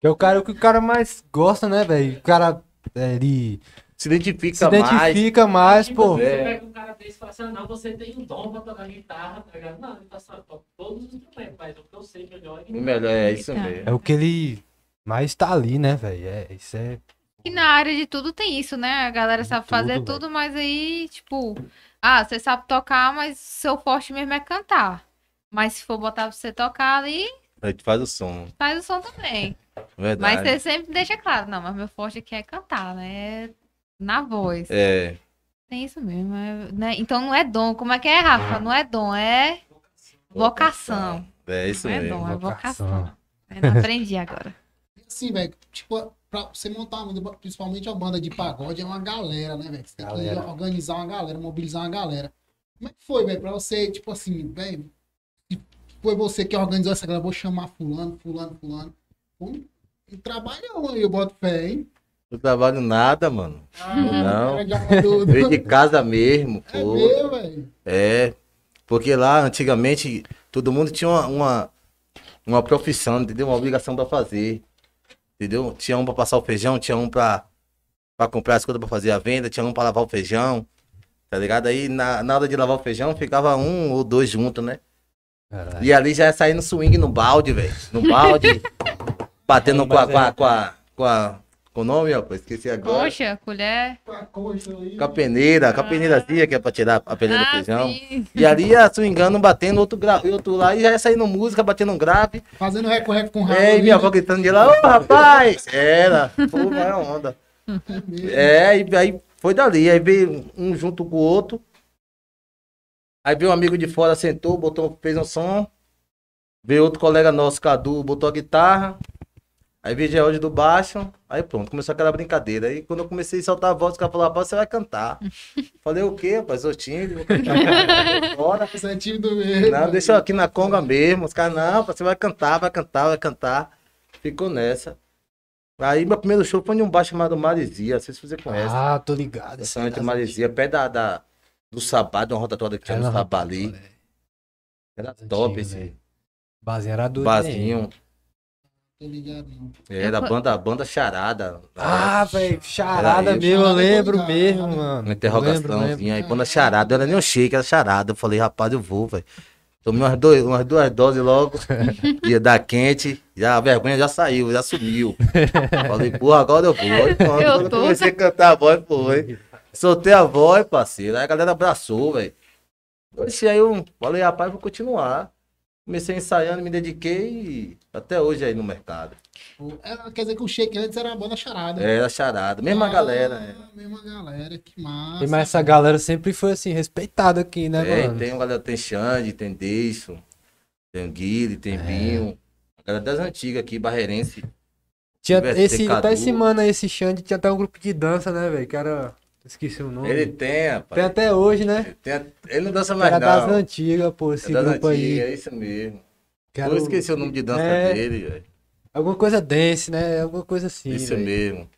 S2: Que é o cara o que o cara mais gosta, né, velho? O cara é, ele
S3: Se identifica,
S2: se
S3: mais.
S2: identifica mais,
S4: Tipo,
S2: pô.
S4: Você
S3: É.
S4: pega um cara desse e fala assim, ah, não, você tem um dom pra tocar guitarra, tá ligado? Não, ele tá só toca todos os instrumentos, mas o que eu sei melhor é
S3: O
S4: guitarra.
S3: melhor é isso
S1: Tá.
S3: mesmo.
S2: É o que ele mais tá ali, né, velho? É, isso é
S1: Que na área de tudo tem isso, né? A galera
S2: De
S1: sabe fazer
S2: tudo, velho.
S1: tudo, mas aí, tipo, ah, você sabe tocar, mas seu forte mesmo é cantar. Mas se for botar pra você tocar ali,
S3: A gente faz o som,
S1: faz o som também. Mas
S3: É verdade.
S1: você sempre deixa claro, não, mas meu forte aqui é cantar, né? Na voz.
S3: É,
S1: Tem isso mesmo. é- né? Então não é dom. Como é que é, Rafa? Não é dom, é vocação.
S3: é isso
S1: não é
S3: mesmo.
S1: dom, é
S2: Vocação.
S1: vocação. Eu não aprendi agora.
S5: E assim, velho, tipo, pra você montar uma banda, principalmente a banda de pagode, é uma galera, né, velho? Você tem
S2: Galera.
S5: que organizar uma galera, mobilizar uma galera. Como é que foi, velho, pra você, tipo assim, velho, se foi você que organizou essa galera, vou chamar fulano, fulano, fulano. Um, um trabalhão aí, eu boto fé, hein?
S3: Não trabalho nada,
S1: [LAUGHS]
S3: mano. Não.
S5: Era de
S3: [LAUGHS]
S5: acordo.
S3: Veio de casa mesmo,
S5: É
S3: pô.
S5: meu, velho.
S3: É, porque lá antigamente todo mundo tinha uma, uma, uma profissão, entendeu? Uma obrigação pra fazer, entendeu? Tinha um pra passar o feijão, tinha um pra pra comprar as coisas pra fazer a venda, tinha um pra lavar o feijão, tá ligado? Aí na, na hora de lavar o feijão ficava um ou dois juntos, né?
S2: Caralho.
S3: E ali já ia sair no swing, no balde, velho. No
S2: [LAUGHS]
S3: balde, batendo
S2: É,
S3: com, a,
S2: mas
S3: com, a,
S2: é-
S3: com, a, com a- com o nome, ó, pô, esqueci [LAUGHS] agora.
S1: Coxa, colher.
S5: Com a coxa aí.
S3: Com a peneira, com a peneirazinha que é pra tirar a peneira do
S1: Ah,
S3: feijão.
S1: sim. [LAUGHS]
S3: E ali ia swingando, batendo outro, gra... e outro lá, e já ia saindo música, batendo um grave.
S5: Fazendo recorreco com o rabo.
S3: É, e
S5: ali,
S3: minha
S5: né?
S3: avó gritando de lá, ô rapaz! Era, pô, vai a onda.
S5: É mesmo.
S3: É, e aí foi dali, aí veio um junto com o outro. Aí veio um amigo de fora, sentou, botou, fez um som. Veio outro colega nosso, Cadu, botou a guitarra. Aí veio Geraldo do baixo. Aí pronto, começou aquela brincadeira. Aí quando eu comecei a soltar a voz, o cara falou, rapaz, você vai cantar. Falei, o quê, rapaz? Sou tímido, vou cantar. Bora.
S5: Você é tímido mesmo.
S3: Não, deixa eu aqui na conga mesmo. Os caras, não, você vai cantar, vai cantar, vai cantar. Ficou nessa. Aí meu primeiro show foi em um bar chamado Maresia, não sei se você conhece. Ah,
S2: Ah, tô ligado. essa
S3: Restaurante
S2: casa-
S3: Maresia, pé da, da- do Sabá, de uma rotatória que tinha
S2: Ela-
S3: no Sabá ali. Era
S2: Antigo,
S3: top esse
S2: velho. Bazinho era doido. hein?
S3: barzinho.
S5: Tô ligado, não.
S3: Era
S1: Eu-
S3: banda, banda charada.
S2: Ah, velho, charada
S3: Era
S2: mesmo, eu
S5: Charada,
S2: lembro
S5: tô ligado.
S2: mesmo, mano.
S3: Uma assim. interrogaçãozinha aí, banda charada. Eu era nem um shake, era charada. Eu falei, rapaz, eu vou, velho. Tomei umas, dois- umas duas doses logo, ia dar quente, já, a vergonha já saiu, já sumiu. Falei, porra, agora eu vou. Aí, pronto,
S1: Eu
S3: quando eu
S1: tô.
S3: comecei a cantar a voz, foi. Soltei a voz, parceiro, aí a galera abraçou, velho. Oxe, aí eu falei, rapaz, vou continuar. Comecei ensaiando, me dediquei e até hoje aí no mercado. É,
S5: Pô, é, Quer dizer que o shake antes era uma banda charada.
S3: Era charada, mesma
S5: Ah,
S3: galera. né?
S5: Mesma galera, que massa.
S2: E, mas essa galera sempre foi assim, respeitada aqui, né,
S3: Tem,
S2: mano?
S3: tem um galera, tem Xande, tem Deison, tem o Guile,
S2: É.
S3: tem Binho. A galera das antigas aqui, barreirense.
S2: Tinha
S3: Tivesse
S2: esse,
S3: Cadu.
S2: até esse mano aí, esse Xande, tinha até um grupo de dança, né, velho? Que era. Esqueci o nome.
S3: Ele tem,
S2: Tem
S3: rapaz.
S2: até hoje, né?
S3: Tem a- ele não dança mais
S2: Era das
S3: não.
S2: antigas, pô, esse
S3: É das
S2: grupo
S3: antigas,
S2: aí.
S3: é isso mesmo.
S2: Que
S3: Eu
S2: era o-
S3: esqueci o nome de dança
S2: É.
S3: dele, velho.
S2: Alguma coisa dance, né? Alguma coisa assim.
S3: Isso
S2: velho.
S3: mesmo.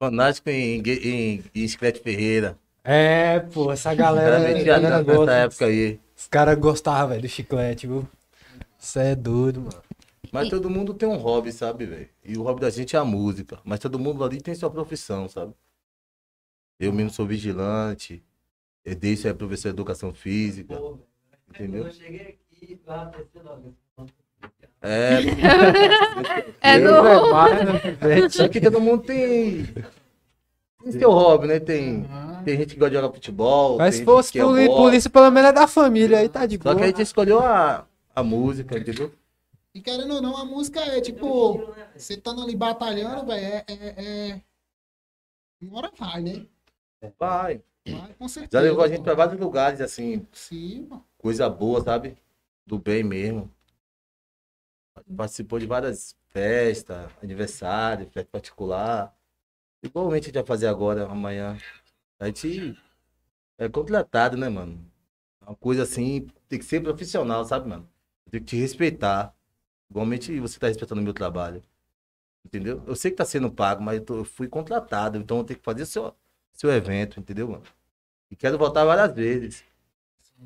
S3: Fanático em, em, em Screte Ferreira.
S2: É, pô, essa galera.
S3: Era
S2: a galera
S3: metiadão tá nessa
S2: gosta.
S3: época aí.
S2: Os caras gostavam, velho, do chiclete, viu? Isso é doido, mano.
S3: Mas todo mundo tem um hobby, sabe, velho? E o hobby da gente é a música. Mas todo mundo ali tem sua profissão, sabe? Eu mesmo sou vigilante. Eu deixo é professor de educação física.
S4: Pô, velho.
S3: Entendeu?
S4: Quando eu cheguei aqui, lá na terceira hora.
S3: É.
S1: É
S2: Deus
S1: do-
S2: mais, né, velho?
S3: [LAUGHS] Só é, que todo mundo tem. Tem seu hobby, né? Tem,
S5: Ah,
S3: tem gente que gosta de jogar futebol.
S2: Mas
S3: tem
S2: se
S3: gente
S2: fosse
S3: que é
S2: poli-
S3: bola.
S2: polícia, pelo menos é da família, aí tá de
S3: Só
S2: boa.
S3: que a gente escolheu a, a música, entendeu?
S5: E querendo ou não, a música é tipo, você estando ali batalhando, velho, é, é, é. Uma hora vai, né?
S4: É.
S3: Vai.
S5: Vai, com certeza.
S3: Já levou a gente
S5: pô.
S3: pra vários lugares, assim,
S5: Sim, mano.
S3: coisa boa, sabe? Do bem mesmo. Participou de várias festas, aniversário, festa particular. Igualmente a gente vai fazer agora, amanhã. A gente é contratado, né, mano? É Uma coisa assim, tem que ser profissional, sabe, mano? Tem que te respeitar. Igualmente você tá respeitando o meu trabalho. Entendeu? Eu sei que tá sendo pago, mas eu, tô- eu fui contratado, então eu tenho que fazer seu, seu evento, entendeu, mano? E quero voltar várias vezes.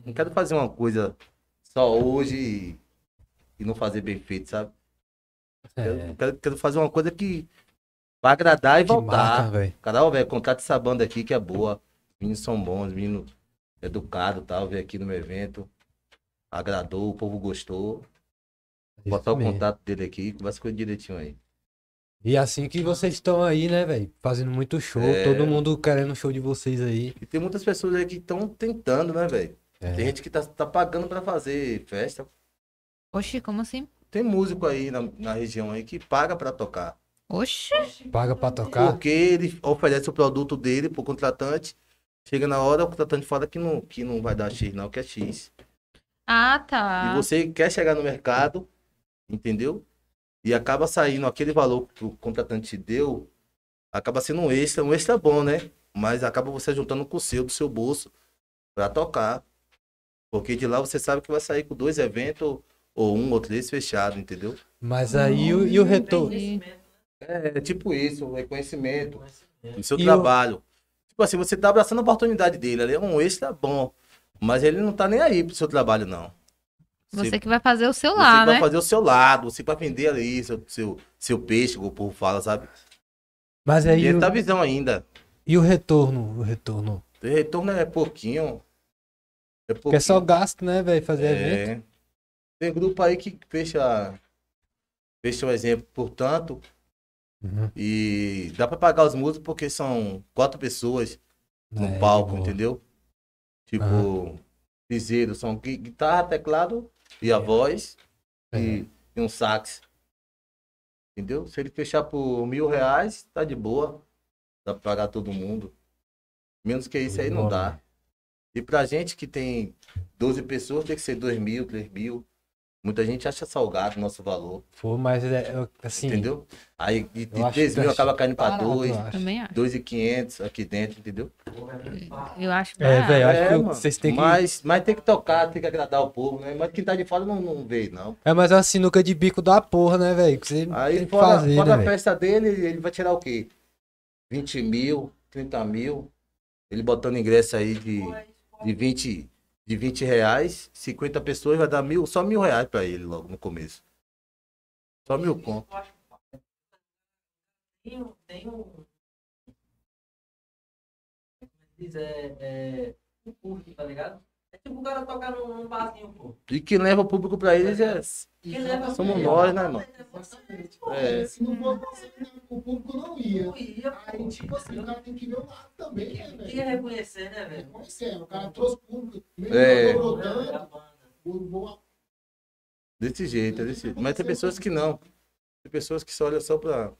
S3: Não quero fazer uma coisa só hoje e, e não fazer bem feito, sabe?
S2: É.
S3: Quero, quero- quero fazer uma coisa que vai agradar e
S2: Que
S3: voltar.
S2: marca, velho.
S3: Caralho, velho, contrata essa banda aqui que é boa. Os meninos são bons, os meninos educados e tal. Veio aqui no meu evento. Agradou, o povo gostou. Vou botar o
S2: Isso mesmo.
S3: contato dele aqui, conversa com ele direitinho aí.
S2: E assim que vocês estão aí, né, velho? Fazendo muito show,
S3: É.
S2: todo mundo querendo um show de vocês aí.
S3: E tem muitas pessoas aí que estão tentando, né, velho?
S2: É.
S3: Tem gente que tá, tá pagando pra fazer festa.
S1: Oxi, como assim?
S3: Tem músico aí na, na região aí que paga pra tocar.
S1: Oxi.
S2: Paga pra tocar.
S3: Porque ele oferece o produto dele pro contratante. Chega na hora, o contratante fala que não, que não vai dar X, não, que é X.
S1: Ah,
S3: E
S1: tá.
S3: você quer chegar no mercado, entendeu? E acaba saindo aquele valor que o contratante te deu, acaba sendo um extra, um extra bom, né? Mas acaba você juntando com o seu, do seu bolso, pra tocar. Porque de lá você sabe que vai sair com dois eventos, ou um ou três fechado, entendeu?
S2: Mas aí o, e o retorno?
S3: É, é tipo isso, um reconhecimento do seu
S2: E o-
S3: trabalho. Tipo assim, você tá abraçando a oportunidade dele, ali é um extra bom. Mas ele não tá nem aí pro seu trabalho, não.
S1: Você que vai fazer o seu
S3: Você
S1: lá,
S3: que vai
S1: né?
S3: fazer o seu lado, você vai vender ali seu, seu, seu peixe, como o povo fala, sabe?
S2: Mas
S3: E
S2: aí
S3: ele
S2: o,
S3: tá visão ainda.
S2: e o retorno? O retorno.
S3: O retorno é pouquinho. É pouquinho.
S2: Porque é só gasto, né, velho? Fazer evento.
S3: É. Tem grupo aí que fecha, fecha um exemplo, portanto,
S2: Uhum.
S3: e dá pra pagar os músicos porque são quatro pessoas no
S2: É,
S3: palco,
S2: boa.
S3: entendeu? Tipo,
S2: Aham.
S3: piseiro, som, gui- guitarra, teclado
S2: É.
S3: e a voz e, e um sax. Entendeu? Se ele fechar por mil reais, tá de boa. Dá pra pagar todo mundo. Menos que isso aí não dá. E pra gente que tem 12 pessoas, tem que ser 2 mil, 3 mil. Muita gente acha salgado o nosso valor,
S2: Pô, mas é, eu- assim.
S3: entendeu? Aí de,
S2: Eu
S3: de
S2: acho tá
S3: 3 mil
S2: bastante
S3: acaba caindo pra
S2: barato, eu
S3: 2,
S2: acho.
S1: Também acho.
S3: 2,500 aqui dentro, entendeu?
S1: Eu acho
S2: É,
S1: barato.
S2: velho, eu acho
S3: É,
S2: que eu-
S3: mano,
S2: vocês têm que.
S3: Mas, mas tem que tocar, tem que agradar o povo, né? Mas quem tá de fora não, não vê, não.
S2: É, mas é uma sinuca de bico da porra, né, velho? Que você tem
S3: Aí
S2: que
S3: fora,
S2: fazer,
S3: fora
S2: né,
S3: a
S2: velho?
S3: festa dele, ele vai tirar o quê? 20 mil, 30 mil. Ele botando ingresso aí de, de, 20, de 20 reais, 50 pessoas vai dar mil, só mil reais pra ele logo no começo. Só mil conto.
S4: Tem um. Tem um... Como é que Diz, é, é. Um curso, tá ligado? É tipo o cara tocar num, num barzinho, pô.
S3: E quem leva o público pra eles é.
S4: Quem leva-
S3: Somos nós, né, mano?
S5: Exatamente.
S3: É.
S5: Se não fosse você, né, o público não ia.
S4: Eu ia,
S5: Aí, tipo assim, o
S4: pô.
S5: cara tem que ver o lado também, né,
S4: Eu Ia
S7: é.
S5: velho?
S4: reconhecer, né, velho?
S5: Como é que é? O cara trouxe público, mesmo
S4: Né,
S3: É.
S5: não cobrou
S4: da
S5: tanto,
S4: banda.
S5: o boa
S3: Desse jeito, é desse jeito. Mas tem pessoas que não. Tem pessoas que só olham só pra,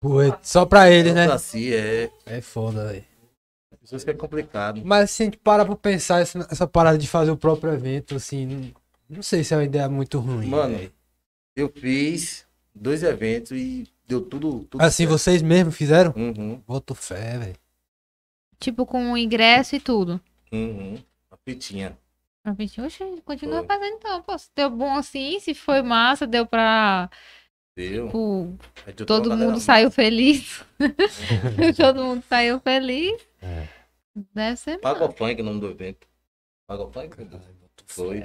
S2: Pô, é só pra ele,
S3: só
S2: né?
S3: pra si, é.
S2: É foda, velho.
S3: Tem pessoas que é complicado.
S2: Mas se a gente para pra pensar essa, essa parada de fazer o próprio evento, assim, não, não sei se é uma ideia muito ruim.
S3: Mano,
S2: velho.
S3: eu fiz dois eventos e deu tudo. tudo
S2: assim,
S3: certo.
S2: vocês mesmos fizeram?
S3: Uhum,
S2: Boto fé, velho.
S1: Tipo, com o ingresso e tudo.
S3: uhum. A fitinha.
S1: Eu pensei, Oxe, continua
S3: Foi.
S1: fazendo então. Pô, se deu bom assim, se foi massa, deu pra.
S3: Deu.
S1: Tipo,
S3: Aí
S1: Todo
S3: deu toda uma
S1: mundo
S3: galera-
S1: saiu
S3: [LAUGHS]
S1: feliz. Todo mundo saiu feliz.
S2: É.
S1: Deve ser massa.
S3: Pagofunk é o nome do evento. Pagofunk? né? Foi.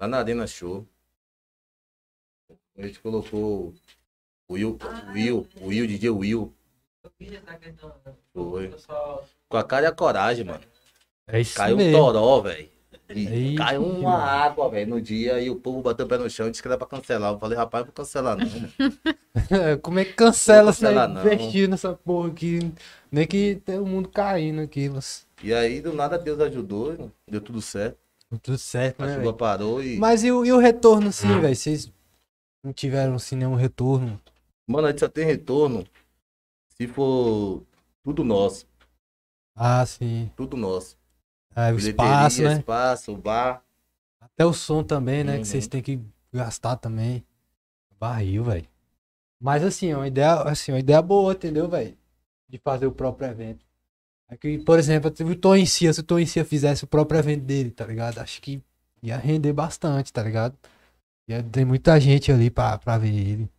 S3: Lá na Arena Show. A gente colocou o Will,
S1: Ah.
S3: o Will, o Will, DJ Will.
S4: Eu vi
S7: tá
S4: essa questão.
S3: Foi.
S4: O pessoal
S3: Com a cara e a coragem, mano.
S2: É isso
S3: Caiu um
S2: mesmo.
S3: toró, velho. E
S2: Ixi,
S3: Caiu uma
S2: mano.
S3: água, velho, no dia. E o povo bateu o pé no chão e disse que era pra cancelar. Eu falei, rapaz, não vou cancelar não. mano.
S2: Como é que [LAUGHS] cancela
S3: Não
S2: se
S3: cancela, não.
S2: investir nessa porra aqui? Nem que tem o mundo caindo aqui, mas
S3: E aí, do nada, Deus ajudou. Deu tudo certo.
S2: tudo certo,
S3: A
S2: né?
S3: chuva
S2: velho?
S3: parou e...
S2: Mas e o, e o retorno, sim,
S3: Hum.
S2: velho? Vocês não tiveram, assim, nenhum retorno?
S3: Mano, a gente só tem retorno se for tudo nosso.
S2: Ah, sim.
S3: Tudo nosso.
S2: É, o
S3: Bilheteria,
S2: espaço, né?
S3: espaço, bar.
S2: Até o som também, né?
S3: Uhum.
S2: Que vocês têm que gastar também. Barril, velho. Mas assim, é uma ideia, assim, uma ideia boa, entendeu, velho? De fazer o próprio evento. É que, por exemplo, se o Tom em Cia, se o Tom em Cia fizesse o próprio evento dele, tá ligado? Acho que ia render bastante, tá ligado? Ia ter muita gente ali pra, pra ver ele.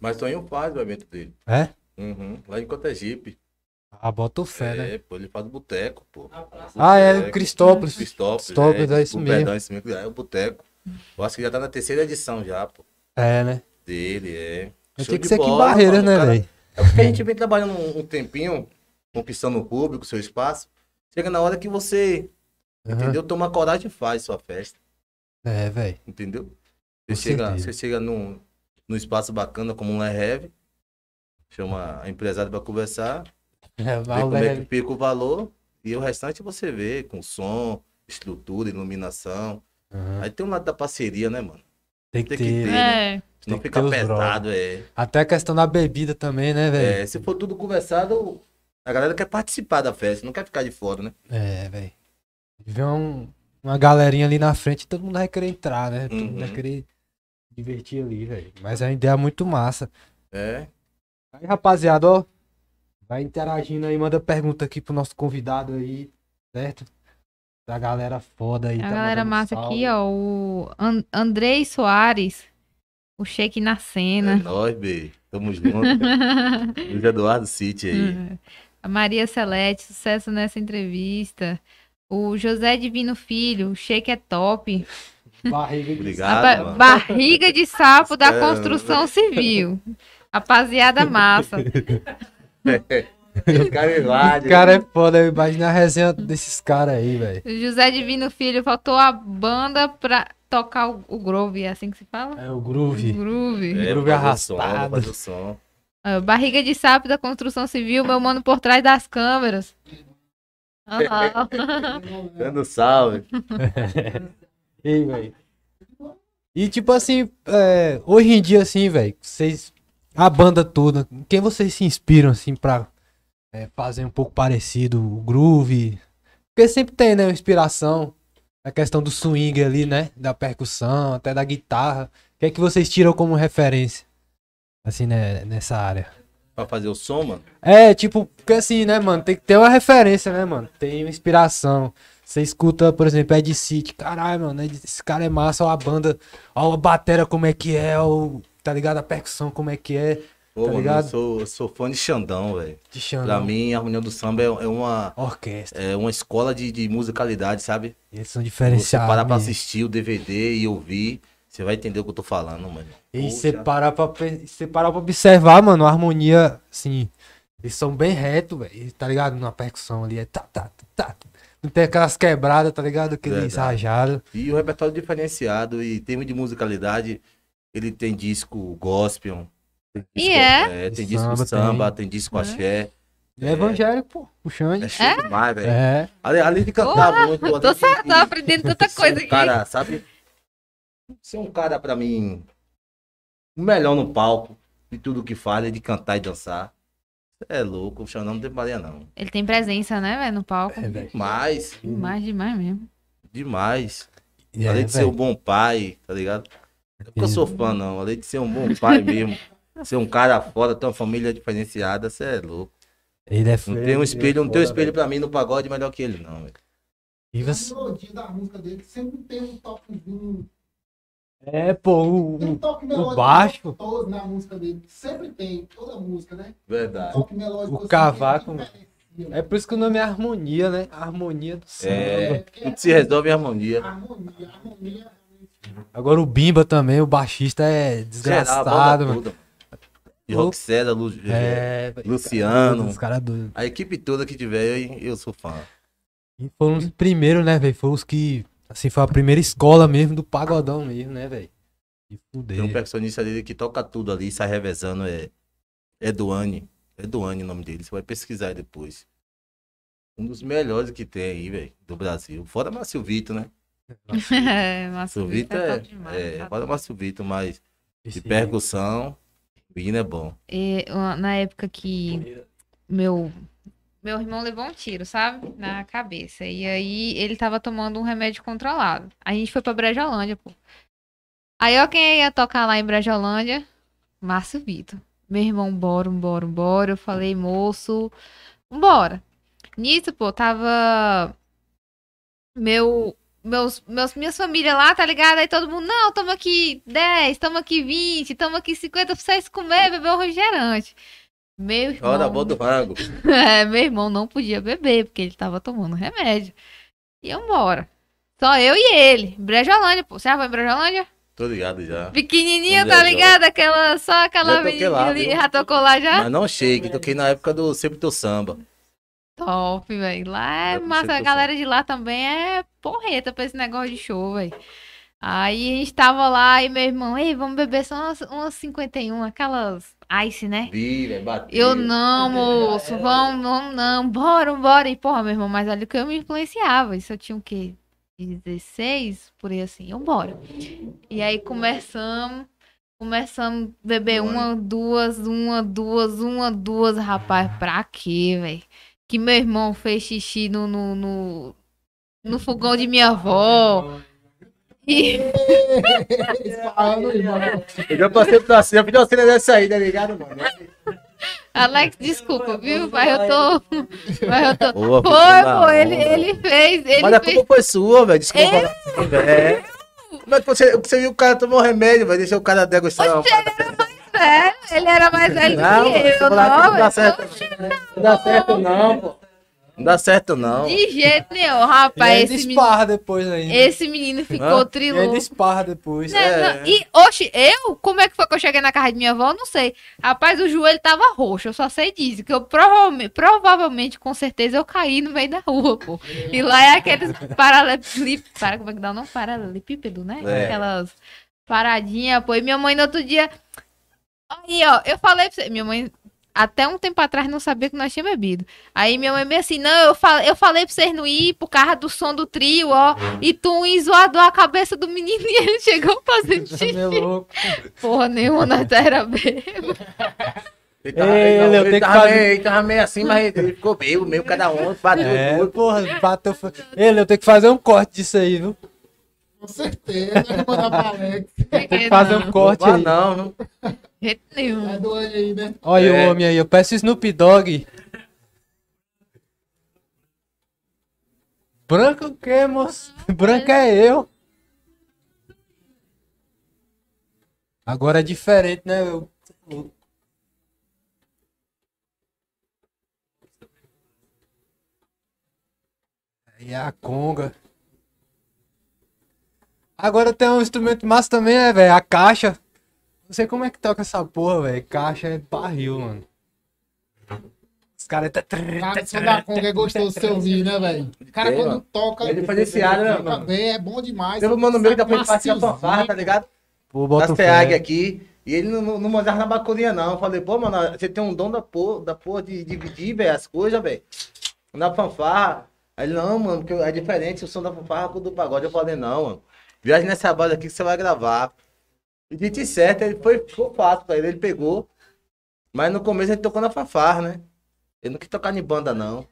S3: Mas só um faz o evento dele.
S2: É?
S3: Uhum. Lá em Cotegipe.
S2: Ah, bota o fé, né?
S3: É, pô, ele faz o boteco, pô.
S4: na praça.
S2: Ah, é, o
S3: Boteco,
S2: Cristópolis.
S3: Cristópolis.
S2: Cristópolis, é isso
S3: o
S2: mesmo.
S3: Perdão, é isso mesmo. É o boteco. Eu acho que já tá na terceira edição já, pô.
S2: É, né?
S3: Dele, é.
S2: Mas
S3: Show
S2: Tem que
S3: de
S2: ser aqui em
S3: bola,
S2: Barreiras,
S3: mano,
S2: né,
S3: o cara-
S2: velho?
S3: É porque a gente vem trabalhando um, um tempinho, conquistando o público, seu espaço. Chega na hora que você,
S2: Aham.
S3: entendeu? Toma coragem e faz sua festa,
S2: É, velho.
S3: entendeu?
S2: Com
S3: Você chega,
S2: certeza.
S3: você chega num, num espaço bacana como um Lerev, chama a empresária pra conversar,
S2: É,
S3: ver
S2: vai o
S3: como é que
S2: Leve.
S3: fica o valor e o restante você vê com som, estrutura, iluminação.
S2: Aham.
S3: Aí tem um lado da parceria, né, mano?
S2: Tem que
S3: tem que
S2: ter.
S3: ter.
S2: né?
S1: É,
S3: Senão
S2: Tem que
S3: fica
S2: ter os
S3: pesado, é.
S2: Até a questão da bebida também, né, velho?
S3: É, Se for tudo conversado, a galera quer participar da festa, não quer ficar de fora, né?
S2: É, velho. Vê um- uma galerinha ali na frente, todo mundo vai querer entrar, né? Todo mundo vai
S3: Uhum.
S2: querer divertir ali, velho. Mas é uma ideia muito massa.
S3: É.
S2: Aí, rapaziada, ó. Vai interagindo aí, manda pergunta aqui pro nosso convidado aí, certo? Da galera foda aí.
S1: a
S2: tá
S1: galera
S2: mandando
S1: massa
S2: salve.
S1: aqui, ó. O An- Andrei Soares, o shake na
S3: É
S1: cena.
S3: nóis, B. Tamo junto. [LAUGHS]
S1: [LAUGHS]
S3: Luiz Eduardo City
S1: Hum.
S3: aí.
S1: É. a Maria Celeste, sucesso nessa entrevista. O José Divino Filho, o shake é top.
S2: Barriga de
S1: A
S3: Obrigado.
S1: ba-
S3: mano.
S1: barriga de sapo da
S3: Espera,
S1: construção civil. Rapaziada massa.
S3: Os caras
S2: Esse cara é foda, eu imagino a resenha desses caras aí, velho.
S1: José Divino Filho, faltou a banda pra tocar o, o Groove, é assim que se fala?
S2: É o
S1: O
S2: groove. [LAUGHS]
S1: Groove.
S3: É,
S2: Grupo
S3: vou fazer o som,
S2: arrastado.
S3: vou fazer o som.
S1: Ah, barriga de sapo da construção civil, meu mano por trás das câmeras. Aham.
S5: né?
S3: Dando salve.
S2: Ei, velho. E tipo assim, é, hoje em dia, assim, velho, vocês. A banda toda, em quem vocês se inspiram, assim, pra é, fazer um pouco parecido o groove? Porque sempre tem, né, uma inspiração. A questão do swing ali, né? Da percussão, até da guitarra. O que é que vocês tiram como referência? Assim, né, nessa área.
S3: Pra fazer o som, mano.
S2: É, tipo, porque assim, né, mano? Tem que ter uma referência, né, mano? Tem uma inspiração. Você escuta, por exemplo, Ed City. Caralho, mano, Ed- esse cara é massa. Ó a banda, ó a batera como é que é, ó, tá ligado? A percussão como é que é.
S3: Pô,
S2: Tá
S3: mano,
S2: ligado?
S3: eu sou, eu sou fã de Xandão, velho.
S2: De chão.
S3: Pra mim, a harmonia do samba é, é uma,
S2: Orquestra.
S3: é uma escola de, de musicalidade, sabe?
S2: Eles são
S3: Você
S2: diferenciados. né?
S3: parar pra
S2: mesmo.
S3: assistir o DVD e ouvir, você vai entender o que eu tô falando, mano.
S2: E
S3: Poxa,
S2: você parar pra, pe- você parar pra observar, mano, a harmonia, assim. Eles são bem reto, velho. Tá ligado? Na percussão ali. É tá, tá, tá. tá. Não tem aquelas quebradas, tá ligado? Aqueles
S3: Verdade.
S2: rajados.
S3: E o repertório diferenciado e termo de musicalidade, ele tem disco gospel. tem
S1: E
S3: disco-
S1: é?
S3: tem
S2: E
S3: disco
S2: samba
S3: samba, tem disco
S1: É.
S3: axé.
S2: É.
S3: É.
S2: Evangélico, pô. Puxando.
S3: É show demais, velho.
S2: É.
S3: Ali, ali de cantar muito.
S1: [LAUGHS] Tô
S3: ali de-
S1: certo, tô aprendendo tanta
S3: de ser
S1: coisa
S3: um
S1: aqui.
S3: Cara, sabe? Você é um cara, pra mim, o melhor no palco, de tudo que faz, é de cantar e dançar. Você é louco, o Xandão não tem Maria, não.
S1: Ele tem presença, né, velho, no
S2: É,
S1: palco.
S3: Demais,
S1: Demais, demais mesmo.
S3: demais.
S2: É,
S3: Além de ser um
S2: velho.
S3: bom pai, tá ligado? Não é porque eu sou fã, não. Além de ser um bom
S2: [LAUGHS]
S3: pai mesmo, ser um cara foda, ter uma família diferenciada, você é louco.
S2: Ele é
S3: Não
S2: feio,
S3: tem
S2: ele
S3: um
S2: é
S3: espelho, não
S2: foda,
S3: tem um espelho
S2: velho.
S3: pra mim no pagode melhor que ele, não. velho.
S2: E
S5: A
S2: você-
S5: melodia da música dele sempre tem um toquezinho.
S2: É, pô, o-
S5: Tem um
S2: o,
S5: toque melódico
S2: baixo.
S5: gostoso na música dele. Sempre tem, toda música, né?
S3: Verdade.
S5: Toque melódico.
S2: o
S5: assim que
S2: cavaco,
S5: diferencia.
S2: é por isso que o nome é harmonia, né? Harmonia do céu.
S3: É.
S5: porque
S3: Tudo se resolve em harmonia.
S5: harmonia, harmonia.
S2: Agora o Bimba também, o baixista é
S3: Geral, a
S2: desgraçado,
S3: banda
S2: mano.
S3: toda, mano. De Rock César, Lu...
S2: É,
S3: Luciano.
S2: Os caras doidos.
S3: A equipe toda que tiver, eu, eu sou fã.
S2: E foram os primeiros, né, velho? Foram os que. Assim, foi a primeira escola mesmo do pagodão mesmo, né, velho? E
S3: Tem um
S2: fuder.
S3: percussionista dele que toca tudo ali, sai revezando, é é Duane. É Duane o nome dele, você vai pesquisar aí depois. Um dos melhores que tem aí, velho, do Brasil. Fora Márcio Vitor, né?
S1: É, [LAUGHS] Márcio
S3: Márcio
S1: Vitor
S3: Vitor
S1: é
S3: é,
S1: top demais,
S3: é,
S1: tá
S3: fora
S1: top.
S3: Márcio Vitor, mas de
S2: Esse-
S3: percussão, o menino é bom.
S1: E, ó, na época que meu meu irmão levou um tiro, sabe? Na cabeça. E aí ele tava tomando um remédio controlado. A gente foi pra Brejolândia, pô. Aí ó quem ia tocar lá em Brejolândia? Márcio Vitor. Meu irmão, bora, um, bora, bora. Eu falei, moço, bora. Nisso, pô, tava meu meus, meus, minhas famílias lá, tá ligado? Aí todo mundo, não, toma aqui 10, toma aqui 20, toma aqui 50 pra vocês comer, beber um refrigerante. Meu irmão.
S3: Hora boa do rango.
S1: [LAUGHS] É, meu irmão não podia beber, porque ele tava tomando remédio. E eu embora. Só eu e ele. Brejolândia, pô. Você já foi em Brejolândia?
S3: Tô ligado já.
S1: Pequenininha,
S3: Não
S1: tá
S3: viajou.
S1: ligado? Aquela, só aquela
S3: Já toquei lá,
S1: ali.
S3: viu?
S1: Já tocou lá já?
S3: Mas não shake, toquei na época do Sempre Teu Samba.
S1: Top, velho. Lá é
S3: Eu não sei o
S1: massa.
S3: que
S1: A
S3: eu
S1: galera de lá também é porreta pra esse negócio de show, velho. Aí a gente tava lá e meu irmão, ei, vamos beber só umas, umas 51, aquelas ice, né?
S3: Vive, bateu.
S1: Eu não, moço, vamos, vamos não, bora, bora. E porra, meu irmão, mas olha que eu me influenciava. Isso eu tinha o quê? 16, por aí assim, eu bora. E aí começamos, começamos a beber uma, duas, uma, duas, uma, duas, rapaz, pra quê, velho? Que meu irmão fez xixi no, no, no, no fogão de minha avó. E
S5: Espalhando, irmão.
S3: Eu já passei por assim, eu pedi uma cena dessa aí, tá ligado, mano?
S1: Alex, desculpa, viu? Mas eu tô. Mas eu tô.
S3: Boa,
S1: Foi,
S3: na
S1: pô, ele,
S3: onda.
S1: ele fez.
S3: Mas
S1: Ele
S3: a
S1: fez. É?
S3: culpa foi sua, velho. Desculpa. falar assim, velho. Como é que você, você viu o cara tomar um remédio, vai deixar o cara degustar. uma parada
S1: Sério, É, ele era mais velho
S3: Não,
S1: que eu,
S3: você falar que
S1: não. é
S3: não dá
S1: eu-
S3: certo. Não dá certo, não, pô. Não dá certo, não. é
S1: De jeito nenhum,
S2: E
S1: rapaz.
S2: ainda
S1: Esse menino,
S2: esparra depois ainda.
S1: esse menino ficou
S3: Hã?
S2: E ainda
S1: trilouco.
S2: esparra depois.
S1: Né,
S3: É.
S1: não, E, oxe, eu? Como é que foi que eu cheguei na casa de minha avó? Eu Não sei. Rapaz, o joelho tava roxo, eu só sei disso. Que eu provavelmente, provavelmente, com certeza, eu caí no meio da rua, pô. E lá é aqueles paralelepípedos. Para, como é que dá o nome? Paralelepípedo, né?
S3: É.
S1: Aquelas paradinhas, pô. E minha mãe no outro dia. Aí, ó, eu falei pra você. Minha mãe. Até um tempo atrás não sabia que nós tínhamos bebido. Aí minha mãe meio assim, não, eu, fal eu falei pra vocês não ir por causa do som do trio, ó. E tu um zoador a cabeça do menino [LAUGHS] e ele chegou fazendo
S2: [LAUGHS]
S1: xixi.
S2: Meu É,
S3: [LAUGHS]
S2: louco.
S1: Porra nenhuma, nós era bêbado.
S3: Ele
S2: Ei,
S3: ele
S2: eu tenho que
S3: tava
S2: fazer-
S3: meio, ele tava meio assim, mas ele ficou meio, meio cada um, bateu
S2: É,
S3: tudo.
S2: porra, bateu. fa- Ele, eu tenho que fazer um corte disso aí, viu?
S5: Com certeza. Vai mandar
S2: [LAUGHS]
S5: pra Alex.
S2: Tem que fazer um corte
S3: Ah,
S2: aí.
S3: não, não.
S1: Jeito nenhum.
S5: Vai doendo
S2: [LAUGHS]
S5: aí, né?
S2: Olha
S3: É.
S2: o homem aí, eu peço Snoop Dogg. Branco o quê, moço? Branco é eu. Agora é diferente, né? Eu... Aí é a conga. Agora tem um instrumento massa também, né, velho? A caixa. Não sei como é que toca essa porra, velho. Caixa é barril, mano. Os caras tá.
S5: Cara, o som da conga é gostoso de você ouvir, né, velho? O cara
S3: Tem,
S5: quando
S3: mano.
S5: toca...
S3: Ele faz esse ar, né,
S5: toca
S3: mano?
S5: bem, É bom demais.
S3: Teve um mano meu que depois fazia
S5: Maciozinho.
S3: fanfarra, tá ligado?
S2: Pô,
S3: das
S2: bota um
S3: FEAG
S2: fé.
S3: aqui. E ele não, não não mandava na bacurinha, não. Eu falei, pô, mano, você tem um dom da porra, da porra de dividir, velho, as coisas, velho. Na fanfarra. Aí ele, não, mano, porque é diferente o som da fanfarra com o do pagode. Eu falei, não, mano. viagem nessa base aqui que você vai gravar. E dito e certo, ele foi, ficou fácil pra ele, ele pegou. Mas no começo ele tocou na fanfarra, né? Ele não quis tocar em banda, não.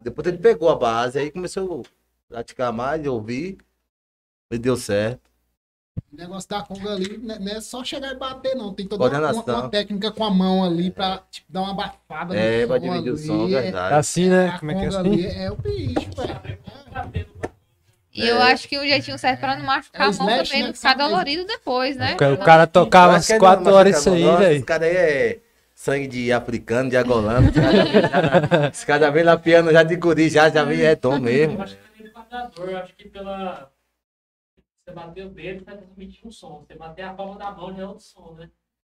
S3: Depois ele pegou a base, aí começou a praticar mais, ouvir. E deu certo.
S5: O negócio da conga ali né, não é só chegar e bater, não. Tem toda uma,
S3: Coordenação.
S5: uma técnica com a mão ali pra tipo, dar uma abafada. no
S3: É,
S5: som
S3: pra dividir o som,
S5: ali. É,
S3: verdade.
S2: Assim, né?
S5: a
S2: Como é que é
S5: conga
S2: assim?
S5: ali é o bicho, velho.
S1: E eu acho que o jeitinho certo pra não machucar
S5: É o
S1: a mão
S5: smash,
S1: também,
S5: né,
S1: não
S5: que
S1: ficar
S5: sabe?
S1: dolorido depois, né?
S2: O cara- O cara
S3: Eu
S2: tocava
S3: acho
S2: umas
S3: que ele
S2: 4
S3: não
S7: é
S2: horas isso
S3: machucava,
S2: aí,
S3: não.
S2: velho.
S3: Esse cara aí é sangue de africano, de angolano. Esse cara já- já- Esse cara já vem lá piano já de guri, já, já vem é tom mesmo.
S4: Eu acho que tem um quadrador, eu acho que pela. Você bater o dedo, vai transmitir um som. Você bater a palma da mão já é outro som, né?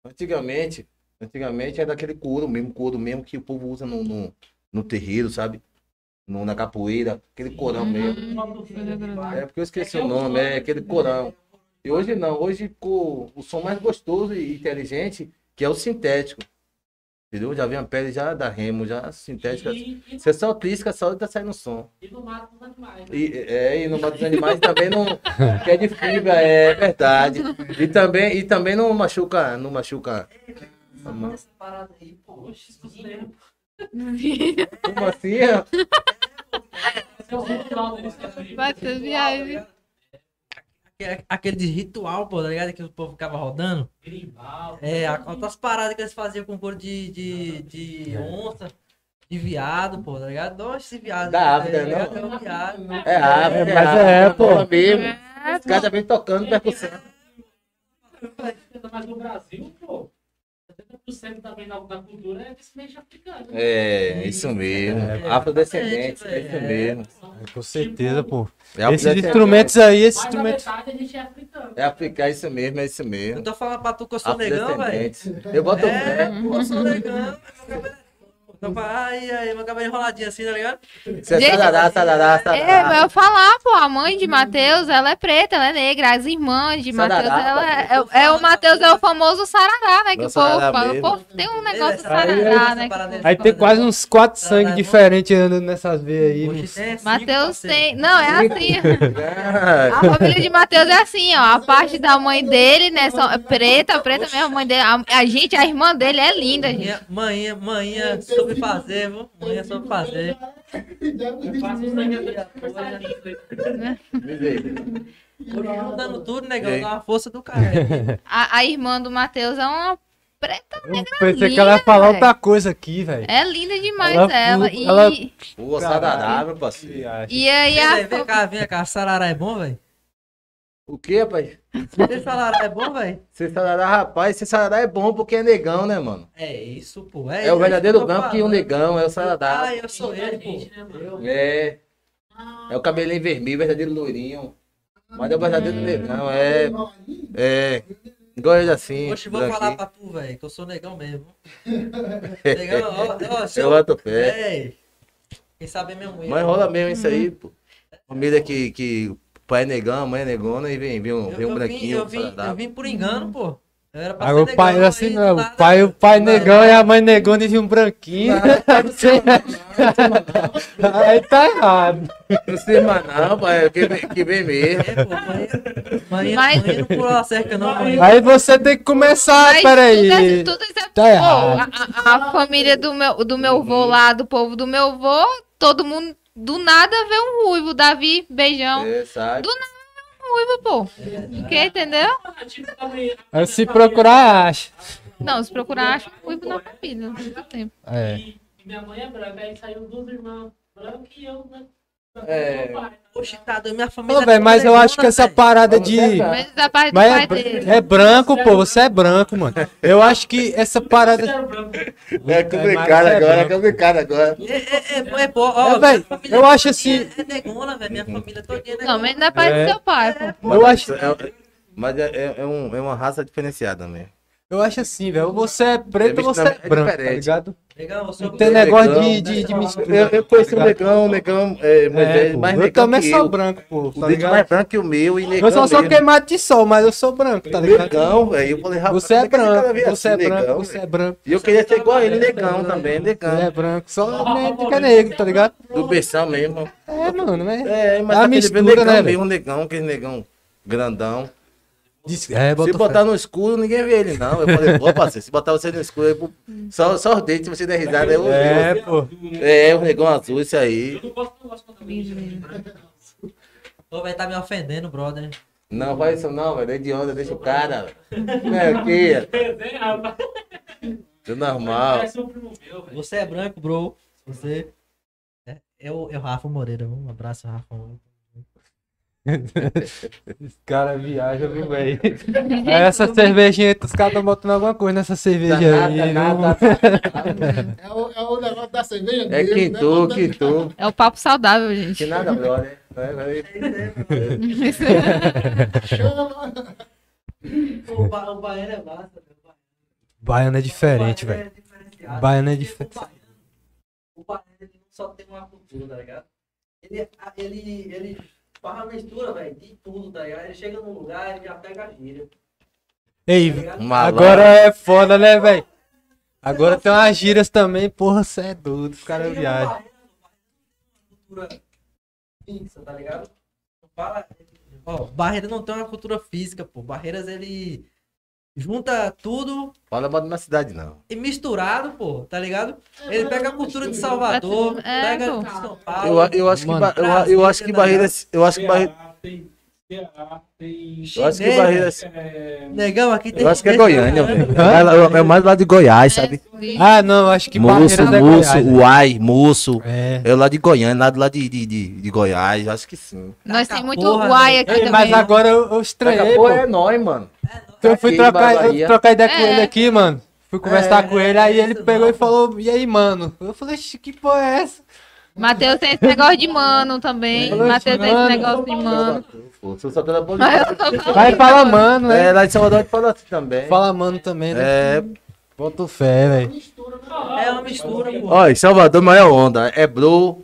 S3: Antigamente, antigamente era aquele couro mesmo, couro mesmo que o povo usa no, no, no terreiro, sabe? No, na capoeira, aquele corão mesmo. É porque eu esqueci o nome, é aquele corão. E hoje não, hoje ficou o som mais gostoso e inteligente, que é o sintético. Entendeu? Já vem a pele já da remo, já sintética.
S4: E, e,
S3: Você só trisca, só tá saindo som.
S4: e no mato dos animais. Né?
S3: E, é, e não mata os animais também não. [LAUGHS] Que é de fibra, é verdade. E também, e também não machuca, não machuca. Uhum.
S4: Essa, essa parada aí, pô, oxe, isso não lembra.
S5: É.
S1: [LAUGHS]
S3: Como assim? ó?
S4: Esse é o ritual deles também.
S1: Bateu
S7: tá
S1: viagem.
S7: Aquele- É, Aquele de ritual, pô, tá ligado? Que o povo ficava rodando.
S4: Grimbal.
S7: É, a- outras paradas que eles faziam com couro de, de, de onça, de viado, pô, tá ligado? Nossa, esse viado.
S3: Da
S7: tá
S3: África,
S7: ligado?
S3: né, não?
S7: É um viado.
S3: É ave,
S2: É, mas é,
S3: ave,
S2: pô.
S3: Mesmo.
S5: Ah,
S3: Os caras já vem tocando percussão.
S4: Mas tá no Brasil, pô, 70% também da, da cultura é desse meio africano. né?
S3: É, isso mesmo.
S7: É.
S3: Afrodescendente,
S7: É,
S3: isso mesmo.
S2: Com certeza, pô.
S3: É
S2: Esses
S3: afrodescendente.
S2: instrumentos aí,
S4: Mas
S2: esses
S4: na
S2: instrumentos.
S4: metade a gente é africano.
S3: É africano, é isso mesmo, é isso
S7: Eu
S3: mesmo.
S7: tô falando pra tu que Então, eu sou negão, velho.
S3: Afrodescendente. Eu boto
S7: É,
S3: fé.
S1: Uhum.
S7: pô, eu sou negão. Então, ai, ai, meu cabelo enroladinho assim, tá ligado?
S3: Você
S1: Gente,
S3: é sarará, sarará,
S1: É,
S3: sarará.
S1: mas eu falar, pô, a mãe de Matheus, ela é preta, ela é negra, as irmãs de
S3: Sarará,
S1: Matheus, ela
S7: Matheus.
S1: é, é, o Matheus é o famoso sarará, né, que
S3: É
S1: o
S3: o
S1: povo
S3: sarará
S1: fala, o
S3: mesmo.
S1: povo tem um negócio
S7: Ele é
S1: do
S7: sarará,
S1: sarará,
S7: essa
S1: né, que o
S7: parada
S1: povo
S7: dele.
S1: fala.
S2: Aí tem quase uns quatro
S7: Tá,
S2: sangue
S7: tá bom.
S2: diferentes andando nessas veias aí.
S7: Hoje
S2: uns-
S7: tem cinco
S1: Mateus
S7: parceiros.
S1: tem, não, é
S2: [LAUGHS]
S1: assim,
S3: É.
S1: a família de Matheus é assim, ó, a parte da mãe dele, né, são, é preta, preta mesmo, a mãe dele, a, a gente, a irmã dele é linda, gente.
S7: Manhã, manhã, manhã, sobre fazer, viu? Manhã sobre fazer.
S5: É
S4: Eu faço os negócios de conversar disso.
S3: Diz aí.
S7: Hoje juntando tudo, negão,
S3: Ei.
S7: dá uma força
S1: [LAUGHS]
S7: do cara.
S1: A, a irmã do Matheus é uma preta,
S2: Eu pensei que ela ia falar
S1: velho.
S2: outra coisa aqui, velho.
S1: é linda demais
S2: Ela-
S1: ela, e...
S2: ela-
S3: Pô,
S2: Caralho.
S3: sarará, meu parceiro.
S7: É.
S1: E aí a
S7: Vem cá, vem cá, sarará é bom, velho?
S3: O que, rapaz?
S7: Você sarará é bom, velho?
S3: Ser sarará, rapaz, ser sarará é bom porque é negão, né, mano?
S7: É isso, pô. É,
S3: É o verdadeiro branco
S7: branco
S3: que o negão, é o sarará.
S7: Ah, eu sou ele, pô.
S3: É. É o cabelinho vermelho, verdadeiro loirinho. Mas é o verdadeiro negão, é. É. Igual ele assim.
S7: Hoje vou
S3: branquinho.
S7: falar pra tu, velho, que eu sou negão mesmo.
S3: É,
S7: negão, ó, ó,
S3: Eu
S7: seu...
S3: boto fé.
S7: Véi. Quem sabe é minha mulher.
S3: Mas rola mesmo isso aí, pô. Família que, que o pai é negão, a mãe é negona e vem, vem um,
S7: Eu-
S3: vem um
S7: eu vim-
S3: branquinho.
S7: Eu vim, eu
S3: sarará.
S7: vim por engano, pô. Eu era pra
S2: Aí
S7: ser
S2: o pai
S7: negão,
S2: assim,
S7: aí tá do
S2: não.
S7: nada-
S2: O pai, o pai
S7: Não,
S2: negão e a mãe negona e um branquinho.
S7: Tá,
S2: [LAUGHS] aí tá errado.
S3: Não sei mais não, pai. Que vem, que vem mesmo.
S7: É, pô, manhã, manhã,
S1: Mas-
S7: manhã não pulou a cerca, não, manhã.
S2: Aí você tem que começar,
S1: Mas
S2: peraí.
S1: Tudo, isso- tudo isso é-
S2: Tá
S1: Pô,
S2: errado.
S1: a, a- a família do meu, do meu vô lá, do povo do meu vô, todo mundo do nada vê um ruivo. Davi, beijão. Um
S3: É, sabe?
S1: Ruivo, pô. Porque, entendeu?
S2: Aí se procurar, acha.
S1: Não, se procurar, acha um ruivo na família. não tem tempo.
S2: É.
S4: E minha mãe é branca, aí saiu duas irmãs brancas e eu, né?
S3: É.
S7: Poxa, tá doido, minha família.
S2: Ô, velho, mas eu
S7: negona,
S2: acho que essa
S7: velho.
S2: parada
S3: Vamos
S2: de.
S3: tentar.
S1: Mas a parte do
S2: Mas é,
S1: pai
S2: br-
S1: dele.
S2: é branco, pô. Você é branco, mano. Eu acho que essa parada.
S3: É complicado agora, é complicado agora.
S7: É, é, é, é, pô, ó,
S2: É,
S7: minha
S2: velho,
S7: família
S2: eu acho
S7: todinha
S2: assim-
S7: É negona, velho, minha família todinha
S1: Não,
S7: é negona.
S1: mas da parte
S2: É.
S1: do seu pai, pô.
S2: Eu acho,
S3: É- mas é, é- é um- é uma raça diferenciada mesmo.
S2: eu acho assim, velho. Você é preto,
S3: É
S2: você
S3: mistura-
S2: é
S3: é
S2: branco, tá
S3: diferente.
S2: ligado?
S7: Negão, eu sou
S2: Não tem
S3: negão,
S2: negócio de,
S3: né?
S2: de, de
S3: Eu,
S2: mistura.
S3: eu
S2: tá
S3: conheço o
S2: ligado?
S3: negão, o negão, é, mas
S2: É,
S3: é,
S2: pô.
S3: mais
S2: Eu
S3: negão
S2: também
S3: que
S2: sou
S3: eu.
S2: branco, pô.
S3: O
S2: Tá
S3: dente mais
S2: ligado?
S3: branco que o meu e negão
S2: Eu sou é só
S3: mesmo.
S2: queimado de sol, mas eu sou branco, tá ligado?
S3: Negão, velho. Eu falei, rapaz,
S2: Você é
S3: como que esse cara
S2: branco,
S3: veio
S2: você é
S3: assim,
S2: branco,
S3: negão,
S2: você é
S3: velho?
S2: branco.
S3: E eu queria ser igual a ele, negão também,
S2: Você é
S3: negão.
S2: branco, só né, fica negro, tá ligado?
S3: Do Bessão mesmo.
S2: É, mano, né?
S3: É, mas
S2: A
S3: aquele
S2: mistura,
S3: negão
S2: né, velho?
S3: mesmo, negão, aquele negão grandão.
S2: Diz- É,
S3: Se
S2: bota fé.
S3: botar no escuro, ninguém vê ele, não. Eu falei, pô, parceiro, se botar você no escuro, aí, pô, só, só os dentes, se você der risada, eu assim,
S2: É, pô.
S3: É, o negão azul, isso aí.
S4: não gosto, não gosto quando alguém me chama de branco.
S7: Pô, vai tá me ofendendo, brother.
S3: Não, faz isso não, velho. É de onda, deixa o cara. velho. Não é o quê?
S4: Desenha, rapaz.
S3: Tudo normal.
S2: [LAUGHS]
S4: Parece um primo meu, velho.
S7: Você é branco, bro. Você. É, eu, eu, Rafa Moreira. Um abraço, Rafa.
S2: Os caras viajam, viu, velho? É Essa cervejinha, os caras estão botando alguma coisa nessa cerveja aí.
S3: Nada,
S2: viu?
S3: nada.
S5: É o, é o negócio da cerveja
S3: É
S5: mesmo, né?
S3: quintu,
S5: Quando-
S3: quintu.
S1: É o papo saudável, gente.
S3: Que nada, brother. Não é, não é-
S1: [LAUGHS]
S5: Chama.
S7: O, ba o baiano é massa, meu.
S2: Baiano é diferente,
S7: O baiano
S2: velho.
S7: é diferenciado.
S2: Baiano é
S7: Porque
S2: diferente.
S7: O baiano, o baiano, ele não só tem uma cultura, tá ligado? Ele, a- ele, ele faz uma mistura, velho, de tudo, tá ligado? Ele chega num lugar, ele já pega a gíria,
S2: Ei,
S7: tá ligado?
S3: Um Malandro.
S2: agora é foda, né, velho? Agora tem umas gírias também, porra, cê é doido, os caras
S7: Chega no
S2: viajam.
S7: baiano, o baiano tem uma cultura fixa, tá ligado? Não Fala... Ó, Barreira não tem uma cultura física, pô. Barreiras, ele junta tudo
S3: Fala, bota na cidade, não.
S7: e misturado, pô, tá ligado? Ele pega a cultura de Salvador,
S1: É,
S7: pega
S1: pô.
S7: de São
S3: Eu,
S7: Paulo.
S3: a- eu, acho, que,
S2: Mano.
S3: Ba- eu, a- eu acho que barreiras. Eu acho que barreiras.
S4: Ceará, tem. Ceará, tem.
S3: Eu acho que
S7: Chinês,
S3: barreiras.
S4: É,
S7: Negão, aqui tem
S3: Eu acho que é
S7: três
S3: Goiânia,
S7: baianos.
S3: velho. É lá- É mais lá de Goiás, sabe?
S2: Ah, não, acho que
S3: Moço,
S2: Barreiras é
S3: moço,
S2: Goiás, né?
S3: uai, moço.
S2: É.
S3: É lá de Goiânia, lá do lado de, de, de, de Goiás, acho que sim.
S1: Nós
S7: Taca
S1: tem muito
S7: porra,
S1: uai
S7: né?
S1: aqui
S2: Ei,
S1: também.
S2: mas agora eu, eu estranhei,
S3: Acabou,
S2: pô.
S3: é nóis, mano.
S2: Então eu fui
S3: Aqui,
S2: trocar, eu
S3: Bahia.
S2: trocar ideia com
S1: É.
S2: ele aqui, mano. Fui conversar
S7: É,
S2: com ele, aí
S7: é
S2: ele
S7: isso,
S2: pegou
S7: não.
S2: e falou, e aí, mano? Eu falei, "Ixi, que porra é essa?
S1: Matheus tem esse negócio de mano também.
S2: É.
S1: Matheus tem esse
S2: Mano.
S1: negócio de mano.
S3: Pô, sou só
S7: [LAUGHS] É,
S3: pela
S1: Mas eu
S3: Bolívia.
S1: tô falando,
S2: Vai fala mano, né?
S3: É, lá de Salvador a gente fala assim também.
S2: Fala mano também, né?
S3: É,
S2: Bota fé, velho.
S7: É uma mistura, pô.
S3: ó, em Salvador maior onda. É bro,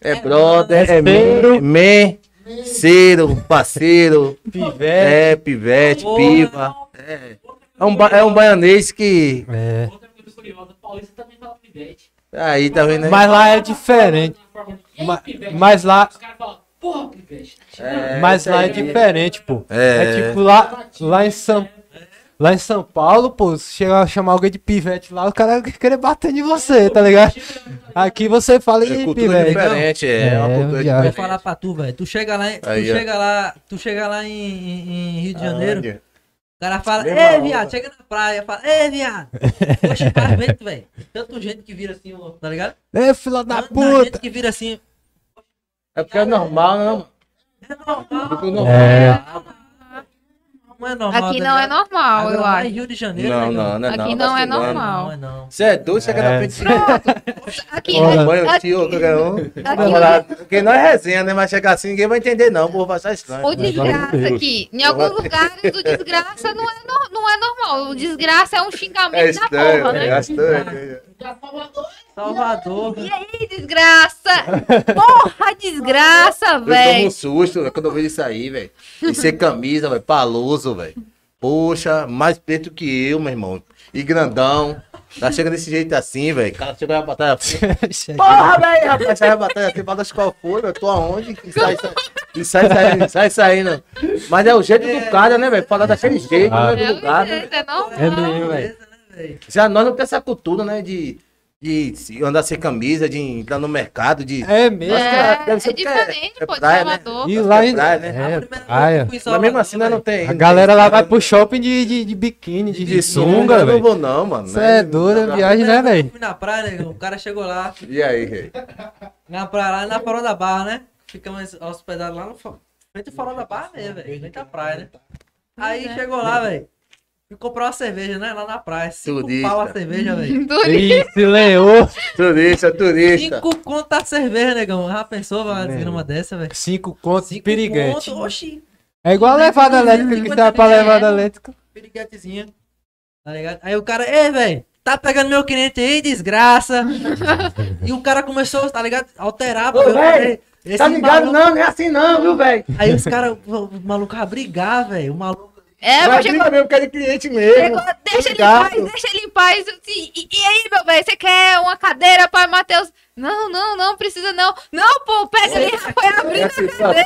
S3: é brother, é
S2: Parceiro.
S3: me, me, cero, parceiro,
S2: Pivete.
S3: é pivete,
S7: Porra.
S3: piva. É, é um, ba- é um baianês que.
S2: É.
S4: outra coisa curiosa, Paulista também fala pivete.
S3: Aí, tá vendo aí?
S2: Mas lá é diferente.
S4: Na forma de, "E aí,
S2: Ma-
S4: pivete?"
S2: Mas lá,
S4: Os caras falam, porra, pivete. tá tirando?"
S3: É,
S2: mas
S3: isso
S2: lá é
S3: aí.
S2: diferente, pô.
S3: É.
S2: É tipo lá, lá em São Lá em São Paulo, pô, se chegar a chamar alguém de pivete lá, o cara vai querer bater em você, tá ligado? Aqui você fala
S3: É
S2: e
S3: cultura
S2: pivete.
S3: diferente, é,
S2: É,
S3: uma cultura
S2: viado.
S7: Vou
S3: diferente.
S7: falar pra tu, velho. Tu chega lá, em- tu
S3: Aí, ó. Ah,
S7: chega lá, tu chega lá em, em- em Rio de Janeiro,
S3: Aonde?
S7: o cara fala,
S3: Mesma
S7: ei,
S3: onda."
S7: viado, chega na praia, fala, ei, viado. Poxa, faz vento, velho. Tanto gente que vira assim, ó, tá ligado?
S2: É, filha da
S7: Tanta gente
S2: puta. [LAUGHS]
S7: que vira assim.
S3: É porque é normal, né? mano?
S7: É normal,
S3: Ficou normal.
S2: É.
S7: não é normal.
S1: Aqui
S7: tá
S1: não é
S7: ligado?
S1: normal,
S7: Agora
S1: eu
S7: lá em
S1: acho.
S7: Rio de Janeiro,
S3: Não,
S7: negão,
S3: não, não é
S1: Aqui não é
S3: vacilando.
S1: normal.
S7: Não é não.
S3: Você é doido, chega
S2: É.
S3: na frente de
S1: Aqui,
S2: Olha,
S1: aqui-
S3: mãe, o
S1: é aqui- é
S3: tio, qualquer um. Namorado. Porque não é resenha, né? Mas chegar assim, ninguém vai entender, não. Pô, vai achar estranho.
S1: o desgraça aqui. Em alguns lugares, o desgraça não é, nor- não é normal. O desgraça é um
S3: É
S1: xingamento da
S3: estranho,
S1: porra, né?
S3: é estranho.
S7: Salvador, velho.
S1: Ih, desgraça! Porra, desgraça,
S3: Eu tomo um
S1: velho!
S3: susto velho, quando eu vejo isso aí, velho. E sem camisa, velho. Paloso, velho. Poxa, mais preto que eu, meu irmão. E grandão. Tá chega desse jeito assim, velho. O cara chega na batalha. assim, Porra, velho, rapaz. Sai na batalha assim, fala de qual foi, velho. Tô aonde? E sai, sai, e sai saindo, sai saindo. Mas é o jeito do cara, né, velho? Falar daquele jeito,
S2: Ah.
S3: né,
S1: É
S3: do
S1: o
S3: lugar. né?
S1: jeito, é normal.
S2: É meio, velho.
S7: Beleza, né, velho?
S3: Já nós não temos essa cultura, né? De, de se andar sem camisa, de entrar no mercado, de.
S2: É mesmo.
S3: Acho que
S1: É,
S3: deve ser
S1: é
S3: porque
S1: diferente, pô, de
S3: praia, né?
S1: Salvador.
S2: E
S3: Acho
S2: lá
S3: que é
S2: em...
S3: praia, né?
S7: A
S2: É,
S7: primeira vez
S2: praia.
S7: que eu fui em
S3: Mas mesmo
S7: Salvador,
S3: assim, nós não
S7: velho.
S3: tem.
S2: A galera lá vai pro shopping de, de, de biquíni, né? de, de sunga,
S3: Eu não
S2: velho.
S3: vou, não, mano.
S2: Isso é doido, é viagem, né,
S7: Primeira vez que eu
S2: velho?
S7: Fui na praia, negão. O cara chegou lá.
S3: E aí, rei?
S7: Na praia lá, na Farol da Barra, né? Ficamos hospedados lá no fa- frente do Farol da Barra mesmo, velho. Frente à praia, né? Aí chegou lá, velho. Fui comprar uma cerveja, né? Lá na praia. Cinco
S3: Turista.
S7: pau a
S1: [LAUGHS]
S7: cerveja, velho.
S1: Duri-
S2: Ih, se leou.
S3: Turista, turista.
S7: Cinco conto a cerveja, negão. Já pensou, uma desgrama dessa, velho?
S2: Cinco contos
S7: Cinco
S2: pirigante.
S7: conto, oxi.
S2: É igual a levada elétrica, que dá pra levada
S1: É.
S2: elétrica.
S7: Piriguetezinha. Tá ligado? Aí o cara, ei, velho, tá pegando meu cliente aí, desgraça. e o cara começou, tá ligado? A Alterar, pô. eu falei, esse maluco-
S3: não? Não é assim, não, viu, velho?
S7: Aí os caras, o o maluco vai brigar, velho. O maluco.
S1: É,
S3: Vai
S1: mas chegou-
S3: brigar mesmo, assim, quero cliente mesmo.
S1: chegou, deixa ele em assim.
S3: Obrigado.
S1: paz, deixa ele em paz. E, e- e aí, meu velho, você quer uma cadeira pra Matheus? Não, não, não precisa não. Não, pô, pega ali, foi
S3: né?
S1: abrindo.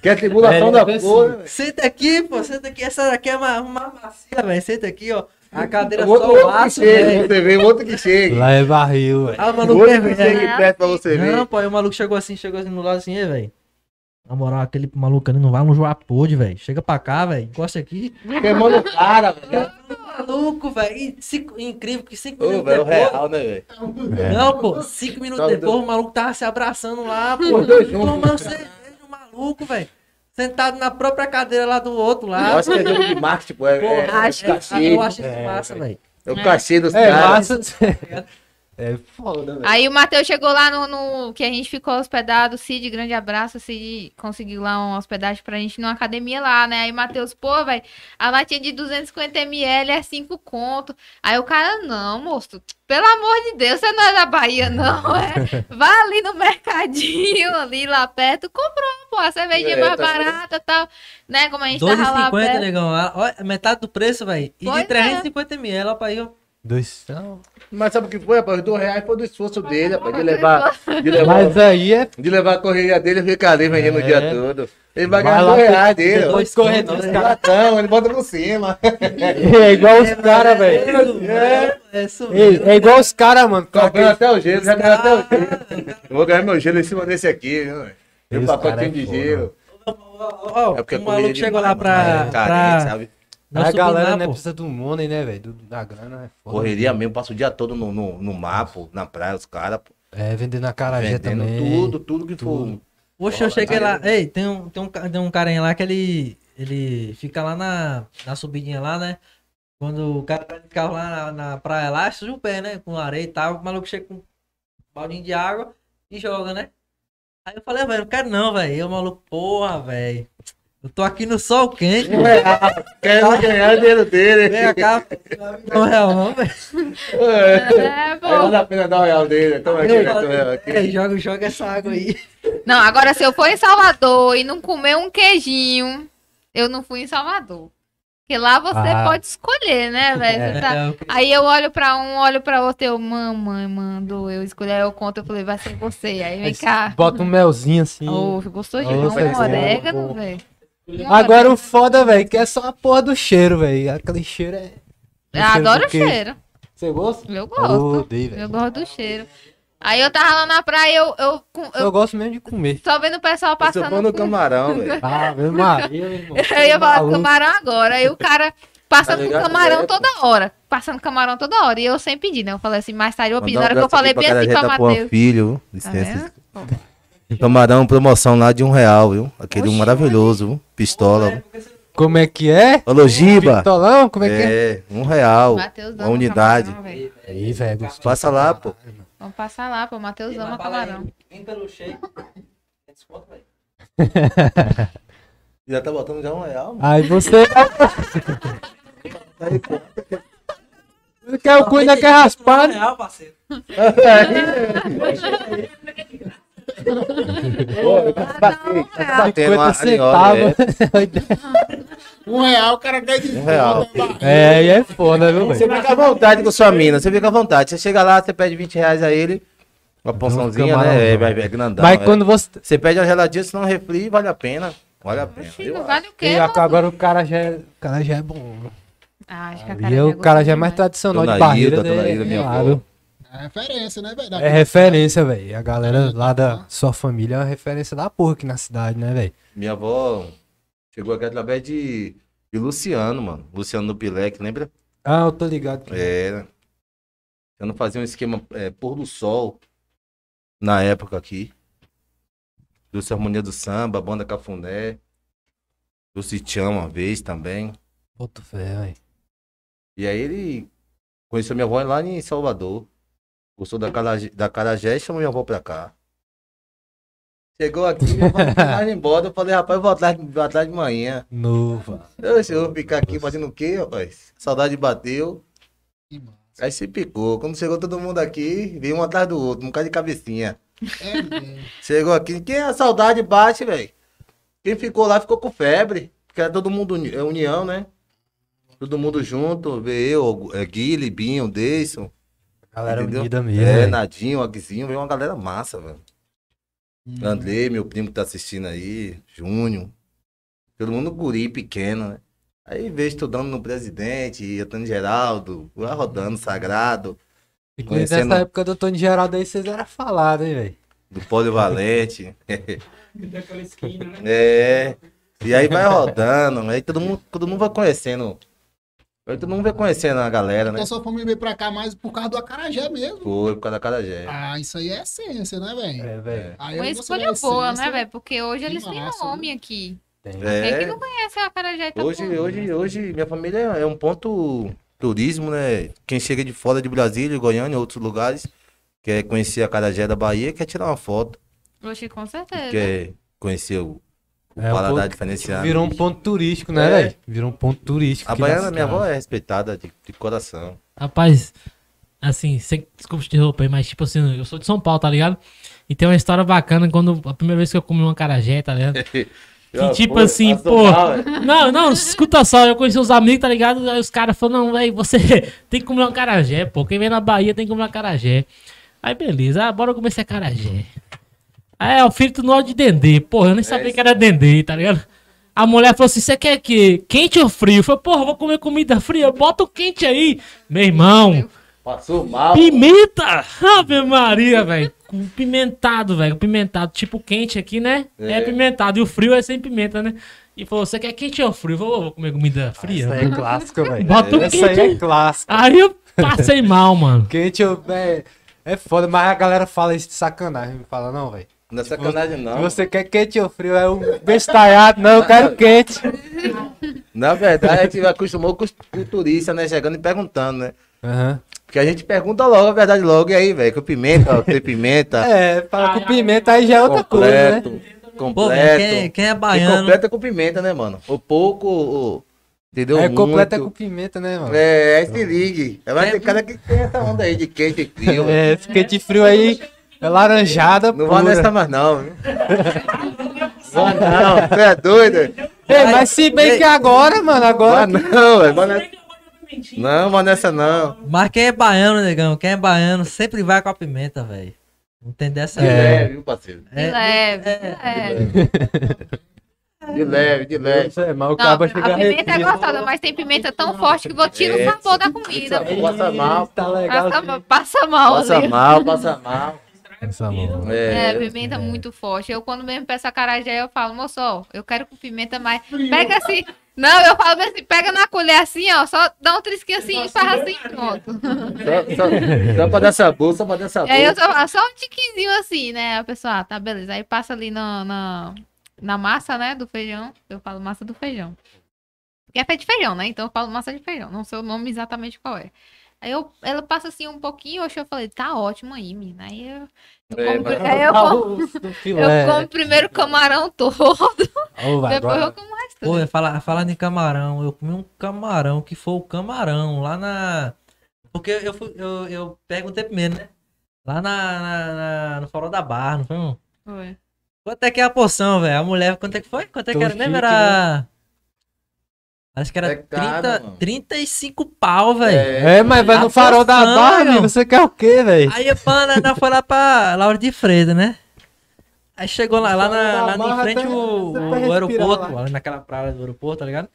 S8: Que é simulação da porra.
S7: Senta aqui, pô, senta aqui. Essa daqui é uma, uma macia, velho. Senta aqui, ó. A cadeira
S8: O outro,
S7: só
S8: o
S7: o
S8: outro que
S7: aço,
S8: chega,
S3: né?
S7: velho.
S8: você vê, o outro que chega.
S2: Lá é barril, velho.
S7: Ah, o
S8: O
S7: maluco
S8: outro que
S7: é,
S8: chega perto pra você ver.
S7: Não, pô, aí o maluco chegou assim, chegou assim no lado assim, "Ei, velho. Na moral, aquele maluco ali não vai no Joapode, velho. Chega pra cá, velho. Encosta aqui.
S8: Queimando o cara, velho.
S7: Maluco, velho. E cinco- Incrível que cinco
S3: Ô,
S7: minutos
S3: velho, o
S7: depois.
S3: real, né, velho?
S7: Não, pô, cinco minutos
S8: Tá
S7: depois
S8: doido.
S7: o maluco tava se abraçando lá, pô,
S8: Os dois juntos.
S7: tomando cerveja, o maluco, velho. Sentado na própria cadeira lá do outro
S3: Eu
S7: lá.
S3: acho que é jogo de marketing, pô. É, é,
S7: Porra,
S1: acho
S3: é cachê,
S7: eu acho um isso massa, velho.
S8: É o cachê dos
S2: É,
S8: caras.
S2: massa. É foda, velho.
S1: Aí o Matheus chegou lá no, no- que a gente ficou hospedado, Cid, grande abraço, Cid conseguiu lá um hospedagem pra gente numa academia lá, né? Aí o Matheus, pô, velho, a latinha de 250ml é 5 conto. Aí o cara, não, moço, pelo amor de Deus, você não é da Bahia, não, é?
S3: [LAUGHS]
S1: Vai ali no mercadinho, ali lá perto, comprou, pô, a cervejinha
S3: É,
S1: mais
S3: tá
S1: barata e tal, né? Como a gente tava lá
S7: 2,50,
S1: perto.
S3: né?
S7: negão. Ah, Olha, metade do preço, velho. E
S1: Pois
S7: de
S1: é.
S7: 350 ml, ó, pra aí, ó.
S2: Dois.
S8: Mas sabe o que foi, rapaz? Dois reais foi do esforço dele, rapaz. De levar, de levar,
S2: Mas aí é
S8: de levar a correria dele e ficar ali vendendo o
S2: É.
S8: dia todo. Ele vai
S2: Vai
S8: ganhar
S2: lá,
S8: dois reais dele. ó.
S7: Dois
S2: corredores,
S7: conto, né?
S8: Latão, ele bota por cima. [LAUGHS]
S2: É igual os
S7: É,
S2: caras,
S7: mas
S2: velho.
S7: É, é, isso
S2: Ei,
S7: mesmo.
S2: É igual os caras, mano.
S8: Comprando até o gelo, já ganhou até o gelo.
S7: Ah,
S8: Eu vou ganhar meu gelo em cima desse aqui, viu? velho? Meu
S2: Esse cara é
S8: pacotinho de
S2: foda.
S8: gelo.
S7: ó, ó,
S3: É porque a
S7: o
S3: comida é
S7: um maluco chegou lá
S3: demais,
S7: pra.
S3: mano, é carente,
S7: pra
S3: sabe?
S2: a
S7: Nelson
S2: galera
S7: Brunel,
S3: é
S2: né,
S7: pô.
S2: precisa do money, né, velho? Do- Da grana é foda.
S3: Correria mesmo, passa o dia todo no, no, no mar, pô, na praia, os caras, pô,
S2: É, vendendo a carajé
S3: vendendo
S2: também.
S3: tudo, tudo que for.
S7: Poxa, eu
S3: Fala,
S7: cheguei lá.
S3: cara.
S7: Ei, tem um, tem um, ca- tem um carinha lá que ele, ele fica lá na, na subidinha lá, né? Quando o cara tá de carro lá na, na praia lá, suja o pé, né? Com areia e tal. O maluco chega com um baldinho de água e joga, né? Aí eu falei, "Ah, velho, não quero não, velho. E o maluco, porra, velho. Eu tô aqui no sol quente.
S3: É,
S8: Quero ganhar o dinheiro dele.
S7: Vem cá, não é real, não, velho.
S8: É.
S1: É,
S8: Aí vale
S1: pô.
S8: a pena dar o real dele. Toma aqui, né? Toma aqui.
S7: Ei, Joga, joga essa água aí.
S1: Não, agora se eu for em Salvador e não comer um queijinho, eu não fui em Salvador. Porque lá você
S2: Ah.
S1: pode escolher,
S2: [LAUGHS]
S1: né, velho? Você tá-
S7: É,
S1: Aí eu olho pra um, olho pra outro, eu, mamãe, mandou eu escolher, aí eu conto, eu falei, vai ser você. Aí vem
S2: Aí
S1: cá.
S2: Bota um melzinho assim.
S1: Ô, gostou de
S2: Ô,
S1: não,
S2: faz
S1: um
S2: bom,
S1: orégano,
S2: bom.
S1: velho? Um
S2: Agora o
S1: orégano.
S2: foda, velho, que é só a porra do cheiro, velho. Aquele cheiro é.
S1: Eu adoro o
S2: do queijo.
S1: cheiro.
S2: Você gosta?
S1: Eu
S2: Eu
S1: gosto. Eu
S2: odeio, velho.
S1: gosto do cheiro. Aí eu tava lá na praia, eu, eu, com- eu
S2: Eu gosto mesmo de comer.
S1: só vendo é o pessoal
S3: Você
S1: passando.
S3: põe no camarão, velho.
S2: Ah,
S1: [LAUGHS]
S2: meu Maria, meu irmão.
S1: Eu ia falar do
S2: Maluco.
S1: camarão agora. Aí o cara
S3: Tá
S1: passando com
S3: ligado?
S1: camarão
S3: É, pô.
S1: toda hora. Passando camarão toda hora. E eu sem pedir, né? Eu falei assim, mais tarde eu pedi. Na hora
S3: Mandar um
S1: que eu
S3: abraço
S1: falei
S3: aqui pra
S1: bem assim
S3: Carajé
S1: pra
S3: da Porra
S1: Matheus.
S3: Filho,
S1: Tá
S3: licença.
S1: vendo?
S3: Camarão, promoção lá de um real, viu? Aquele maravilhoso, viu? Pistola.
S2: Como é que é?
S3: Alô, Giba!
S2: Pistolão, como é que é?
S3: É, um real.
S1: Matheus ama
S3: Uma unidade.
S1: camarão, velho.
S3: É.
S2: Aí, velho, gostoso.
S3: Passa lá, pô.
S1: Vamos passar lá, pô. Matheus ama camarão.
S7: Vem pelo shake. É desconto, velho.
S3: Já tá botando já um real, mano.
S2: Aí você. [LAUGHS] Quer o cu ainda quer raspar, né?
S7: É real, parceiro.
S3: Batendo uma
S2: 50
S3: arinhola, é.
S2: centavos.
S5: Um real, o cara ganha de né,
S3: Um real.
S2: [LAUGHS] É, e é foda, viu,
S3: Você
S2: velho?
S3: fica à vontade com sua mina, você fica à vontade. Você chega lá, você pede 20 reais a ele. Uma porçãozinha,
S2: camarão,
S3: né? É,
S2: mano.
S3: vai- é grandão.
S2: Mas
S3: é.
S2: quando você.
S3: Você pede uma geladinha, senão um refri, vale a pena. Vale a pena.
S1: Oxi, não
S3: Eu
S1: vale o quê,
S2: E
S1: mano?
S2: agora o cara já é, o cara já é bom.
S1: Ah, acho que a cara
S2: E eu- o cara já é mais tradicional
S3: Dona
S2: de barreira.
S3: Hilda, Dona
S2: né?
S3: Hilda, minha
S2: Claro.
S3: avó.
S5: É referência, né, velho?
S2: É referência, velho. A galera lá da sua família é uma referência da porra aqui na cidade, né, velho?
S3: Minha avó chegou aqui através de, de Luciano, mano. Luciano do Pilec, lembra?
S2: Ah, eu tô ligado. que-
S3: Era. Eu não fazia um esquema é, pôr do sol na época aqui. Doce Harmonia do Samba, Banda Cafuné. Doce Tchão uma vez também.
S2: Boto fé, velho.
S3: E aí ele conheceu minha avó lá em Salvador. Gostou da Carajé, da Carajé e chamou minha avó pra cá. Chegou aqui, minha avó foi embora. Eu falei, rapaz, eu vou atrás, vou atrás de manhã.
S2: Novo.
S3: Eu, se eu vou ficar aqui fazendo o quê, rapaz? Saudade bateu. Aí se picou. Quando chegou todo mundo aqui, veio um atrás do outro, um cara de cabecinha.
S5: É, velho.
S3: Chegou aqui, quem é a saudade bate, velho? Quem ficou lá ficou com febre, porque era todo mundo uni- é união, né? Todo mundo junto, veio eu, é, Gui, Libinho, Deison,
S2: Galera
S3: Entendeu?
S2: unida mesmo.
S3: É,
S2: velho.
S3: Nadinho, Aguizinho, veio uma galera massa, velho.
S5: Uhum.
S3: Andrei, meu primo que tá assistindo aí, Júnior. Todo mundo guri pequeno, né? Aí veio estudando no presidente, Antônio Geraldo, lá rodando, sagrado,
S2: Inclusive
S3: conhecendo-
S2: nessa época do Tony Geraldo aí, vocês eram falados, hein, velho?
S3: do polivalente.
S9: Daquela esquina, né?
S3: É. E aí vai rodando, aí todo mundo, todo mundo vai conhecendo. Aí todo mundo vai conhecendo a galera, né?
S5: Então só fomos ver pra cá mais por causa do acarajé mesmo.
S3: Foi por causa da Carajé.
S5: Ah, isso aí é essência, né, velho?
S2: É, velho.
S5: Aí
S1: Uma
S5: eu vou saber
S1: escolha
S5: a
S1: boa,
S5: essência.
S1: né, velho? Porque hoje eles têm
S5: Massa,
S1: nome aqui.
S2: Tem.
S1: Quem que
S3: É.
S1: não conhece a cara
S7: Tá
S1: já
S3: Hoje, hoje, hoje, minha família é um ponto turismo, né? Quem chega de fora de Brasília, Goiânia, outros lugares, quer conhecer a Carajé da Bahia, quer tirar uma foto,
S1: Hoje, com
S7: É, né?
S1: certeza.
S3: quer conhecer o, o
S2: É, um
S3: paladar
S2: ponto-
S3: diferenciado.
S2: Virou um ponto turístico, né,
S3: É.
S2: velho? Virou um né? ponto turístico.
S3: A
S2: que
S3: Baiana,
S2: lascado.
S3: minha avó, é respeitada de, de coração.
S6: Rapaz, assim, cê- desculpa te interromper, mas tipo assim, eu sou de São Paulo, tá ligado? E tem uma história bacana quando a primeira vez que eu comi uma carajé, tá ligado? Que tipo assim, pô. Não, não, escuta só, eu conheci uns amigos, tá ligado? Aí os caras falaram, não, velho, você [LAUGHS] tem que comer uma carajé, pô. Quem vem na Bahia tem que comer uma carajé. Aí beleza, ah, bora comer esse carajé. Aí é o filho do de Dendê, porra, eu nem sabia que era Dendê, tá ligado? A mulher falou assim: você quer que quente ou frio? Eu falei, porra, eu vou comer comida fria, bota o quente aí. Meu irmão,
S8: Passou mal.
S6: pimenta! Ave Maria, velho. Com Pimentado, velho. Pimentado. Tipo quente aqui, né? É. pimentado. E o frio é sem pimenta, né? E falou: você quer quente ou frio? Eu falei, "Eu vou comer comida fria.
S2: Essa aí é clássica, velho.
S6: Bota um
S2: Essa aí
S6: quente
S2: é
S6: aí.
S2: clássica.
S6: Aí eu passei mal, mano.
S2: Quente eu- é, é foda, mas a galera fala isso de sacanagem. Me fala, não, velho.
S3: Não é sacanagem, não.
S2: Se você quer quente ou frio, é um [LAUGHS] bestalhado. Não, eu quero quente.
S3: Na verdade, a gente acostumou com os- com o turista, né? Chegando e perguntando, né?
S2: Aham.
S3: Porque a gente pergunta logo a verdade, logo, e aí, velho? Com pimenta, tem pimenta,
S2: É, fala com pimenta aí já é outra coisa,
S3: completo,
S2: né?
S7: Pô,
S3: completo.
S7: quem, quem é
S3: Porque
S7: baiano.
S3: completo é com pimenta, né, mano? O pouco, o... entendeu?
S2: É completo é com
S3: Muito.
S2: pimenta, né, mano?
S3: É, aí se ligue. Vai ter cara que tem essa onda aí de quente e frio.
S2: É, esse quente frio aí é laranjada,
S3: Não vá
S2: pura.
S3: nessa mais não, viu? Vá não, tu é doido?
S2: Ei, mas se bem que agora, mano,
S3: Vá
S2: agora...
S3: não, velho, vá nessa... Não, vá nessa não.
S7: Mas quem é baiano, negão? Quem é baiano sempre vai com a pimenta, velho. Não tem dessa.
S2: É.
S3: De
S7: não.
S3: leve, viu, parceiro?
S1: De leve, de leve.
S3: De leve, de leve.
S2: Isso é, mas o
S1: Não, a
S2: cabo chega
S1: pimenta é
S2: arrepia.
S1: gostosa, mas tem pimenta tão forte que vou tirar o
S3: É,
S1: sabor da comida.
S3: sabor. Passa mal.
S2: Tá legal.
S1: Passa, mal- passa mal,
S3: Passa
S1: ali.
S3: mal, passa mal.
S2: Passa mal.
S1: É,
S3: É,
S1: pimenta muito forte. Eu, quando mesmo peço acarajé, eu falo, moço, ó, eu quero com pimenta mais. Pega assim. Não, eu falo mesmo assim, pega na colher assim, ó, só dá um trisquinho assim e farra assim,
S3: Tá
S1: pronto.
S3: só, só, só pra dar sabor, só pra dar sabor.
S1: Aí eu só falo, só um tiquezinho assim, né? A pessoa, ah, tá, beleza. Aí passa ali na, na, na massa, né, do feijão. Eu falo massa do feijão. Porque é pé de feijão, né? Então eu falo massa de feijão. Não sei o nome exatamente qual é. Aí eu, ela passa assim um pouquinho, oxe, eu falei, tá ótimo aí, menina. Aí eu, eu
S3: É,
S1: como,
S3: mas-
S1: aí
S2: Ah,
S1: eu como-
S2: É.
S1: eu como primeiro o camarão todo. Depois eu como o resto.
S7: Pô, falar fala de camarão, eu comi um camarão que foi o camarão lá na. Porque eu, fui, eu, eu perguntei primeiro, né? Lá na, na- na- no farol da barra, não foi, irmão?
S1: Foi.
S7: Quanto é que é a porção, velho? A mulher, quanto é que foi? Quanto é que
S2: Tô
S7: era? Lembra?
S2: chique,
S7: Era. Acho que era
S3: É caro,
S7: 30,
S3: mano.
S7: 35 pau, velho.
S2: É, mas vai no farol da
S7: Atenção,
S2: barra,
S7: meu.
S2: amigo. Você quer o quê, velho?
S7: Aí a pana tá, foi lá pra Laura de Freitas, né? Aí chegou lá, lá, na, lá
S2: Barra
S7: em frente
S2: até-
S7: o,
S2: até
S7: o
S2: respirar
S7: aeroporto, lá naquela praia do aeroporto, tá ligado?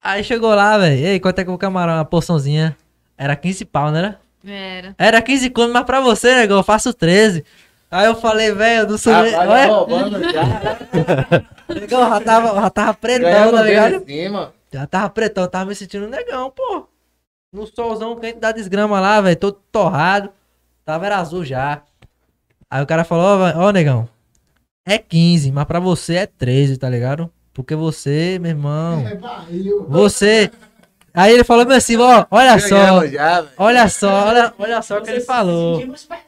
S7: Aí chegou lá, velho. Ei, quanto é que o camarão, uma porçãozinha? Era 15 pau, não era?
S1: Era.
S7: Era 15 conto, mas pra você, negão, eu faço 13. Aí eu falei, velho, do
S2: né?
S7: sul.
S3: Rapaz, tá
S7: Ué,
S3: roubando já.
S7: negão, eu já tava, eu já tava pretão,
S3: Ganhando
S7: tá ligado?
S3: bem em cima.
S7: Já tava pretão, eu tava me sentindo negão, pô. No solzão quente da desgrama lá, velho, todo torrado. Tava era azul já. Aí o cara falou, ó, vai- ó, negão, é 15, mas pra você é 13, tá ligado? Porque você, meu irmão,
S5: É barril.
S7: você... Aí ele falou assim, ó, olha só,
S3: Ganhando já, velho.
S7: olha só, olha, olha só o que ele falou.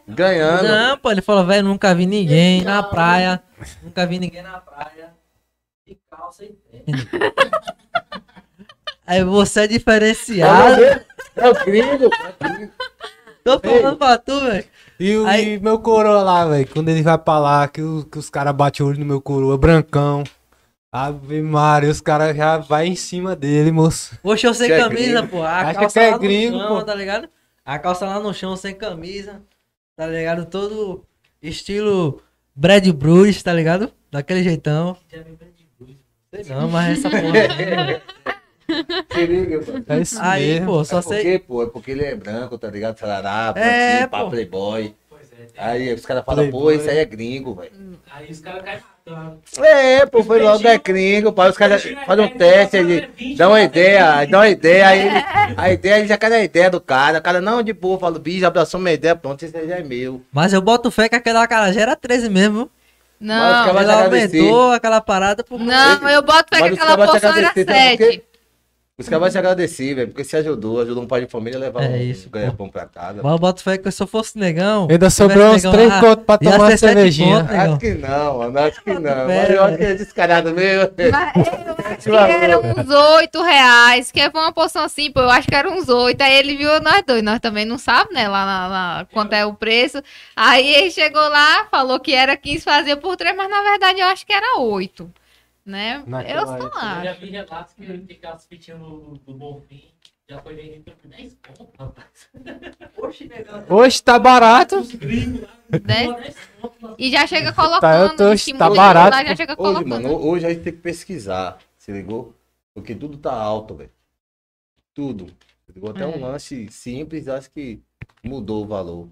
S3: Ganhando.
S7: Não, pô, ele falou, velho, nunca vi ninguém na praia. Nunca vi ninguém na praia. E calça e tênis. Aí você é diferenciado.
S3: É o gringo.
S7: Tô falando pra tu, velho.
S2: E, o,
S7: Aí-
S2: e meu coroa lá, velho. Quando ele vai pra lá, que, o- que os caras batem o olho no meu coroa, brancão. Ave Maria, os caras já vai em cima dele, moço.
S7: Poxa, eu sem
S3: Você é
S7: camisa,
S3: gringo.
S7: pô. A
S2: Acha
S7: calça
S2: que é
S7: lá no
S2: gringo,
S7: chão,
S2: pô.
S7: tá ligado? A calça lá no chão, sem camisa, tá ligado? Todo estilo Brad Bruce, tá ligado? Daquele jeitão. Sei não, mas essa porra.
S3: Se liga, mano.
S2: É isso
S7: Aí,
S2: mesmo.
S7: pô, só
S3: é porque,
S7: sei.
S3: pô, é porque ele é branco, tá ligado? Sarará,
S7: É,
S3: branquinho, pá,
S7: pô.
S3: playboy. Aí os caras falam, pô, isso aí é gringo, velho.
S6: Aí os caras caem matando.
S3: É, pô, foi logo é gringo, pá. Os caras fazem um teste, ele dá uma ideia, dá uma ideia, aí ele- a ideia, ele já cai na ideia do cara. O cara, não, de boa, fala, bicho, abraçou minha ideia, pronto, isso aí já é meu.
S7: Mas eu boto fé que aquela cara já era 13 mesmo.
S3: Mas os
S1: Não,
S3: caras-
S7: Ela
S3: agradecer.
S7: aumentou aquela parada por
S1: não, eu boto fé que
S3: Mas os
S1: aquela
S3: caras vão te
S1: porção era
S2: assim,
S3: agradecer, sabe por
S1: sete.
S3: quê? Os caras vão te agradecer, velho, porque se ajudou, ajudou um pai de família a levar
S7: É
S3: um
S7: isso, pô.
S3: ganha-pão pra casa.
S7: Mas eu boto fé que se eu fosse negão.
S2: Ainda
S7: se tivesse
S2: sobrou uns
S7: negão
S2: três
S7: lá,
S2: contos pra
S7: ia
S2: tomar
S7: ser sete
S2: cervejinha.
S7: conto, negão.
S3: Acho que não, mano, acho que não. Mas
S7: velho.
S3: eu acho que é descarado mesmo.
S1: Mas
S2: [LAUGHS]
S1: eu acho que era uns oito reais, que foi uma porção assim, pô, eu acho que era uns oito. Aí ele viu nós dois, nós também não sabe, né, lá, na- lá quanto é o preço. Aí ele chegou lá, falou que era 15, fazia por três, mas na verdade eu acho que era oito, né?
S2: Naquela
S1: eu sei
S2: época. né?
S1: lá.
S6: Eu já vi relatos que ele ficava fitinhas no- do Bonfim. Já foi vendido por 10 pontos, rapaz. Oxe, negão.
S2: Hoje tá barato.
S6: Gringo lá.
S5: É.
S1: Dez.
S6: pô, 10 pontos. lá.
S1: né? E já chega colocando.
S2: Tá, eu tô-
S1: estimula
S2: tá
S1: ele
S2: barato.
S1: lá, já chega
S3: Hoje,
S1: colocando.
S3: mano, hoje a gente tem que pesquisar, se ligou? Porque tudo tá alto, velho. Tudo. Se ligou? Até
S1: É.
S3: um lanche simples, acho que mudou o valor.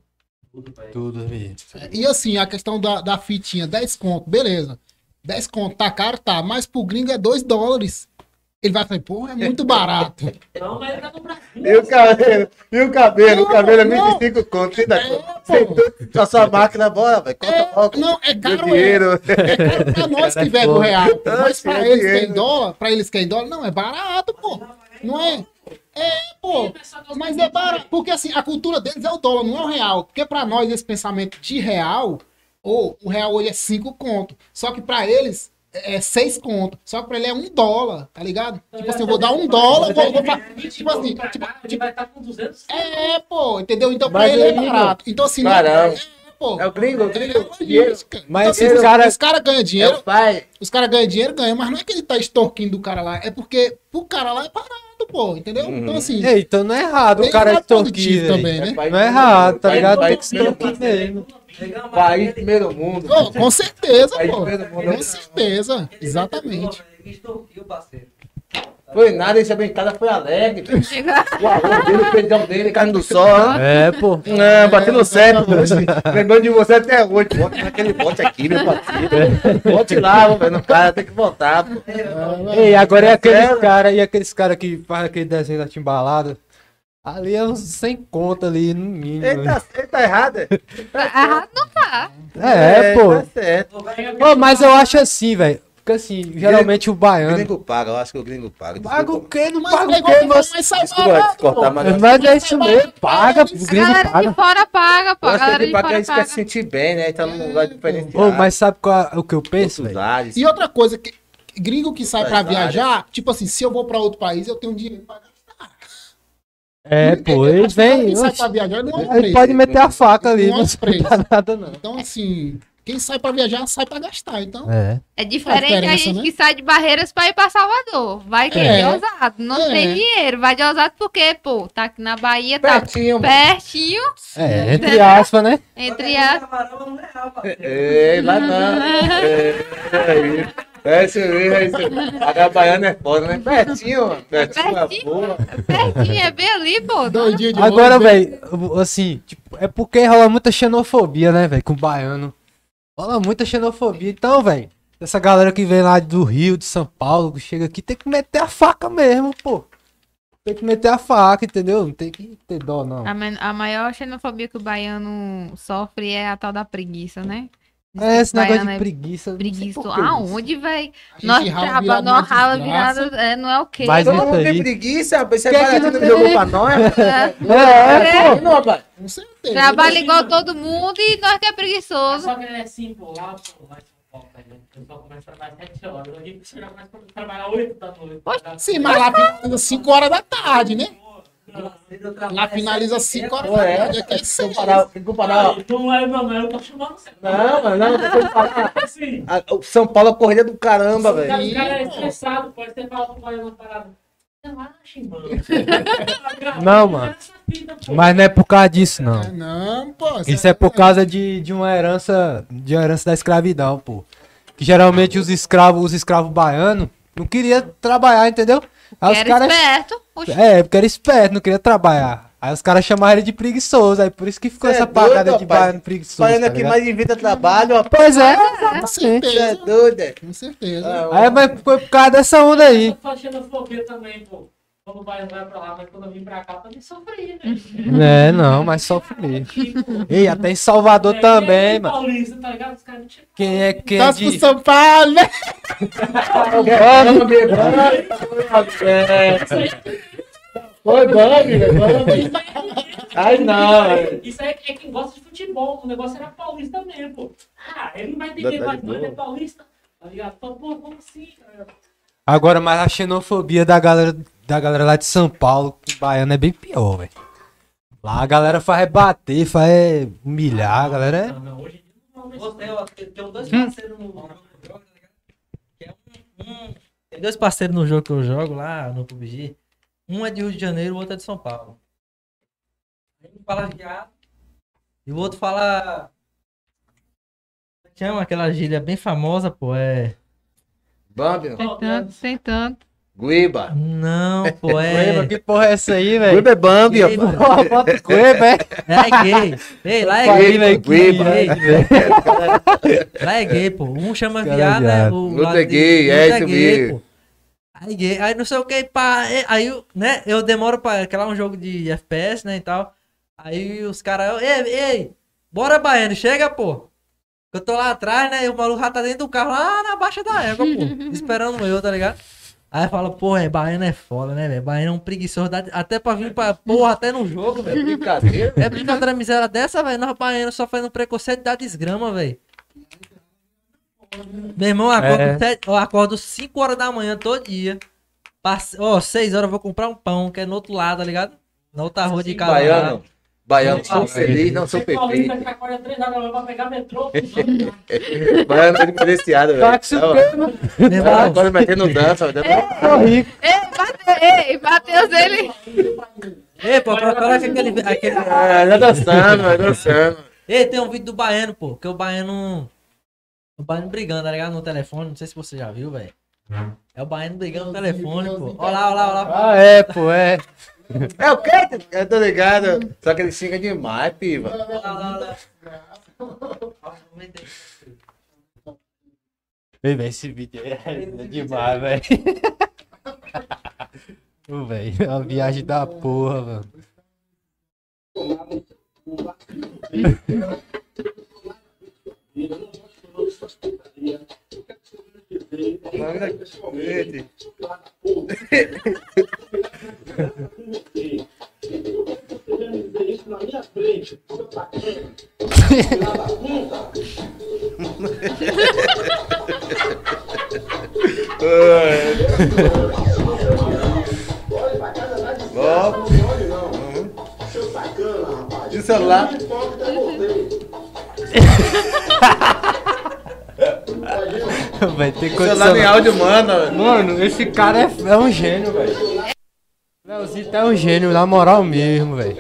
S6: Tudo, velho.
S2: Tudo, vi.
S5: E assim, a questão da, da fitinha, 10 conto, beleza. 10 conto, tá caro, tá. Mas pro gringo é 2 dólares. Ele vai falar, porra, é muito barato.
S3: [LAUGHS]
S6: Não, mas ele tá no Brasil.
S3: E o cabelo? E o cabelo? o
S5: Não,
S3: cabelo é
S5: não.
S3: 25 conto. Você dá
S5: É,
S3: conta?
S5: pô.
S3: Com a sua máquina, bora, velho. Conta
S5: É,
S3: logo.
S5: não, é
S3: Meu
S5: caro, é.
S3: dinheiro. é
S5: É caro pra nós que vem o real. pô. Mas pra
S3: Tá, Meu
S5: eles que é
S3: dinheiro.
S5: em dólar, pra eles que é em dólar, não, é barato, pô. Não é? É, pô. Mas é barato. Porque assim, a cultura deles é o dólar, não é o real. Porque pra nós, esse pensamento de real, ou o real hoje é 5 conto. Só que pra eles. É 6 conto. Só que pra ele é um dólar, tá ligado?
S6: Então
S5: Tipo assim, eu vou dar um dólar, vou, vou fa- Tipo assim,
S6: Pra
S5: tipo,
S6: cá, ele vai estar com 200.
S5: é, pô, entendeu? Então pra
S3: Mas
S5: ele é
S3: aí, pô,
S5: barato. Então assim, não-
S3: Caramba.
S5: é, pô.
S3: É o gringo, o
S5: Ele é
S3: gringo.
S5: uma
S3: Dinheiro.
S5: logística.
S2: Mas
S5: Então,
S2: esses
S5: assim,
S2: caras-
S5: Os caras ganham
S3: É
S5: dinheiro,
S3: o pai.
S5: os caras ganham dinheiro, ganham, mas não é que ele tá extorquindo o cara lá, é porque pro cara lá é parado, pô, entendeu?
S3: Uhum.
S5: Então, assim,
S2: Ei, então não é errado o
S5: tem
S2: cara
S5: lado
S2: extorquir,
S5: positivo
S2: velho.
S5: também, né?
S3: pai
S2: Não é
S3: do
S2: errado,
S3: mundo,
S2: tá
S3: pai do
S2: ligado?
S3: pai
S2: Tem
S3: do
S2: que
S3: mundo,
S2: extorquir mesmo.
S7: Negão, mas
S3: País
S7: ele-
S3: primeiro mundo.
S5: Ô, com certeza,
S3: País
S5: pô.
S3: primeiro mundo. assim,
S5: Com certeza,
S7: ele-
S5: exatamente.
S7: Ele extorquiu o parceiro.
S3: Foi nada, esse abençada
S1: [LAUGHS]
S3: foi alegre. velho.
S1: Chega-
S3: O arroz dele, o feijão dele, carne do sol.
S2: É, pô.
S3: Não, batendo certo hoje. Lembrando de você até hoje. Bota naquele bote aqui, meu parceiro. [LAUGHS] Bote lá, velho, no cara, tem que voltar. Pô.
S2: Ei, agora é aqueles caras, e aqueles caras que faz aquele desenho da timbalada. Ali é uns sem conta ali, no mínimo.
S3: Ele tá, ele tá errado. é?
S1: Ah, não tá.
S2: É,
S3: Tá
S2: pô.
S3: certo.
S2: Pô, mas eu acho assim, velho. Porque assim, geralmente o
S3: O
S2: baiano.
S3: gringo paga, eu acho que o gringo paga.
S2: Paga o
S3: Desculpa.
S2: quê? Não
S5: Mas
S2: paga
S5: é
S2: o
S5: igual
S2: quê?
S5: que
S2: Mas,
S5: mas sai
S3: Desculpa
S5: barato,
S3: cortar, mas eu acho-
S2: mas é isso mesmo. Paga, o
S1: A galera
S2: gringo paga.
S1: de fora paga, pô.
S3: eu
S1: A
S3: acho que
S1: galera
S3: ele
S1: de
S3: paga,
S1: fora
S3: ele quer
S1: paga.
S3: se sentir bem, né? Ele tá num lugar diferente.
S2: Ô, mas sabe qual, é o que eu penso, velho?
S5: E outra coisa, que, gringo que sai pra
S3: Empresário.
S5: viajar, tipo assim, se eu vou pra outro país, eu tenho dinheiro pra gastar.
S2: É, pô,
S5: Eu
S2: ele
S5: acho que o cara
S2: vem.
S5: que sai
S2: oxe,
S5: pra viajar não é um
S2: Ele
S5: preço.
S2: pode né? meter a faca ali,
S5: Não é
S2: não
S5: um
S2: sai
S5: preço.
S2: pra nada, não.
S5: Então, assim, quem sai pra viajar, sai pra gastar. Então,
S2: É.
S1: É diferente a
S5: diferença,
S1: gente
S5: né?
S1: que sai de Barreiras pra ir pra Salvador. Vai que
S5: É.
S1: é. de Ousado. Não
S5: É.
S1: tem dinheiro. Vai de Ousado porque, pô, tá aqui na Bahia, tá
S3: Pertinho, mano.
S1: pertinho,
S2: É, entre aspas, né?
S1: entre as...
S7: Camarão é um real, parceiro.
S3: Ei, lá não. É, é isso. É isso mesmo, é isso mesmo. A baiana é foda, né? Pertinho, mano. Pertinho é
S1: Pertinho.
S3: boa.
S1: Pertinho, é bem ali, pô.
S5: dois dias de
S2: Agora,
S5: longe,
S2: velho, assim, tipo, é porque rola muita xenofobia, né, velho, com o baiano. Rola muita xenofobia. Então, velho, essa galera que vem lá do Rio, de São Paulo, que chega aqui, tem que meter a faca mesmo, pô. Tem que meter a faca, entendeu? Não tem que ter dó, não.
S1: A, men- a maior xenofobia que o baiano sofre é a tal da preguiça, né? Diz
S2: É,
S1: que
S2: esse
S1: o
S2: negócio
S1: baiano
S2: de preguiça. não sei
S1: preguiçoso.
S2: por que isso.
S1: Aonde, velho?
S5: A gente
S1: Nós
S5: rala
S1: trabalhamos,
S5: virado
S1: nós
S5: na
S1: rala
S5: desgraça.
S1: virado, é, não é o quê?
S2: Mas
S3: Todo
S2: isso
S3: mundo tem
S2: aí.
S3: preguiça, rapaz. Você é
S2: Quem é que
S3: baratinho
S2: não
S3: que
S2: tem?
S3: jogou pra nós.
S1: É,
S2: É, pô.
S3: Não, rapaz.
S5: Com certeza.
S1: trabalha igual todo mundo e nós que é preguiçoso.
S6: Só que é assim, pô, lá, pô, lá em São Paulo, velho. né? O pessoal começa a trabalhar 7 horas. Aqui o pessoal começa a trabalhar 8 da noite. tá?
S5: Sim, mas lá finaliza 5 horas da tarde, né?
S7: Eu trabalho
S5: Lá É, finaliza
S7: sete
S5: 5
S7: horas.
S5: horas
S3: Pô,
S5: da
S3: é?
S5: tarde. Aqui é seis.
S3: Comparar, tem que comparar. ó.
S6: Não é, não, não, eu tô chamando você.
S3: Não, mano, não, tem que comparar.
S6: Assim,
S3: A- o São Paulo é corrida do caramba, velho.
S6: o cara é estressado, pode ter falado com o baiano na parada. Relaxem, mano.
S2: [LAUGHS] Não, mano. Mas não é por causa disso, não.
S5: É, Não, pô.
S2: Isso é por causa de, de uma herança de uma herança da escravidão, pô. Que geralmente os escravos, os escravos baianos, não queria trabalhar, entendeu? Aí os
S1: Era
S2: caras.
S1: esperto. Oxi.
S2: É, porque era esperto, não queria trabalhar. Aí os caras chamaram ele de preguiçoso, aí por isso que ficou
S3: Cê é
S2: essa parada
S3: doido,
S2: de
S3: rapaz.
S2: baiano preguiçoso.
S3: Falando
S2: tá
S3: aqui
S2: ligado?
S3: mais de vida trabalho, ó.
S2: Pois é,
S5: Com
S2: exatamente.
S3: Você é
S5: certeza.
S3: doido, é.
S5: Com certeza.
S2: Aí mas foi por causa dessa onda aí.
S6: Eu tô achando fofoqueiro também, pô. Quando o Bahia vai pra lá, mas quando eu vim pra cá, eu também sofri, velho.
S2: É, não, mas só fui. [LAUGHS] Ei, até em Salvador também, mano.
S6: É, Paulista, tá ligado? Os caras
S2: [LAUGHS]
S6: não tiram.
S2: Quem é quem é
S5: Tá pro
S2: de...
S5: São Paulo, né?
S3: Vamos, Big Brother. Foi bom, Big Brother. Ai, não, velho.
S6: Isso aí é quem gosta de futebol. O negócio era paulista mesmo, pô. Ah, ele não vai
S3: Tá-
S6: entender
S3: tá
S6: mais,
S3: de
S6: mas ele é
S3: boa.
S6: paulista. Tá ligado? Então, pô, como assim, cara?
S2: Agora, mas a xenofobia da galera, da galera lá de São Paulo, que baiano é bem pior, velho. Lá a galera faz é bater, faz é humilhar, a galera é.
S6: Não, não, hoje em dia não, mas...
S7: Você, ó, tem, tem dois parceiros no jogo que eu jogo, tá ligado? Que é um- um- Tem dois parceiros no jogo que eu jogo lá no PUBG. Um é de Rio de Janeiro, o outro é de São Paulo. Aí Um fala viado e o outro fala. Como é que Chama aquela gíria bem famosa, pô. É.
S3: Bambi,
S1: Tem tanto, tem tanto.
S3: Guiba.
S7: Não, pô,
S2: [LAUGHS] Cueba,
S7: é.
S2: que porra é essa aí, velho?
S3: Guiba é Bambi, ó.
S7: Gay, mano.
S2: Porra, bota Cueba, é?
S7: É gay. Ei, lá é
S3: Guiba,
S7: gay.
S2: Ele aqui,
S3: Guiba.
S2: né?
S7: Gay, [LAUGHS] Lá é gay, pô. Um chama
S2: Cara,
S7: viado, né?
S2: viado.
S7: O
S3: Outro
S7: lado
S3: é
S7: de-
S3: gay, é
S7: outro
S3: isso mesmo.
S7: pô. Aí gay, aí não sei o que, pá. é, Aí, eu, né? Eu demoro pra. Que lá é um jogo de FPS, né? E tal. Aí os caras. Ei, ei, bora, baiano, chega, pô. Eu tô lá atrás, né? E o maluco já tá dentro do carro, lá na baixa da égua, pô. esperando eu, tá ligado? Aí fala, porra, é, baiano é foda, né, velho? Baiano é um preguiçoso, dá- até pra vir pra porra, até no jogo, velho.
S3: Brincadeira.
S7: É brincadeira miséria dessa, velho. Nós baianos só fazendo preconceito da desgrama, velho. Meu irmão, eu acordo,
S2: É.
S7: sete- eu acordo 5 horas da manhã todo dia. Passe- Ó, 6 horas eu vou comprar um pão, que é no outro lado, tá ligado? Na outra rua de casa. lá.
S3: Baiano. Baiano, sou
S6: Nossa,
S3: feliz, não sou
S6: Tem paulista
S3: perfeito.
S6: que acorda três horas da manhã pra pegar [LAUGHS] metrô. tudo.
S3: [LAUGHS] Baiano é diferenciado, velho.
S2: Táxi
S3: Não,
S2: Cueba.
S7: Meu
S3: ela
S7: irmão,
S3: Agora metendo dança. dança.
S2: Tô tá rico.
S1: Ei, Mateus, ei, Mateus, ele.
S7: ei, pô, procura aquele. aquele...
S3: Ah, já dançando, já dançando.
S7: Ei, tem um vídeo do baiano, pô, que o baiano. O baiano brigando, tá ligado? No telefone, não sei se você já viu, velho. É o baiano brigando no telefone, pô. Olha lá, olha lá, olha lá.
S2: Ah, é, pô, é.
S3: É o quê? Eu tô ligado. Só que ele xinga demais, piva.
S7: Olha lá, olha lá.
S2: Ei, velho, esse vídeo aí é demais, velho. Ô, velho, é uma viagem da porra, mano. [LAUGHS]
S3: Ó. Uhum. E o celular?
S2: Vai ter
S3: O celular
S2: condição.
S3: em áudio manda. [LAUGHS]
S2: Mano, esse cara é, é um gênio, velho. Leozito é um gênio, na moral mesmo, velho.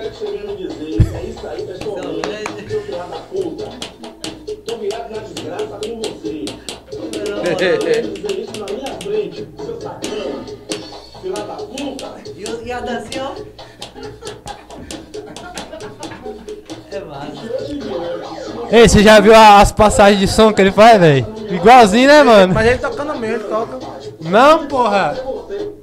S7: E, e a dancinha, ó. É massa.
S2: Ei, você já viu a- as passagens de som que ele faz, velho? Igualzinho, né, mano?
S3: Mas ele tocando mesmo, ele toca.
S2: Não, porra!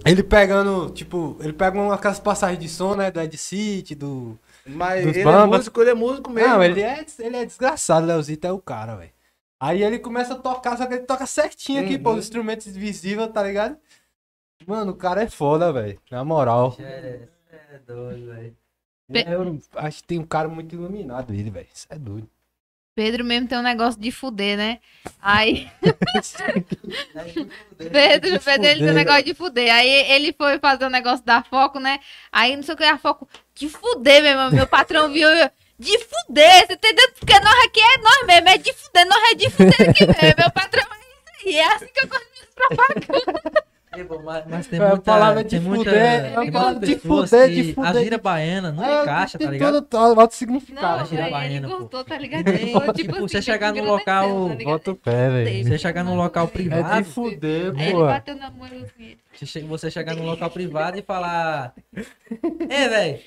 S2: Ele pegando, tipo, ele pega uma- aquelas passagens de som, né, do Ed City, do...
S3: Mas
S2: Dos
S3: ele é
S2: bambas.
S3: músico, ele é músico mesmo.
S2: Não, ele é, ele é desgraçado, Leozito é o cara, velho. Aí ele começa a tocar, só que ele toca certinho aqui, pô, os instrumentos visíveis, tá ligado? Mano, o cara é foda, velho, na moral.
S7: É, é doido, velho.
S1: Pe-
S2: Eu acho que tem um cara muito iluminado ele, velho, isso é doido.
S1: Pedro mesmo tem um negócio de fuder, né? Aí. Pedro, Pedro, ele tem um negócio de fuder. Aí ele foi fazer o negócio da Foco, né? Aí não sei o que a Foco. De fuder, meu irmão. Meu patrão viu. eu, De fuder, você entendeu? Porque nós aqui é nós mesmo, é de fuder, nós é de fuder aqui mesmo. Meu patrão é isso aí. É assim que eu gosto de propaganda.
S7: Eba, mas, mas tem
S2: É,
S7: muita.
S2: palavra de
S7: tem muita,
S2: fuder, é
S7: tem
S2: palavra
S7: muitas
S2: de
S7: pessoas
S2: fuder,
S7: que
S2: de fuder,
S7: A gíria
S2: de-
S7: baiana não
S2: É,
S7: encaixa,
S2: tem
S7: tá ligado?
S2: todo alto
S7: Cara,
S1: Não,
S2: significado.
S7: gira
S1: velho,
S7: baiana,
S1: ele
S7: pô.
S1: gostou, tá
S7: E
S1: ligado?
S7: [LAUGHS] tem,
S1: Ele ficou,
S7: tipo,
S1: assim,
S7: você chegar num
S1: engrandecendo,
S7: local-
S1: tá ligado?
S2: Bota o pé, velho.
S7: Você chegar num local
S2: É de
S7: privado,
S2: fuder,
S1: Aí ele
S2: pô.
S1: bateu na mão assim.
S7: você che- você chegar num local privado e falar. Ei, velho,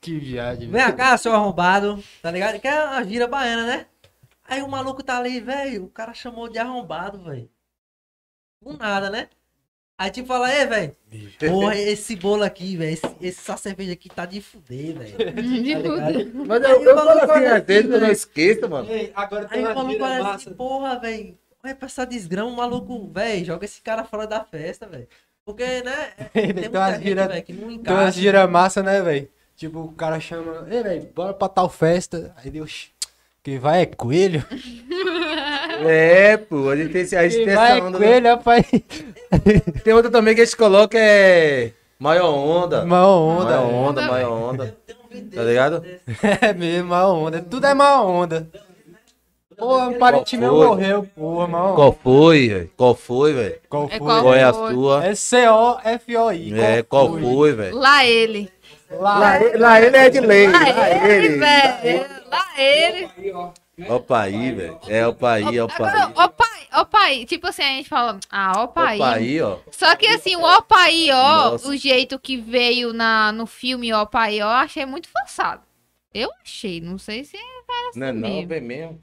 S2: Que viagem,
S7: vem cá, seu arrombado, tá ligado? Que é a gíria baiana, né? Aí o maluco tá ali, velho, o cara chamou de arrombado, velho. Do nada, né? Aí te fala, ei, velho, porra, esse bolo aqui, velho, esse- essa cerveja aqui tá de fuder, velho. Tá
S1: De tudo.
S3: Mas eu, eu falo assim, às vezes eu não esqueço, mano.
S10: Ei, agora tem
S7: Aí o
S10: uma
S7: maluco
S10: gíria
S7: olha
S10: massa.
S7: assim, porra, velho. Olha pra essa desgrama, o maluco, velho, joga esse cara fora da festa, velho. Porque, né, tem
S2: Tem
S7: muita
S2: umas
S7: gente,
S2: gíria-
S7: velho, que não
S2: Tem umas
S7: encaixa.
S2: gíria massa, né, velho? Tipo, o cara chama, ei, velho, bora pra tal festa. Aí Deus, quem vai é coelho.
S3: É, pô, a gente tem esse- a gente
S2: Quem
S3: tem
S2: vai
S3: essa
S2: é
S3: onda. né?
S2: coelho, rapaz.
S3: Tem outra também que a gente coloca é. Maior onda.
S2: Mal onda.
S3: Maior
S2: é.
S3: onda, maior onda.
S7: Tem um vídeo
S3: Tá ligado?
S2: [LAUGHS] É mesmo, mal onda. Tudo é mal onda. Porra, um parente meu
S3: Qual foi?
S2: morreu, porra, mal onda.
S3: Qual foi, velho? Qual foi, velho?
S2: Qual
S1: É
S2: foi?
S1: qual-
S3: Qual é a
S1: foi?
S3: sua?
S2: É C-O-F-O-I.
S3: É, qual foi, velho?
S1: Lá ele.
S2: Lá,
S3: Lá ele é de lei.
S1: Lá ele,
S3: é,
S1: velho. Lá ele.
S3: Opa aí, velho. É, opa aí, opa aí.
S1: Agora, opa, opa aí. Tipo assim, a gente fala, ah, opa
S3: Opa
S1: aí.
S3: aí, ó.
S1: Só que assim, o opa aí, ó,
S3: Nossa.
S1: o jeito que veio na, no filme opa aí, ó, achei muito forçado. Eu achei, não sei se
S3: Não é não,
S1: mesmo.
S3: vem mesmo.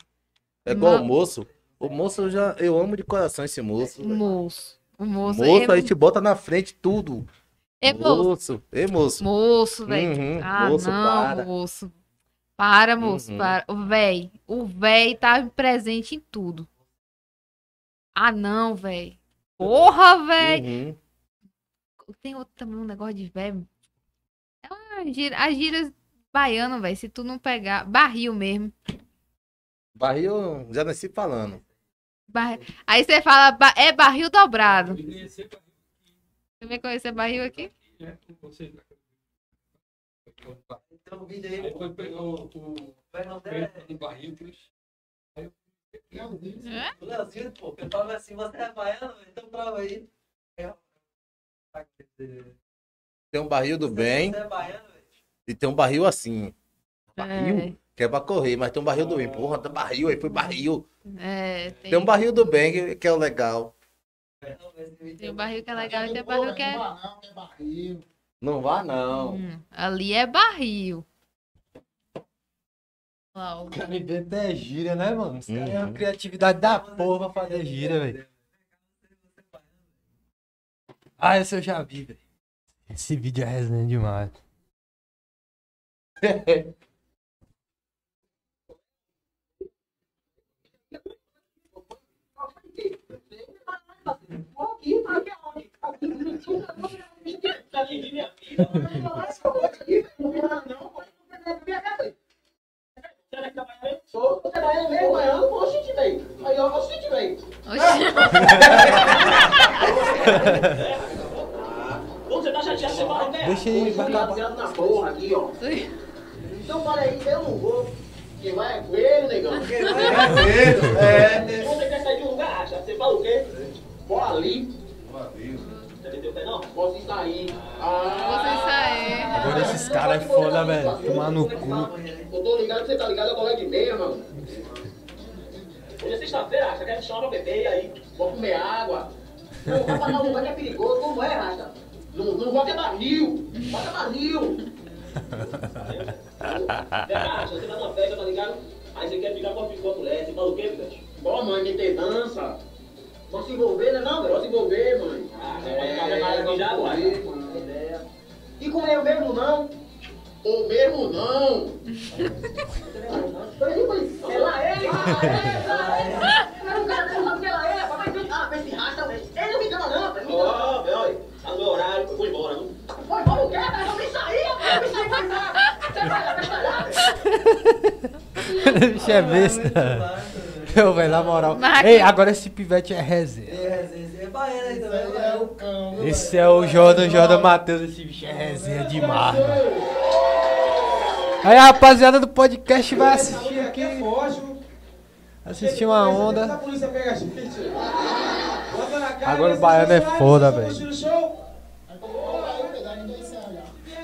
S3: É igual
S1: Não.
S3: o moço. O moço eu já. Eu amo de coração esse moço.
S1: o
S3: velho.
S1: moço. O moço.
S3: Moço,
S1: é,
S3: a gente bota na frente tudo.
S1: é moço.
S3: Ei, moço.
S1: Moço, velho.
S3: Uhum,
S1: Ah,
S3: moço,
S1: não,
S3: para.
S1: moço. Para, moço,
S3: Uhum.
S1: para. O véi, o véi tá presente em tudo. Ah, não, véi. Porra, véi.
S3: Uhum.
S1: Tem outro também, um negócio de véi. É uma gíria, a gíria baiana, véi. Se tu não pegar, barril mesmo.
S3: Barril, já nasci falando.
S1: Barri- Aí você fala, ba- é barril dobrado. Você vem conhecer barril aqui?
S6: né,
S7: Tem um vídeo aí,
S6: Aí foi pegar o, o
S7: vai não é, der,
S6: peito no barril, bicho. Aí eu um Leozinho,
S7: o Leozinho, pô, eu tava assim, você é baiano, velho, então prova aí. É,
S3: Tem um barril do bem
S7: Você é baiano, velho.
S3: e tem um barril assim. Barril?
S1: É,
S3: Que é pra correr, mas tem um barril do bem. Porra, tem barril aí, foi barril.
S1: É, tem,
S3: Tem um barril do bem que, que é o legal.
S1: tem o barril que é legal e tem o barril que é.
S5: Não, é barril.
S3: Não vá, não.
S1: Hum, ali é barril. Lá, ó.
S2: Cara, inventa é gíria, né, mano? Os caras é uma
S3: Uhum.
S2: criatividade da porra pra fazer gíria, velho. Ah, esse eu já vi, velho. Esse vídeo é resenha demais.
S1: Oxi. [LAUGHS]
S2: Deixa ele vai acabar.
S11: um tá Ah.
S1: Você saiu.
S2: Agora esses caras é foda, velho. Tomar no cu.
S11: Eu tô ligado, você tá ligado, é colega de meia, mano. Hoje é sexta-feira, Racha, quer me chamar pra beber, aí vou comer água. Não, vai parar um lugar que é perigoso, como é, Racha? Não, não bota barril, bota barril. É, Racha, você tá numa festa, tá ligado? Aí você quer ficar com a com a mulher, você fala o quê, Picante? Ó, mãe, que tem dança. Vamos se envolver, né não, velho? Vamos se envolver, mãe. Ah, você pode ficar preparado aqui já agora. E com eu mesmo não? Ou mesmo não? Ela é, ela é, ela é. Eu não quero saber que ela é, papai. Ah, mas esse racha, ele não me engana, não. Ele me engana.
S10: Ó, velho, tá no horário, eu vou embora, não?
S11: Pô, embora o quê, cara? Eu me saí, eu me saí, vai lá. Você vai lá, vai pra lá.
S2: [LAUGHS] Bicho é besta.
S7: Massa, velho.
S2: Eu, velho, na moral.
S1: Mas-
S2: Ei, agora esse pivete é resenha.
S7: É, às vezes é baiano aí também,
S5: Ele
S7: velho.
S5: é o cão. viu,
S2: Esse é o Jordan, Jordan Matheus. Esse bicho é resenha demais, mano. Aí a rapaziada do podcast vai assistir aqui.
S5: velho? Foge.
S2: Assisti uma onda.
S11: A polícia pega a gente. Bota na cara.
S2: Agora o
S11: vocês
S2: baiano é
S11: são
S2: foda,
S11: vocês
S2: velho.
S11: são do show.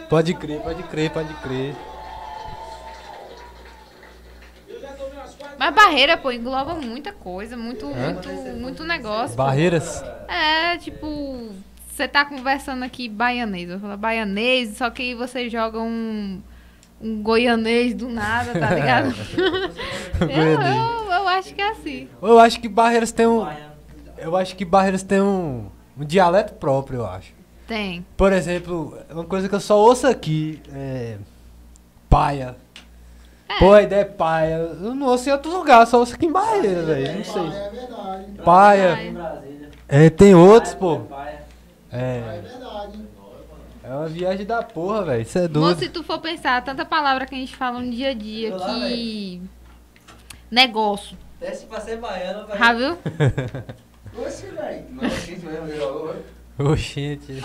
S2: Pode crer, pode crer, pode crer.
S1: Mas barreira, pô, engloba muita coisa, muito, muito, muito negócio. pô.
S2: Barreiras.
S1: É, tipo, você tá conversando aqui baianês, vou falar baianês, só que aí você joga um, um goianês do nada, tá
S3: [LAUGHS]
S1: ligado? eu, eu, eu acho que é assim.
S2: Eu acho que Barreiras tem um. Eu acho que Barreiras tem um, um dialeto próprio, eu acho.
S1: Tem.
S2: Por exemplo, uma coisa que eu só ouço aqui é. Paia. Pô, a ideia é paia. Eu não ouço em outro lugar, eu só ouço aqui em Barreiras, velho. Não sei.
S5: É verdade.
S1: É
S2: Paia.
S7: Brasília.
S2: É, tem outros, pô.
S7: Paia.
S2: É.
S5: verdade.
S2: É uma viagem da porra, velho. Isso é
S1: Mas
S2: doido.
S1: se tu for pensar, tanta palavra que a gente fala no dia a dia,
S7: Tô lá,
S1: que... Negócio,
S7: Desce pra ser baiano, vai.
S1: já viu?
S2: Oxente.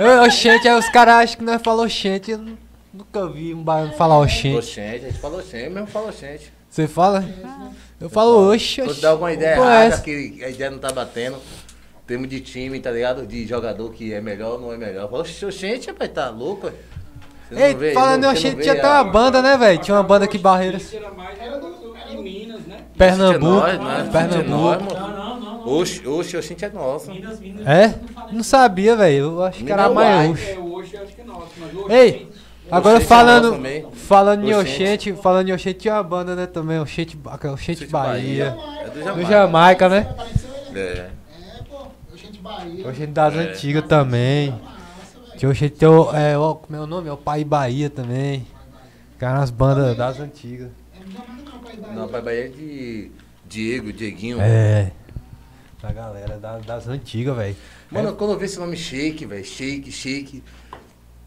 S2: Ô, Oxente, aí os caras acham que nós falamos oxente. Eu nu- nunca vi um baiano falar oxente.
S3: Oxente, a gente falou oxente, mesmo falou oxente.
S2: Você fala?
S5: É.
S2: Eu falo oxe,
S3: Quando
S2: oxe.
S3: dá alguma ideia
S2: Pô, é
S3: errada,
S2: essa-
S3: que a ideia não tá batendo, temos de time, tá ligado? De jogador que é melhor ou não é melhor. Fala, "Oxe, oxente, rapaz, tá louco, velho? Você não
S2: Ei,
S3: vê-
S2: falando
S3: não-
S2: em
S3: você não
S2: oxente,
S3: vê
S2: tinha
S3: a-
S2: até uma banda, né, velho? Tinha uma banda aqui, Barreiras.
S6: Era mais era do, de Minas, né?
S2: Pernambuco.
S3: Oxente é nós, né? Oxente
S2: Pernambuco.
S3: é nós,
S6: Não,
S3: mano.
S6: não, não. não.
S3: Oxe, oxe, oxente é nosso.
S6: Minas, Minas. Minas
S2: É?
S6: fala
S2: Não sabia, velho. Eu acho que era
S3: Mineiro
S2: mais
S3: Uai.
S2: oxe.
S6: É, hoje eu acho que é nosso, mas hoje.
S2: Ei, agora
S3: Oxente é nosso
S2: falando.
S3: também.
S2: Falando em
S3: Oxente.
S2: oxente, falando em oxente, tinha uma banda, né, também. Oxente, Ba- oxente
S3: Oxente
S2: Bahia.
S3: É do
S2: Do
S3: Jamaica.
S2: Jamaica, né?
S5: Apareceu ele?
S3: É.
S5: É, pô. Eu gente Bahia.
S2: Oxente das
S3: É.
S2: antigas também.
S5: Massa, velho.
S2: Tinha o Cheio, tem o, é, o, como é o nome? É o Pai Bahia também. Cara, as bandas das antigas.
S5: É Jamaica não, pai Bahia.
S3: Não, pai, Bahia é de Diego, Dieguinho.
S2: É. Da galera da- das antigas, velho.
S3: Mano, quando eu vi esse nome Shake, velho, Shake, Shake,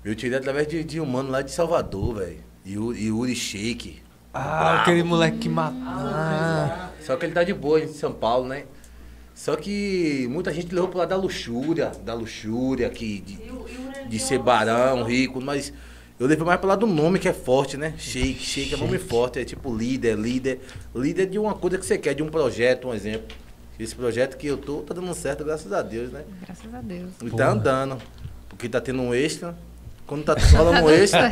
S3: eu tirei através de, de um mano lá de Salvador, velho. Yuri, Yuri Shake.
S2: Ah, aquele moleque que matou. Ah,
S3: Só que ele tá de boa em São Paulo, né? Só que muita gente levou pro lado da luxúria, da luxúria, que de, de ser barão, rico, mas eu levei mais pro lado do nome que é forte, né? Shake, shake é nome forte, é tipo líder, líder. Líder de uma coisa que você quer, de um projeto, um exemplo. Esse projeto que eu tô, tá dando certo, graças a Deus, né?
S1: Graças a Deus.
S3: E
S2: Porra.
S3: tá andando. Porque tá tendo um extra. Quando tá [LAUGHS] rolando um extra.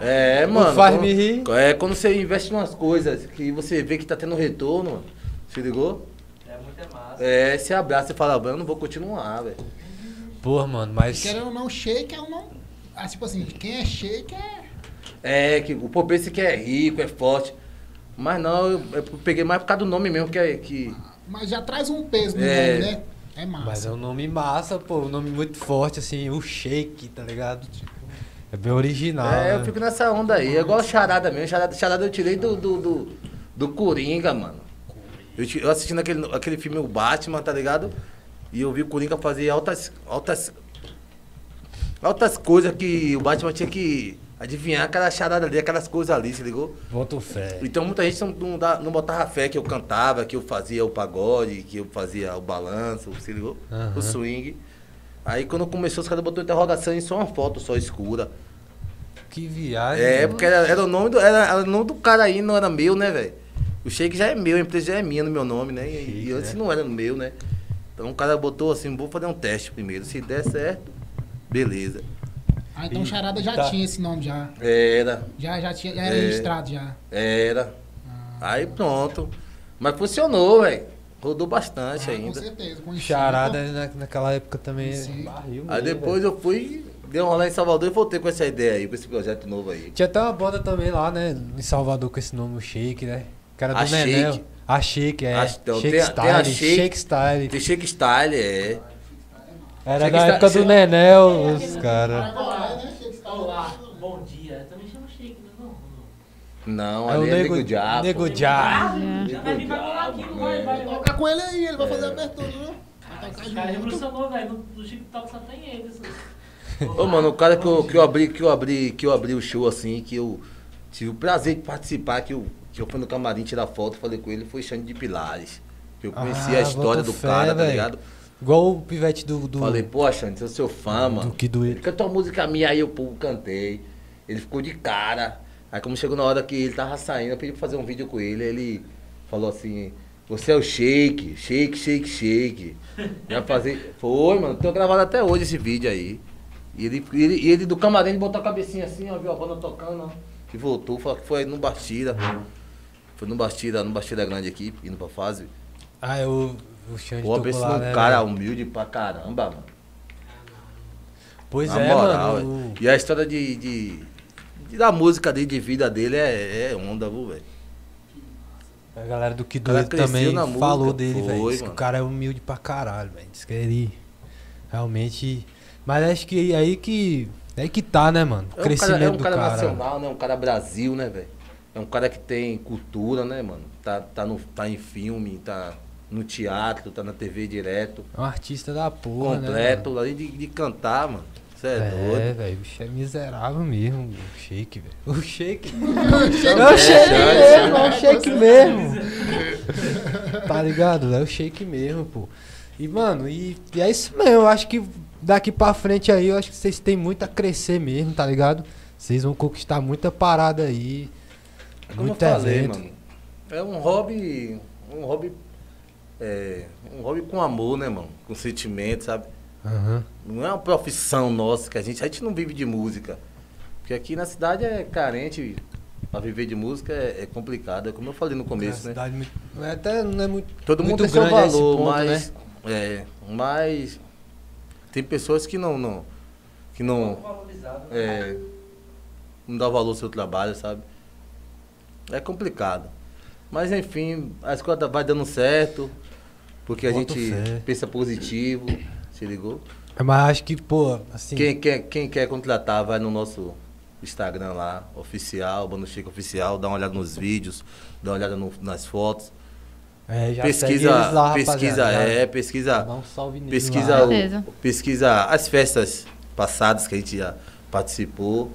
S3: é, mano.
S2: faz
S3: quando-
S2: me rir.
S3: É quando você investe em umas coisas que você vê que tá tendo retorno, mano. Se ligou?
S7: É muito massa.
S3: É, você abraça e fala, "Mano, eu não vou continuar, velho.
S2: porra, é. mano, mas.
S5: Querendo ou não, shake é um nome. Ah, tipo assim, quem é shake é.
S3: É, que o povo pensa que é rico, é forte. Mas não, eu, eu peguei mais por causa do nome mesmo, que é que.
S5: Mas já traz um peso no
S3: É.
S5: nome, né? É
S2: Mas
S5: massa.
S2: é um nome massa, pô. Um nome muito forte, assim. O Shake, tá ligado? Tipo, É bem original.
S3: é, eu
S2: né?
S3: fico nessa onda aí. É igual a charada mesmo. Charada, charada eu tirei do, do, do, do Coringa, mano. Eu, ti- eu assistindo aquele, aquele filme O Batman, tá ligado? E eu vi o Coringa fazer altas. altas. altas coisas que o Batman tinha que adivinhar aquela charada ali, aquelas coisas ali, se ligou?
S2: Boto fé.
S3: Então muita gente não, não, dá- não botava fé que eu cantava, que eu fazia o pagode, que eu fazia o balanço, se ligou?
S2: Aham.
S3: O swing. Aí quando começou, os caras botaram interrogação em só uma foto só escura.
S2: Que viagem.
S3: É,
S2: mano.
S3: porque era, era o nome do, era, era o nome do cara aí, não era meu, né, velho? O shake já é meu, a empresa já é minha no meu nome, né? E,
S2: Shake,
S3: e
S5: é.
S3: antes
S2: né?
S3: não era no meu, né? Então o cara botou assim, vou fazer um teste primeiro. Se der certo, beleza.
S5: Ah, então Charada já
S2: Tá.
S5: tinha esse nome já.
S3: Era,
S5: Já, já tinha, já era
S3: É.
S5: registrado já.
S3: era.
S5: Ah.
S3: Aí pronto. Mas funcionou, velho. Rodou bastante
S5: Ah, Com
S3: ainda.
S5: certeza. com
S2: Charada na, naquela época também.
S5: Sim.
S2: Barril
S3: Aí
S2: mesmo,
S3: depois eu fui, dei um rolê em Salvador e voltei com essa ideia aí, com esse projeto novo aí.
S2: Tinha até uma banda também lá, né? Em Salvador com esse nome, o Shake, né? Que era do
S3: A
S2: Nenel.
S3: Shake.
S2: A Shake, é.
S3: A- então,
S2: Shake
S3: tem a- tem a
S2: Style,
S3: Shake.
S2: Shake, Style.
S3: Tem Shake Style, é.
S2: Era da
S3: Shake Style-
S2: época do
S3: Shake-
S2: Nenel, os caras.
S6: Olá,
S5: né?
S6: Olá, bom dia. Eu também chamo Shake, mas não.
S3: Não,
S2: É o
S3: ali é
S2: Nego,
S3: Nego Diabo.
S2: Nego Diabo.
S3: Nego
S6: Mas ele vai rolar aqui, não vai, vai.
S5: certeza.
S6: vai.
S5: Toca com ele aí, ele vai fazer a abertura, viu? Vai tocar
S6: O cara é
S5: junto.
S6: revolucionou, velho. No, no TikTok só tem ele. essas-
S3: Ô, mano, o cara que eu, que eu abri, que eu abri, que eu abri o show assim, que eu tive o prazer de participar, que eu, que eu fui no camarim tirar foto, falei com ele, foi Xande de Pilares. Que eu conheci
S2: Ah,
S3: a história
S2: boto
S3: do
S2: fé,
S3: cara, tá
S2: velho.
S3: ligado?
S2: Igual o pivete do. do...
S3: Falei, pô, Xande, sou seu fã, mano.
S2: que doeu.
S3: Ele cantou uma música minha aí, o povo cantei. Ele ficou de cara. Aí como chegou na hora que ele tava saindo, eu pedi pra fazer um vídeo com ele, ele Falou assim, você é o shake, shake, shake, shake. Vai fazer. Foi, mano. Tô gravado até hoje esse vídeo aí. E ele, e ele, e ele do camarim ele botou a cabecinha assim, ó, viu a banda tocando, ó. E voltou, falou que foi no Bastida. Foi no Bastida, no Bastida Grande aqui, indo pra fase.
S2: Ah, eu. O Xande
S3: Pô,
S2: tocou
S3: pensa
S2: lá,
S3: num
S2: né,
S3: cara
S2: velho?
S3: humilde pra caramba, mano.
S2: Pois
S3: Na
S2: é,
S3: moral,
S2: mano.
S3: velho. E a história de, de- de- da música dele, de vida dele, é, é onda, viu, velho?
S2: A galera do que
S3: é. O cara
S2: doido
S3: cresceu
S2: também
S3: na música,
S2: falou dele,
S3: foi,
S2: velho. Diz que o
S3: mano.
S2: cara é humilde pra caralho, velho. Diz que ele realmente. Mas acho que aí que. Aí que tá, né, mano? O
S3: É um
S2: crescimento
S3: cara, é um
S2: do
S3: cara
S2: cara.
S3: nacional, né? Um cara Brasil, né, velho? É um cara que tem cultura, né, mano? Tá, tá, no, tá em filme, tá no teatro, tá na TV direto,
S2: É um artista da porra,
S3: completo, além de, de cantar, mano. Você é,
S2: né? mano? né, É,
S3: doido.
S2: velho. O bicho é miserável mesmo. O shake, velho. O [LAUGHS] shake.
S12: Chega-
S2: É o shake
S3: é,
S2: mesmo, é o shake mesmo. Tá ligado? É o shake mesmo, pô. E, mano, e, e é isso mesmo. Eu acho que daqui pra frente aí, eu acho que vocês têm muito a crescer mesmo, tá ligado? Vocês vão conquistar muita parada aí.
S3: Como eu
S2: muito
S3: falei,
S2: evento.
S3: mano. É um hobby. Um hobby. É, um hobby com amor, né, mano? Com sentimento, sabe?
S2: Aham.
S3: Não é uma profissão nossa que a gente, a gente não vive de música. Porque aqui na cidade é carente, pra viver de música é, é complicado. É como eu falei no
S2: É uma
S3: começo, né?
S2: cidade muito- é Até não é muito.
S3: Todo
S2: muito
S3: mundo tem seu
S2: grande a esse
S3: valor,
S2: ponto,
S3: mas.
S2: né?
S3: É, mas. Tem pessoas que não. não que não.
S7: Valorizado.
S3: é, não dá valor ao seu trabalho, sabe? É complicado. Mas enfim, as coisas vai dando certo, porque a
S2: Boto
S3: gente
S2: fé.
S3: pensa positivo, se ligou?
S2: É, Mas acho que, pô, assim.
S3: Quem quer, quem quer contratar, vai no nosso Instagram lá, oficial, Bando Chico Oficial, dá uma olhada nos vídeos, dá uma olhada no- nas fotos.
S2: é, já segue
S3: pesquisa,
S2: eles lá,
S3: pesquisa,
S2: rapaziada, já
S3: é, pesquisa.
S2: Dá um salve neles
S3: Pesquisa,
S2: lá.
S3: o-
S1: Certeza.
S3: pesquisa as festas passadas que a gente já participou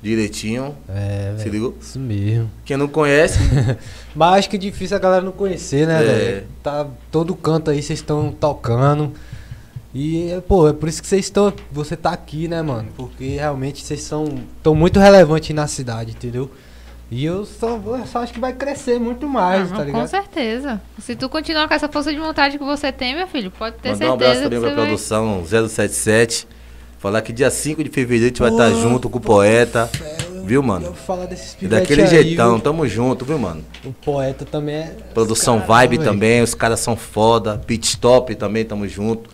S3: direitinho.
S2: É,
S3: Se
S2: velho.
S3: ligou?
S2: Isso mesmo.
S3: Quem não
S1: [LAUGHS]
S3: conhece,
S2: Mas acho que é difícil a galera não conhecer, né,
S3: É.
S2: velho? Tá todo canto aí, vocês estão tocando. E, é, pô, é por isso que vocês estão. Você tá aqui, né, mano? Porque realmente vocês são. tão muito relevantes na cidade, entendeu? E eu só, vou- eu só acho que vai crescer muito mais,
S1: Ah,
S2: tá
S1: com
S2: ligado?
S1: certeza. Se tu continuar com essa força de vontade que você tem, meu filho, pode ter
S3: mandar um abraço
S1: certeza
S3: também
S1: que
S3: pra
S1: você vai...
S3: produção 077. Falar que dia 5 de fevereiro a gente vai estar junto com o poeta. Viu,
S2: Eu
S3: mano?
S2: vou falar desses
S3: E
S2: pivetes
S3: daquele
S2: aí,
S3: jeitão,
S2: viu?
S3: tamo junto, viu, mano?
S2: O poeta também é.
S3: Produção
S2: Caramba,
S3: Vibe
S2: velho.
S3: também, os caras são foda. Pit Stop também, tamo junto.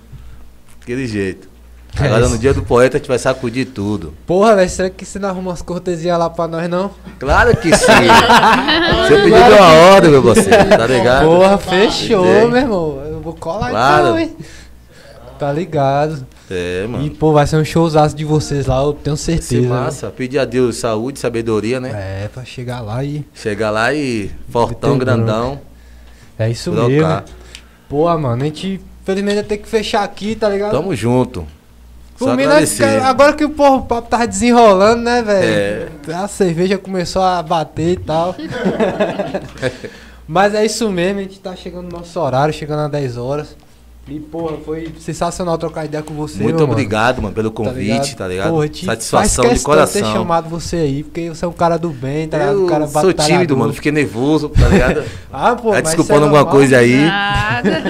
S3: Daquele jeito. Agora
S2: É isso.
S3: no dia do poeta a gente vai sacudir tudo.
S2: Porra, velho, será que você não arruma umas cortesias lá pra nós, não?
S3: Claro que sim.
S2: [LAUGHS]
S3: Você pediu uma hora, meu parceiro, tá ligado?
S2: Porra, fechou,
S3: Entendi.
S2: meu irmão. Eu vou colar
S3: Claro.
S2: então, hein? Tá ligado.
S3: É, mano.
S2: E, pô, vai ser um showzaço de vocês lá, eu tenho
S3: Vai ser
S2: certeza.
S3: massa. Pedir a Deus saúde, sabedoria, né?
S2: né? É, pra chegar lá e.
S3: Chegar lá e fortão,
S2: Entendeu.
S3: grandão,
S2: É isso
S3: trocar.
S2: mesmo. Pô, mano, a gente infelizmente vai ter que fechar aqui, tá ligado?
S3: Tamo junto. Só
S2: Por mim, nós
S3: agradecer.
S2: fica- agora que porra, o papo tava desenrolando, né, velho?
S3: É.
S2: A cerveja começou a bater e
S3: [LAUGHS]
S2: tal. Mas é isso mesmo, a gente tá chegando no nosso horário, chegando às 10 horas. E, porra, foi sensacional trocar ideia com você.
S3: Muito
S2: meu mano.
S3: obrigado, mano, pelo convite, tá ligado?
S2: Porra, te
S3: Satisfação
S2: faz Eu
S3: de
S2: ter
S3: coração.
S2: chamado você aí, porque você é um cara do bem, tá ligado? Um cara
S3: Eu sou tímido,
S2: batalhador.
S3: mano. Fiquei nervoso, tá ligado?
S2: Ah, pô,
S3: Tá
S2: mas
S3: desculpando
S2: isso é
S3: alguma
S2: normal.
S3: coisa aí,
S1: Nada.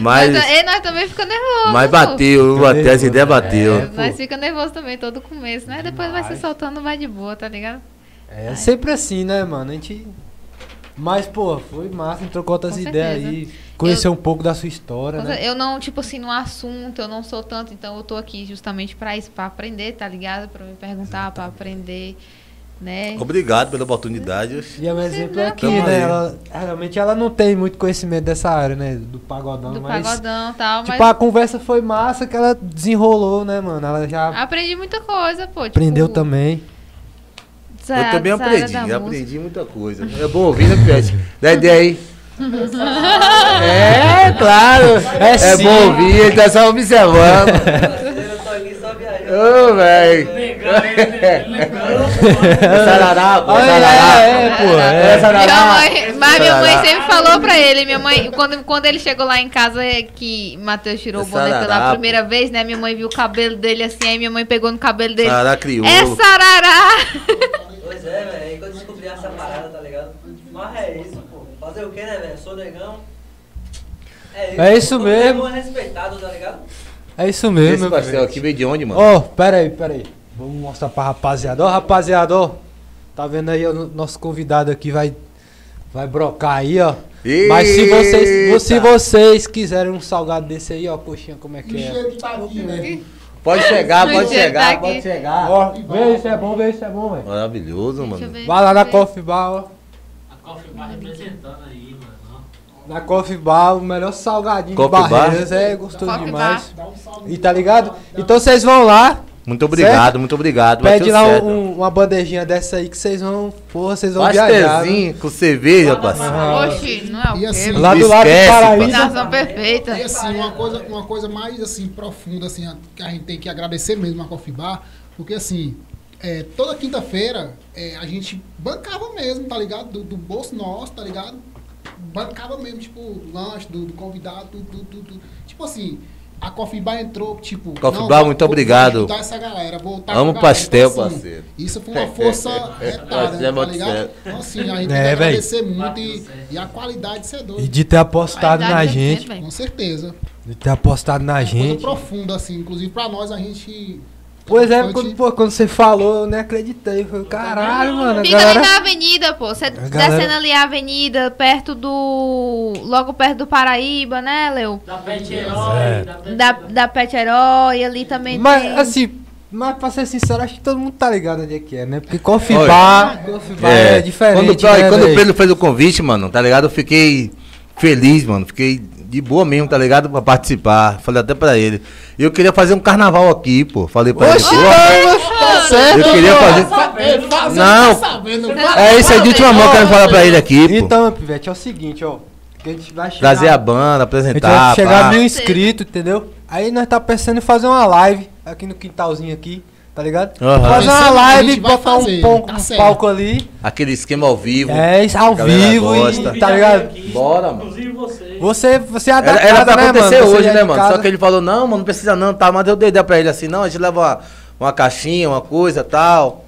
S3: [LAUGHS] mas,
S1: Nós, ta- e nós também ficamos nervosos.
S3: mas
S1: pô.
S3: bateu,
S2: Fica
S3: bateu, as
S2: nervoso. né?
S3: ideias bateu.
S2: pô.
S1: Nós É, fica nervoso também todo começo, né? Depois vai se
S2: Demais.
S1: soltando, vai de boa, tá ligado?
S2: É sempre assim, né, mano? A gente. Mas, pô, foi massa, a gente trocou outras
S1: Com
S2: ideias aí.
S1: certeza.
S2: Conheceu um pouco da sua história, né?
S1: Eu não, tipo assim, no assunto, eu não sou tanto, então eu tô aqui justamente pra isso, pra aprender, tá ligado? Pra me perguntar, pra aprender, né?
S3: Obrigado pela oportunidade.
S2: E é um exemplo
S1: Entendeu?
S2: aqui,
S3: Tamo
S2: né?
S3: aí.
S2: Ela, realmente ela não tem muito conhecimento dessa área, né? Do pagodão,
S1: Do
S2: mas.
S1: pagodão e tal,
S2: Tipo,
S1: mas
S2: a conversa foi massa que ela desenrolou, né, mano? Ela já
S1: aprendi muita coisa, pô. tipo,
S2: aprendeu também.
S1: essa-
S3: Eu também
S1: essa área
S3: aprendi,
S1: da
S3: eu
S1: música.
S3: aprendi muita coisa. É bom ouvir, né, Pivete? Dá ideia aí. É, claro.
S2: É
S3: É,
S2: sim.
S3: bom ouvir, ele tá só
S2: [LAUGHS]
S3: observando.
S7: Eu tô aqui só viajando.
S3: Ô, velho.
S13: Legal, hein? Legal.
S2: É
S3: Sarará, pô,
S2: Olha,
S3: sarará.
S2: é, é, pô, é.
S3: É, sarará.
S1: Minha mãe- mas minha mãe é
S3: Sarará.
S1: sempre falou pra ele, minha mãe, quando, quando ele chegou lá em casa é que Matheus tirou o boné
S3: Sarará,
S1: pela
S3: pô.
S1: primeira vez, né? Minha mãe viu o cabelo dele assim, aí minha mãe pegou no cabelo dele.
S3: Sarará criou.
S1: É sarará!
S7: Pois é, velho. Aí quando eu descobri essa parada, tá ligado? Mas é isso, pô. Faz Fazer o que, né, velho? Sou negão. É
S2: É isso
S7: Todo
S2: mesmo.
S7: negão é respeitado, tá ligado?
S2: É isso mesmo,
S3: Esse
S2: meu
S3: pastel
S2: querido.
S3: aqui veio de onde, mano?
S2: Ó, pera aí, pera aí. Vamos mostrar pra rapaziada. Ó, rapaziada, ó. Tá vendo aí, ó, no- nosso convidado aqui vai vai brocar aí, ó. Mas se vocês, se
S3: Eita.
S2: vocês quiserem um salgado desse aí, ó, coxinha, como é que
S5: Do
S2: é?
S5: jeito que tá aqui, né?
S1: [LAUGHS]
S3: Pode chegar,
S1: Não
S3: pode
S1: adianta
S3: chegar,
S1: aqui.
S3: pode chegar.
S2: Ó, vê se é bom, vê se é bom, velho.
S3: Maravilhoso,
S1: Deixa eu
S3: mano.
S1: ver.
S2: Vai lá na Coffee Bar, ó.
S6: A Coffee Bar representando aí, mano.
S2: Na Coffee Bar, o melhor salgadinho
S3: Coffee
S2: de
S3: Bar?
S2: Barreiras é gostoso
S1: Coffee
S2: demais. E tá ligado? Então vocês vão lá,
S3: Muito obrigado, muito obrigado. Vai
S2: pede
S3: ter
S2: lá
S3: certo.
S2: um- uma bandejinha dessa aí que vocês vão, porra, vocês vão viajar. viu?
S3: pastelzinho com cerveja, parceiro.
S1: Oxi, não é o
S5: E
S1: quê?
S5: assim,
S2: Lá do lado
S3: Esquece,
S2: do Paraíso.
S1: Combinação perfeita.
S5: E assim, uma coisa, uma coisa mais assim, profunda, assim, a- que a gente tem que agradecer mesmo a Coffee Bar, porque assim, é, toda quinta-feira é, a gente bancava mesmo, tá ligado? Do, do bolso nosso, tá ligado? Bancava mesmo, tipo, lanche do, do convidado, tudo, tudo, tudo, tudo. Tipo assim, a Coffee Bar entrou, tipo.
S3: Coffee
S5: não,
S3: Bar,
S5: vou-
S3: muito
S5: vou
S3: obrigado.
S5: ajudar essa galera, voltar
S3: Amo
S5: com a galera.
S3: pastel, parceiro.
S5: Isso foi uma força retada,
S3: Você [LAUGHS]
S5: né,
S3: é
S5: tá
S3: muito
S5: ligado?
S3: certo.
S5: Então, assim, a gente tem que
S2: É, véi.
S5: agradecer muito e, e a qualidade de ser
S2: E
S5: doido.
S2: de ter apostado
S1: Qualidade
S2: tá na
S1: é perfeita,
S2: gente.
S1: velho.
S5: Com certeza.
S2: De ter apostado na
S5: É Coisa
S2: gente.
S5: profunda, assim. Inclusive, pra nós, a gente...
S2: Pois é,
S5: Bastante-
S2: quando, pô, quando você falou, eu nem acreditei. Eu falei, caralho, mano, a
S1: Fica
S2: galera...
S1: ali na avenida, pô. Você
S2: galera-
S1: descendo ali a avenida, perto do. Logo perto do Paraíba, né, Leo?
S6: Da Pet Herói, da Pet
S1: Da,
S6: Herói.
S1: da Pet Herói, ali também. tem.
S2: [LAUGHS] Mas, assim, mas pra ser sincero, acho que todo mundo tá ligado onde é que é, né? Porque Coffee
S3: Olha.
S2: Bar, Coffee Bar é, diferente,
S3: Quando, o Pedro-
S2: né,
S3: quando o
S2: velho?
S3: Pedro fez o convite, mano, tá ligado? Eu fiquei feliz, mano. Fiquei de boa mesmo, tá ligado? Pra participar. Falei até pra ele. E eu queria fazer um carnaval aqui, pô. Falei pra
S2: Oxi,
S3: ele. é
S2: tá certo,
S3: Eu queria
S2: pô.
S3: fazer. Não,
S5: tá Sabendo,
S1: tá-
S3: é isso aí de última mão que eu quero falar pra ele aqui, pô.
S2: Então, Pivete, é o seguinte, ó. Que a gente vai chegar...
S3: tipo Trazer a banda,
S2: a gente vai
S3: apresentar.
S2: chegar
S3: É, tá, pá.
S2: a mil inscritos, entendeu? Aí nós tá pensando em fazer uma live aqui no quintalzinho aqui, tá ligado?
S3: Aham.
S2: Fazer uma
S5: Pensando, é a
S2: live,
S5: gente vai
S2: botar um,
S5: fazer,
S2: pon-
S5: tá
S2: um
S5: certo.
S2: palco ali.
S3: Aquele esquema ao vivo.
S2: É, isso, ao
S3: galera
S2: vivo,
S3: gosta.
S2: e, tá ligado?
S3: Bora, mano.
S6: Inclusive vocês.
S2: Você, você
S3: Era,
S2: adapta,
S3: era pra
S2: né,
S3: acontecer
S2: mano? Você
S3: hoje,
S2: já
S3: né,
S2: de
S3: mano?
S2: casa.
S3: Só que ele falou, não, mano, não precisa não, tá? Mas eu dei ideia pra ele assim, não, a gente leva uma, uma caixinha, uma coisa tal.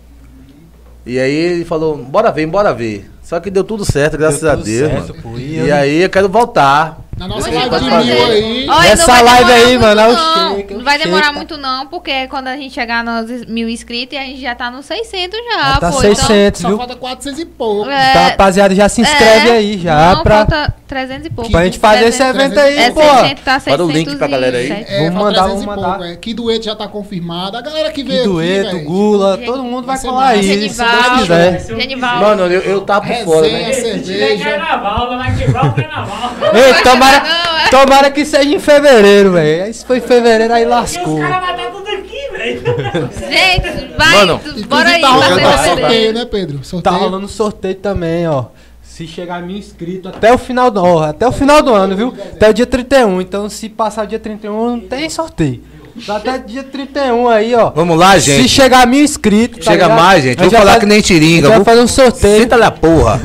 S3: E aí ele falou, bora ver, bora ver. Só que deu tudo certo, graças
S2: Deu
S3: a
S2: tudo
S3: Deus,
S2: certo,
S3: mano.
S2: pô, e
S3: E
S2: eu-
S3: aí eu quero voltar.
S5: Na nossa
S3: Esse aí
S5: live
S3: pode
S5: de
S3: fazer.
S5: mil aí...
S1: tá Olha,
S2: Nessa
S1: não vai
S2: live
S1: demorar
S2: aí,
S1: muito,
S2: mano, é o
S1: não.
S2: shake, é o
S1: Não vai
S2: shake,
S1: demorar
S2: tá?
S1: muito, não, porque quando a gente chegar nos mil inscritos, a gente já tá nos 600 já,
S2: Já tá
S1: pô.
S2: 600,
S5: Ah, então Só
S2: viu?
S5: falta é- 400 e pouco.
S1: Então,
S2: Então, rapaziada, já se inscreve
S1: é,
S2: aí, já,
S1: não,
S2: pra,
S1: falta 300 e pouco.
S2: pra gente fazer
S5: né?
S2: esse
S1: 300
S2: evento aí,
S1: É
S2: pô.
S1: 600, tá 600
S3: Manda o link pra galera aí.
S5: É,
S2: Vamos
S5: falta
S2: mandar,
S5: 300 e
S2: vamos
S5: pouco,
S2: mandar.
S5: é. Que dueto já tá confirmado. A galera que veio
S2: Dueto,
S5: aqui, velho.
S2: Gula,
S1: Gente,
S2: todo mundo vai
S5: essa
S2: colar aí,
S5: semana
S2: É se Deus
S1: Genival,
S2: quiser.
S1: Genival.
S3: Mano, eu, eu
S2: tá
S3: tava por fora, né?
S5: Resenha,
S6: Se tiver
S5: cerveja...
S6: carnaval, vai quebrar o carnaval.
S2: [LAUGHS] Ei, tomara,
S1: Não, é.
S2: tomara que seja em fevereiro, velho. Aí Se foi em fevereiro, aí
S6: Porque
S2: lascou.
S6: os caras vão estar tudo aqui, velho.
S1: Gente, vai,
S3: Mano,
S1: tu-
S5: Inclusive,
S1: bora aí.
S5: tá
S1: vai ser
S5: rolando
S3: vai,
S1: brasileiro. [LAUGHS]
S5: sorteio, né, Pedro? Sorteio.
S2: Tá rolando sorteio também, ó. Se chegar mil inscritos até o final do ó, até o final do ano, viu? Até o dia 31. Então, se passar o dia 31, não tem sorteio. Então, até dia 31 aí, ó.
S3: Vamos lá,
S2: Se
S3: gente.
S2: chegar mil inscritos. tá
S3: Chega
S2: ligado?
S3: mais, gente.
S2: A
S3: Vou
S2: vai
S3: falar
S2: faz-
S3: que nem
S2: A gente
S3: tiringa.
S2: vai
S3: Vou...
S2: fazer um É. sorteio.
S3: Senta na porra.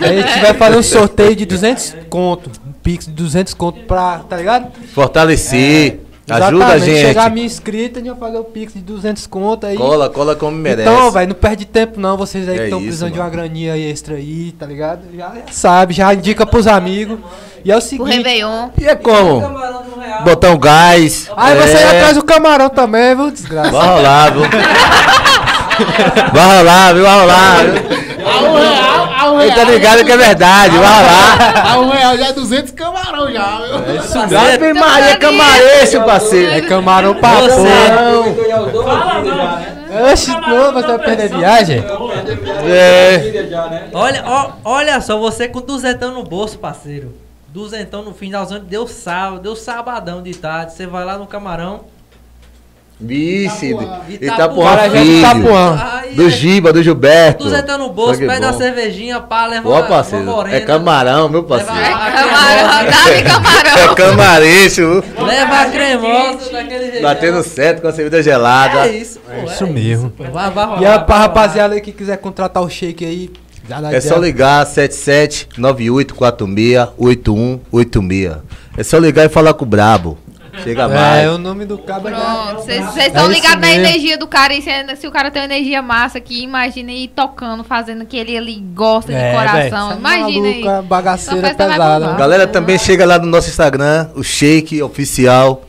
S2: A gente vai fazer um sorteio de 200 conto. Um pix de 200 conto pra. Tá ligado?
S3: Fortalecer. Ajuda a
S2: É, Exatamente. Chegar
S3: gente.
S2: mil inscritos, a gente vai fazer o pix de 200 conto aí.
S3: Cola, cola como merece.
S2: Então, velho, não perde tempo não, vocês aí
S3: É
S2: que estão
S3: isso,
S2: precisando de
S3: mano.
S2: uma graninha extra aí, tá ligado? Já, já sabe, já indica pros amigos. E é o
S1: Pro
S2: seguinte,
S1: Réveillon.
S3: E é como?
S7: Camarão do real.
S3: Botar um gás.
S2: aí você
S3: é.
S2: ainda traz o camarão também, viu, desgraça.
S3: Vai rolar, viu? Vai rolar, viu? Vai rolar. viu?
S5: A um real, a um
S3: Eu tô
S5: real.
S3: ligado que é verdade, vai rolar.
S5: A um real já é 200 camarão já, viu? Tá
S3: Ave Maria, camarê, seu
S2: É
S3: parceiro. é
S2: camarão pra porra.
S3: Não.
S6: Fala, mano.
S2: Oxe, não, você vai perder viagem.
S3: É.
S7: Olha, ó, olha só, você com duzentão no bolso, parceiro. Duzentão no finalzão, deu sábado, deu sabadão de tarde. Você vai lá no camarão.
S3: Vice,
S7: Itapuã.
S3: Itapuã
S2: Cara, já de
S3: tá Filho.
S2: Tapuã.
S7: Aí, né,
S3: Do Giba, do Gilberto.
S7: duzentão tá no bolso,
S3: Sangue
S7: pede uma
S3: bom.
S7: cervejinha, pá, leva
S3: Ó,
S7: uma, uma
S3: parceiro.
S7: morena.
S3: É camarão, meu
S7: Leva,
S3: parceiro.
S7: a
S1: Camarão, dá-lhe camarão.
S3: [LAUGHS] É camareixo, viu?
S7: cremosa, leva a cremosa daquele jeito.
S3: batendo certo com a cerveja gelada.
S7: É isso, pô. É
S2: Isso mesmo.
S7: pô. Vai, vai rolar,
S2: E a
S7: vai
S2: pra
S7: rolar.
S2: rapaziada aí que quiser contratar o shake aí, já dá
S3: É só
S2: Tá ideia.
S3: ligar um 77 9846 8186. É só ligar e falar com o Brabo. Chega mais.
S2: É, o nome do cabo é.
S1: Pronto, vocês vocês estão
S2: isso
S1: ligados na
S2: mesmo.
S1: energia do cara. E se, se o cara tem uma energia massa aqui, imagina ir tocando, fazendo o que ele, ele gosta de
S2: É,
S1: coração.
S2: véi.
S1: Imagina aí.
S2: Maluca,
S1: Sua
S2: é bagaceira
S1: festa vai
S2: pesada. né?
S1: bombar.
S3: Galera, também chega lá no nosso Instagram, o Shake Oficial.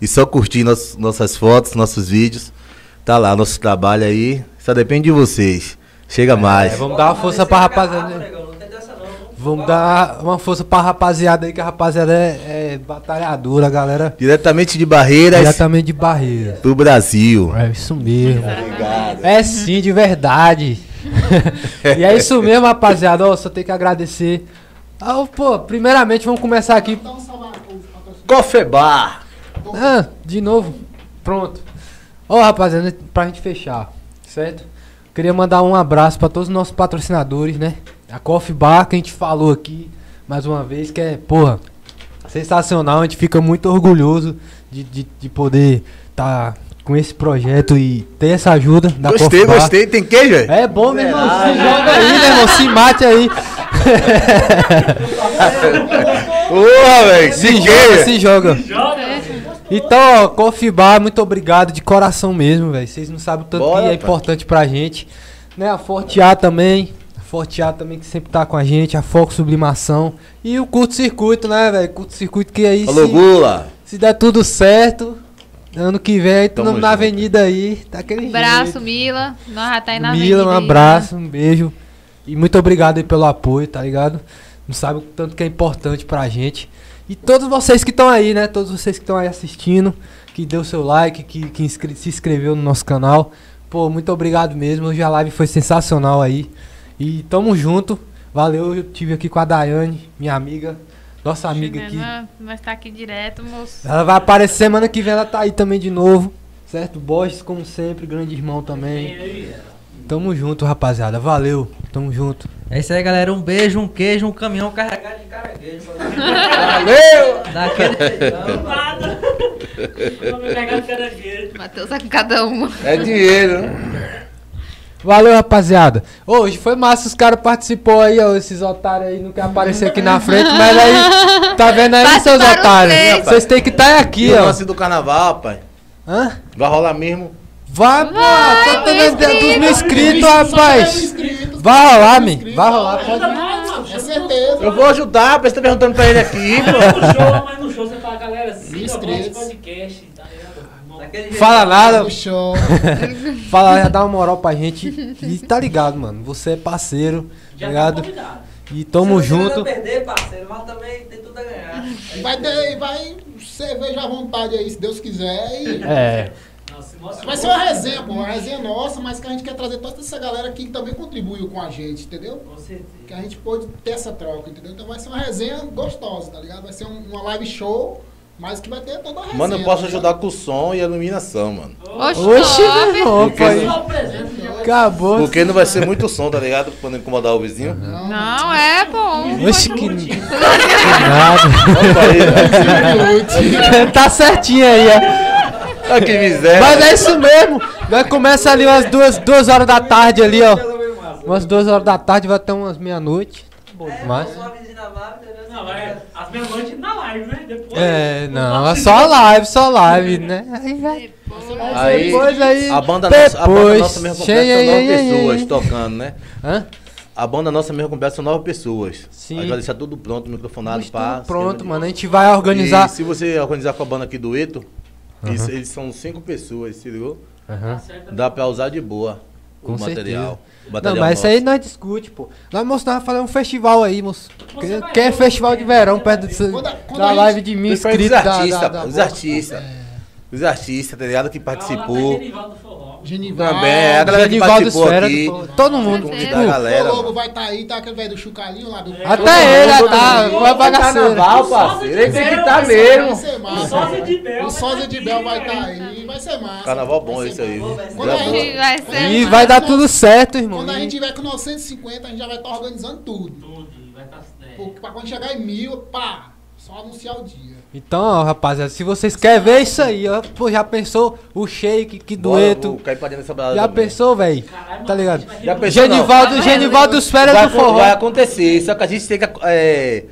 S3: E só curtir nos- nossas fotos, nossos vídeos. Tá lá, nosso trabalho aí. Só depende de vocês. Chega mais.
S2: É, vamos dar uma força pra rapaziada.
S7: Não tem dessa não. não.
S2: Vamos dar uma força pra rapaziada aí, que a rapaziada é, é batalhadora, galera.
S3: Diretamente de Barreiras
S2: Diretamente de barreira.
S3: pro Brasil.
S2: É isso mesmo.
S3: Obrigado.
S2: É sim, de verdade. [LAUGHS] e é isso mesmo, rapaziada. Ó, só tem que agradecer. Ah, ô, pô, primeiramente vamos começar aqui.
S3: Cofebar.
S2: Ah, de novo. Pronto. Ó, rapaziada, pra gente fechar, certo? Queria mandar um abraço pra todos os nossos patrocinadores, né? A Coffee Bar, que a gente falou aqui mais uma vez, que é, porra, sensacional. A gente fica muito orgulhoso de, de, de poder tá com esse projeto e ter essa ajuda da
S3: Gostei,
S2: Coffee Bar.
S3: gostei. Tem queijo, velho?
S2: É bom, meu irmão.
S3: Será?
S2: Se joga aí, meu irmão. Se mate
S3: [LAUGHS]
S2: aí. É.
S3: Porra, velho.
S2: Se
S3: Se
S2: joga,
S3: queijo.
S2: se joga. Então, ó, Coffee Bar, muito obrigado de coração mesmo, velho. Vocês não sabem o tanto
S3: Bora,
S2: que é
S3: pai.
S2: importante pra gente. Né, a Forte A também. A Forte A também que sempre tá com a gente. A Foco Sublimação. E o Curto Circuito, né, velho? Curto Circuito que aí,
S3: Alô,
S2: se,
S3: Gula.
S2: se der tudo certo, ano que vem, aí,
S3: Tamo
S2: tamo na
S3: junto.
S2: avenida aí. Tá aquele jeito.
S1: Abraço, Mila. Nós já tá aí na
S2: Mila,
S1: avenida
S2: um
S1: aí, né?
S2: abraço, um beijo. E muito obrigado aí pelo apoio, tá ligado? Não sabe o tanto que é importante pra gente. E todos vocês que estão aí, né? Todos vocês que estão aí assistindo, que deu seu like, que, que inscre- se inscreveu no nosso canal. Pô, muito obrigado mesmo. Hoje a live foi sensacional aí. E tamo junto. Valeu, eu tive aqui com a Daiane, minha amiga, nossa
S1: né?
S2: amiga aqui.
S1: Nós- Nós tá aqui direto, moço.
S2: Ela vai aparecer semana que vem, ela tá aí também de novo. Certo? Borges, como sempre, grande irmão também. Tamo junto, rapaziada. Valeu. Tamo junto.
S7: É isso aí, galera. Um beijo, um queijo, um caminhão carregado de caranguejo.
S3: Valeu.
S7: Daquele jeitão.
S9: Vou me pegar no caranguejo.
S1: [LAUGHS] Matheus tá com cada uma.
S3: É dinheiro. né?
S2: Valeu, rapaziada. Ô, Hoje foi massa, os caras participou aí, ó. Esses otários aí não quer aparecer aqui na frente, mas aí. Tá vendo aí, seus
S1: Participaram
S2: otários?
S1: vocês.
S2: Vocês têm que estar
S3: E
S2: aqui,
S3: o
S2: ó.
S3: lance do carnaval, pai?
S2: Hã?
S3: Vai rolar mesmo?
S2: Vai, pô, tá
S1: meu
S2: tendo ideia dos mil inscritos, rapaz.
S5: inscritos.
S2: Vai rolar, menino. Vai rolar, pode.
S5: É certeza.
S3: Eu vou ajudar, você tá perguntando pra
S2: [LAUGHS]
S3: ele aqui, pô.
S9: Mas no show, mas no show você fala, galera, siga o nosso
S5: Inscritos.
S9: podcast, tá ligado? Não-
S7: Daquele jeitão.
S2: Fala nada,
S5: Do show.
S2: Fala, já dá uma moral pra gente. E tá ligado, mano. Você é parceiro, tá
S9: Já tá
S2: ligado?
S9: convidado.
S2: E tamo
S7: Se você
S2: junto.
S7: não perder, parceiro, mas também tem tudo a ganhar.
S5: Vai ter, vai cerveja à vontade aí, se Deus quiser. E...
S2: É.
S9: Não, se nós-
S5: Vai ser é uma resenha, pô. Uma resenha nossa, mas que a gente quer trazer toda essa galera aqui que também contribuiu com a gente, entendeu?
S9: Com certeza.
S5: Que a gente pôde ter essa troca, entendeu? Então vai ser uma resenha gostosa, tá ligado? Vai ser um- uma live show, mas que vai ter toda a resenha.
S3: Mano, eu posso
S5: tá ligado?
S3: ajudar com o som e a iluminação, mano.
S1: Oxe,
S2: Oxi,
S1: top.
S2: não, pai.
S9: Só o presente já vai
S2: Acabou.
S3: Porque não vai ser muito som, tá ligado? Quando incomodar o vizinho.
S1: Não, é bom.
S2: Oxi, que
S9: curtir.
S2: nada. [LAUGHS]
S3: Opa, aí, né?
S2: tá certinho aí, é.
S3: Olha que miséria.
S2: Mas é isso mesmo. Nós começa ali umas duas, duas horas da tarde ali, ó. Umas duas horas da tarde, vai até umas meia-noite. Mas...
S7: Uma né? vizinha lá, entendeu?
S9: Não, vai. Às meia-noite na live, né? Depois.
S2: É, não, é só live, só live, né? Aí vai.
S3: Aí,
S2: Depois aí-
S3: a banda
S2: depois.
S3: nossa, a banda nossa mesmo
S2: Cheia,
S3: completa são nove
S2: ei, ei,
S3: pessoas
S2: ei.
S3: tocando, né?
S2: Hã?
S3: A banda nossa mesmo completa são nove pessoas.
S2: Sim.
S3: A gente vai deixar tudo pronto, microfonado,
S2: Tudo
S3: pá.
S2: Pronto,
S3: sistema
S2: mano. A gente vai
S3: de-
S2: organizar.
S3: E se você organizar com a banda aqui do Eto, eles, eles são cinco pessoas, se ligou?
S2: Aham.
S3: Dá pra usar de boa o
S2: Com
S3: material. o
S2: Não,
S3: material
S2: mas isso
S3: nosso.
S2: aí nós discute, pô. Nós mostramos fazer um festival aí, moço. Que,
S9: vai
S2: que é
S9: ver,
S2: festival de verão, perto dessa-
S5: né? Quando a- quando
S2: da
S5: a
S2: live de mim,
S3: Principalmente
S2: inscrito
S3: os
S2: da,
S3: artistas,
S2: da,
S3: pô,
S2: da
S3: os
S2: boa.
S3: artistas. Os artistas, tá ligado? Que participou.
S5: Genival.
S3: Também, é a galera que
S2: Genivaldo
S3: participou
S2: Esfera,
S3: aqui.
S2: pô, todo mundo.
S1: Certeza.
S3: Da
S2: Tipo,
S5: O
S3: galera.
S5: Lobo
S3: mano.
S5: vai tá aí, tá aquele velho do Chucalinho lá do.
S2: até ele, já tá, uma bagaceira.
S3: Carnaval, parceiro. Esse que tá
S5: Vai
S3: mesmo.
S5: ser
S9: O
S5: massa.
S9: sósia de Bel.
S5: O sósia de Bel vai tá né?
S9: estar
S5: estar aí, vai ser massa.
S3: Carnaval bom
S5: Vai ser
S3: isso aí.
S5: massa.
S3: viu?
S5: Quando é a gente-
S1: Oxe, vai ser.
S2: E
S1: massa.
S2: vai dar tudo certo, irmão.
S5: Quando a gente tiver com 950, a gente já vai estar organizando tudo. Porque pra quando chegar em mil, pá, só anunciar o dia.
S2: Então, ó, rapaziada, se vocês querem ver isso aí, ó, pô, já pensou o shake, que
S3: Bora,
S2: dueto.
S3: vou cair pra dentro dessa balada
S2: Já
S3: também.
S2: pensou, velho? Tá ligado?
S3: Já pensou, não?
S2: Genivaldo, Genivaldo Esfera do
S3: vai, acon- vai
S2: Forró.
S3: acontecer, só que a gente tem que. É,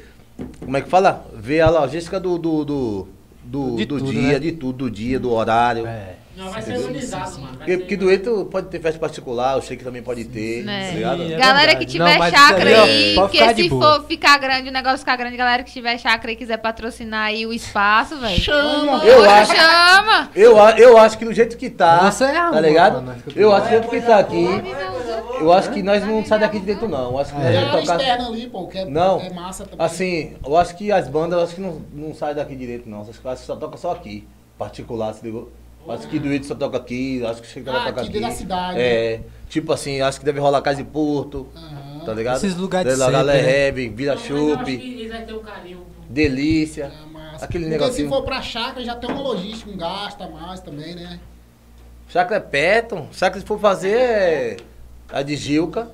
S3: como é que fala? Ver a logística do, do, do,
S14: do,
S2: De
S14: do
S2: tudo,
S14: dia,
S2: né?
S14: de tudo, do dia, do horário.
S2: É.
S6: Não, vai ser organizado, mano. Vai
S3: Porque,
S6: ser-
S3: porque doento pode ter festa particular, o shake também pode ter,
S1: Né.
S3: tá ligado?
S2: Sim, é
S1: Galera
S2: verdade.
S1: que
S2: Não,
S1: tiver
S2: mas isso
S1: chácara
S2: aí,
S1: aí,
S2: ó, pode
S1: porque
S2: ficar de
S1: se
S2: boa.
S1: for ficar grande, o negócio ficar grande, galera que tiver chácara e quiser patrocinar aí o espaço, velho. Chama!
S3: Eu acho-
S1: chama!
S3: Eu, a- eu acho que do jeito que tá,
S2: Você é
S3: tá
S2: amor,
S3: ligado?
S2: mano, fica
S3: Eu
S2: bom.
S3: acho que do jeito que tá aqui, eu acho que nós não saímos daqui de dentro não. Eu acho
S2: É.
S3: que nós
S5: Tem
S3: vamos
S5: área
S3: é, tocar...
S5: externa ali, pô, que é,
S3: Não.
S5: é massa também.
S3: Assim, eu acho que as bandas eu acho que não, não saem daqui direito, não. Acho que acho que só toca só aqui. Particular, se ligou? Acho que doente só toca aqui, acho que chega
S5: Ah,
S3: lá toca
S5: aqui
S3: aqui.
S5: dentro da cidade.
S3: É. Tipo assim, acho que deve rolar Casa e Porto,
S5: Aham.
S3: tá ligado?
S2: Esses lugares
S3: Deve
S2: de
S3: rolar
S2: sempre, né?
S3: Leheb, é Vila
S6: Não, mas eu acho que
S3: Chope,
S6: Eles vão ter um carinho.
S3: Delícia.
S5: É massa.
S3: Aquele
S5: Porque
S3: negocinho.
S5: se for pra chácara, já tem uma logística, um gasto a mais também, né?
S3: Chácara é perto. Chácara se for fazer é a de Gilca,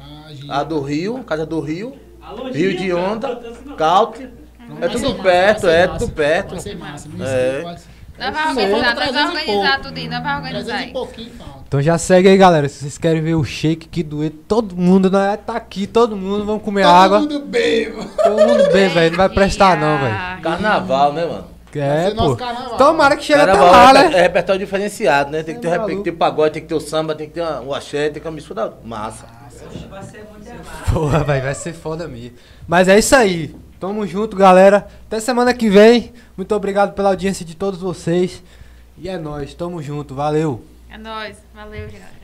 S5: Ah, gente.
S3: a do Rio, Casa do Rio,
S6: Alô,
S3: Rio de
S6: Gil, cara.
S3: Onda, Caute. É
S5: Vai ser
S3: tudo
S5: massa,
S3: perto,
S5: vai ser
S3: é
S5: massa.
S3: tudo perto.
S5: Vai ser massa, não
S3: É.
S5: sei, vai ser.
S1: Nós vamos
S5: Sim,
S1: organizar, nós
S5: 300
S2: um
S1: vamos
S5: e pouco.
S1: organizar tudo aí, nós vamos
S5: 300
S1: organizar
S5: e
S1: aí.
S5: pouquinho, falta.
S2: Então já segue aí, galera. Se vocês querem ver o shake que doer, todo mundo né, tá aqui, todo mundo, vamos comer água.
S5: Todo mundo bêbado.
S2: Todo mundo bem, É, velho. Não vai prestar, não, velho.
S1: velho.
S3: Carnaval, né, mano?
S5: Vai
S2: É,
S5: ser nosso
S2: pô.
S5: carnaval.
S2: Tomara que chegue até
S3: Carnaval
S2: lá,
S3: é, reper-
S2: né?
S3: é repertório diferenciado, né? Tem que, ter,
S2: É
S3: reper-
S2: maluco.
S3: tem que ter pagode, tem que ter o samba, tem que ter uma- o axé, tem que ter uma mistura massa.
S15: Vai ser muito errado.
S2: [LAUGHS] Porra, velho, vai ser foda mesmo. Mas é isso aí. Tamo junto, galera. Até semana que vem. Muito obrigado pela audiência de todos vocês. E é nóis, tamo junto, valeu.
S1: É nóis, valeu, galera.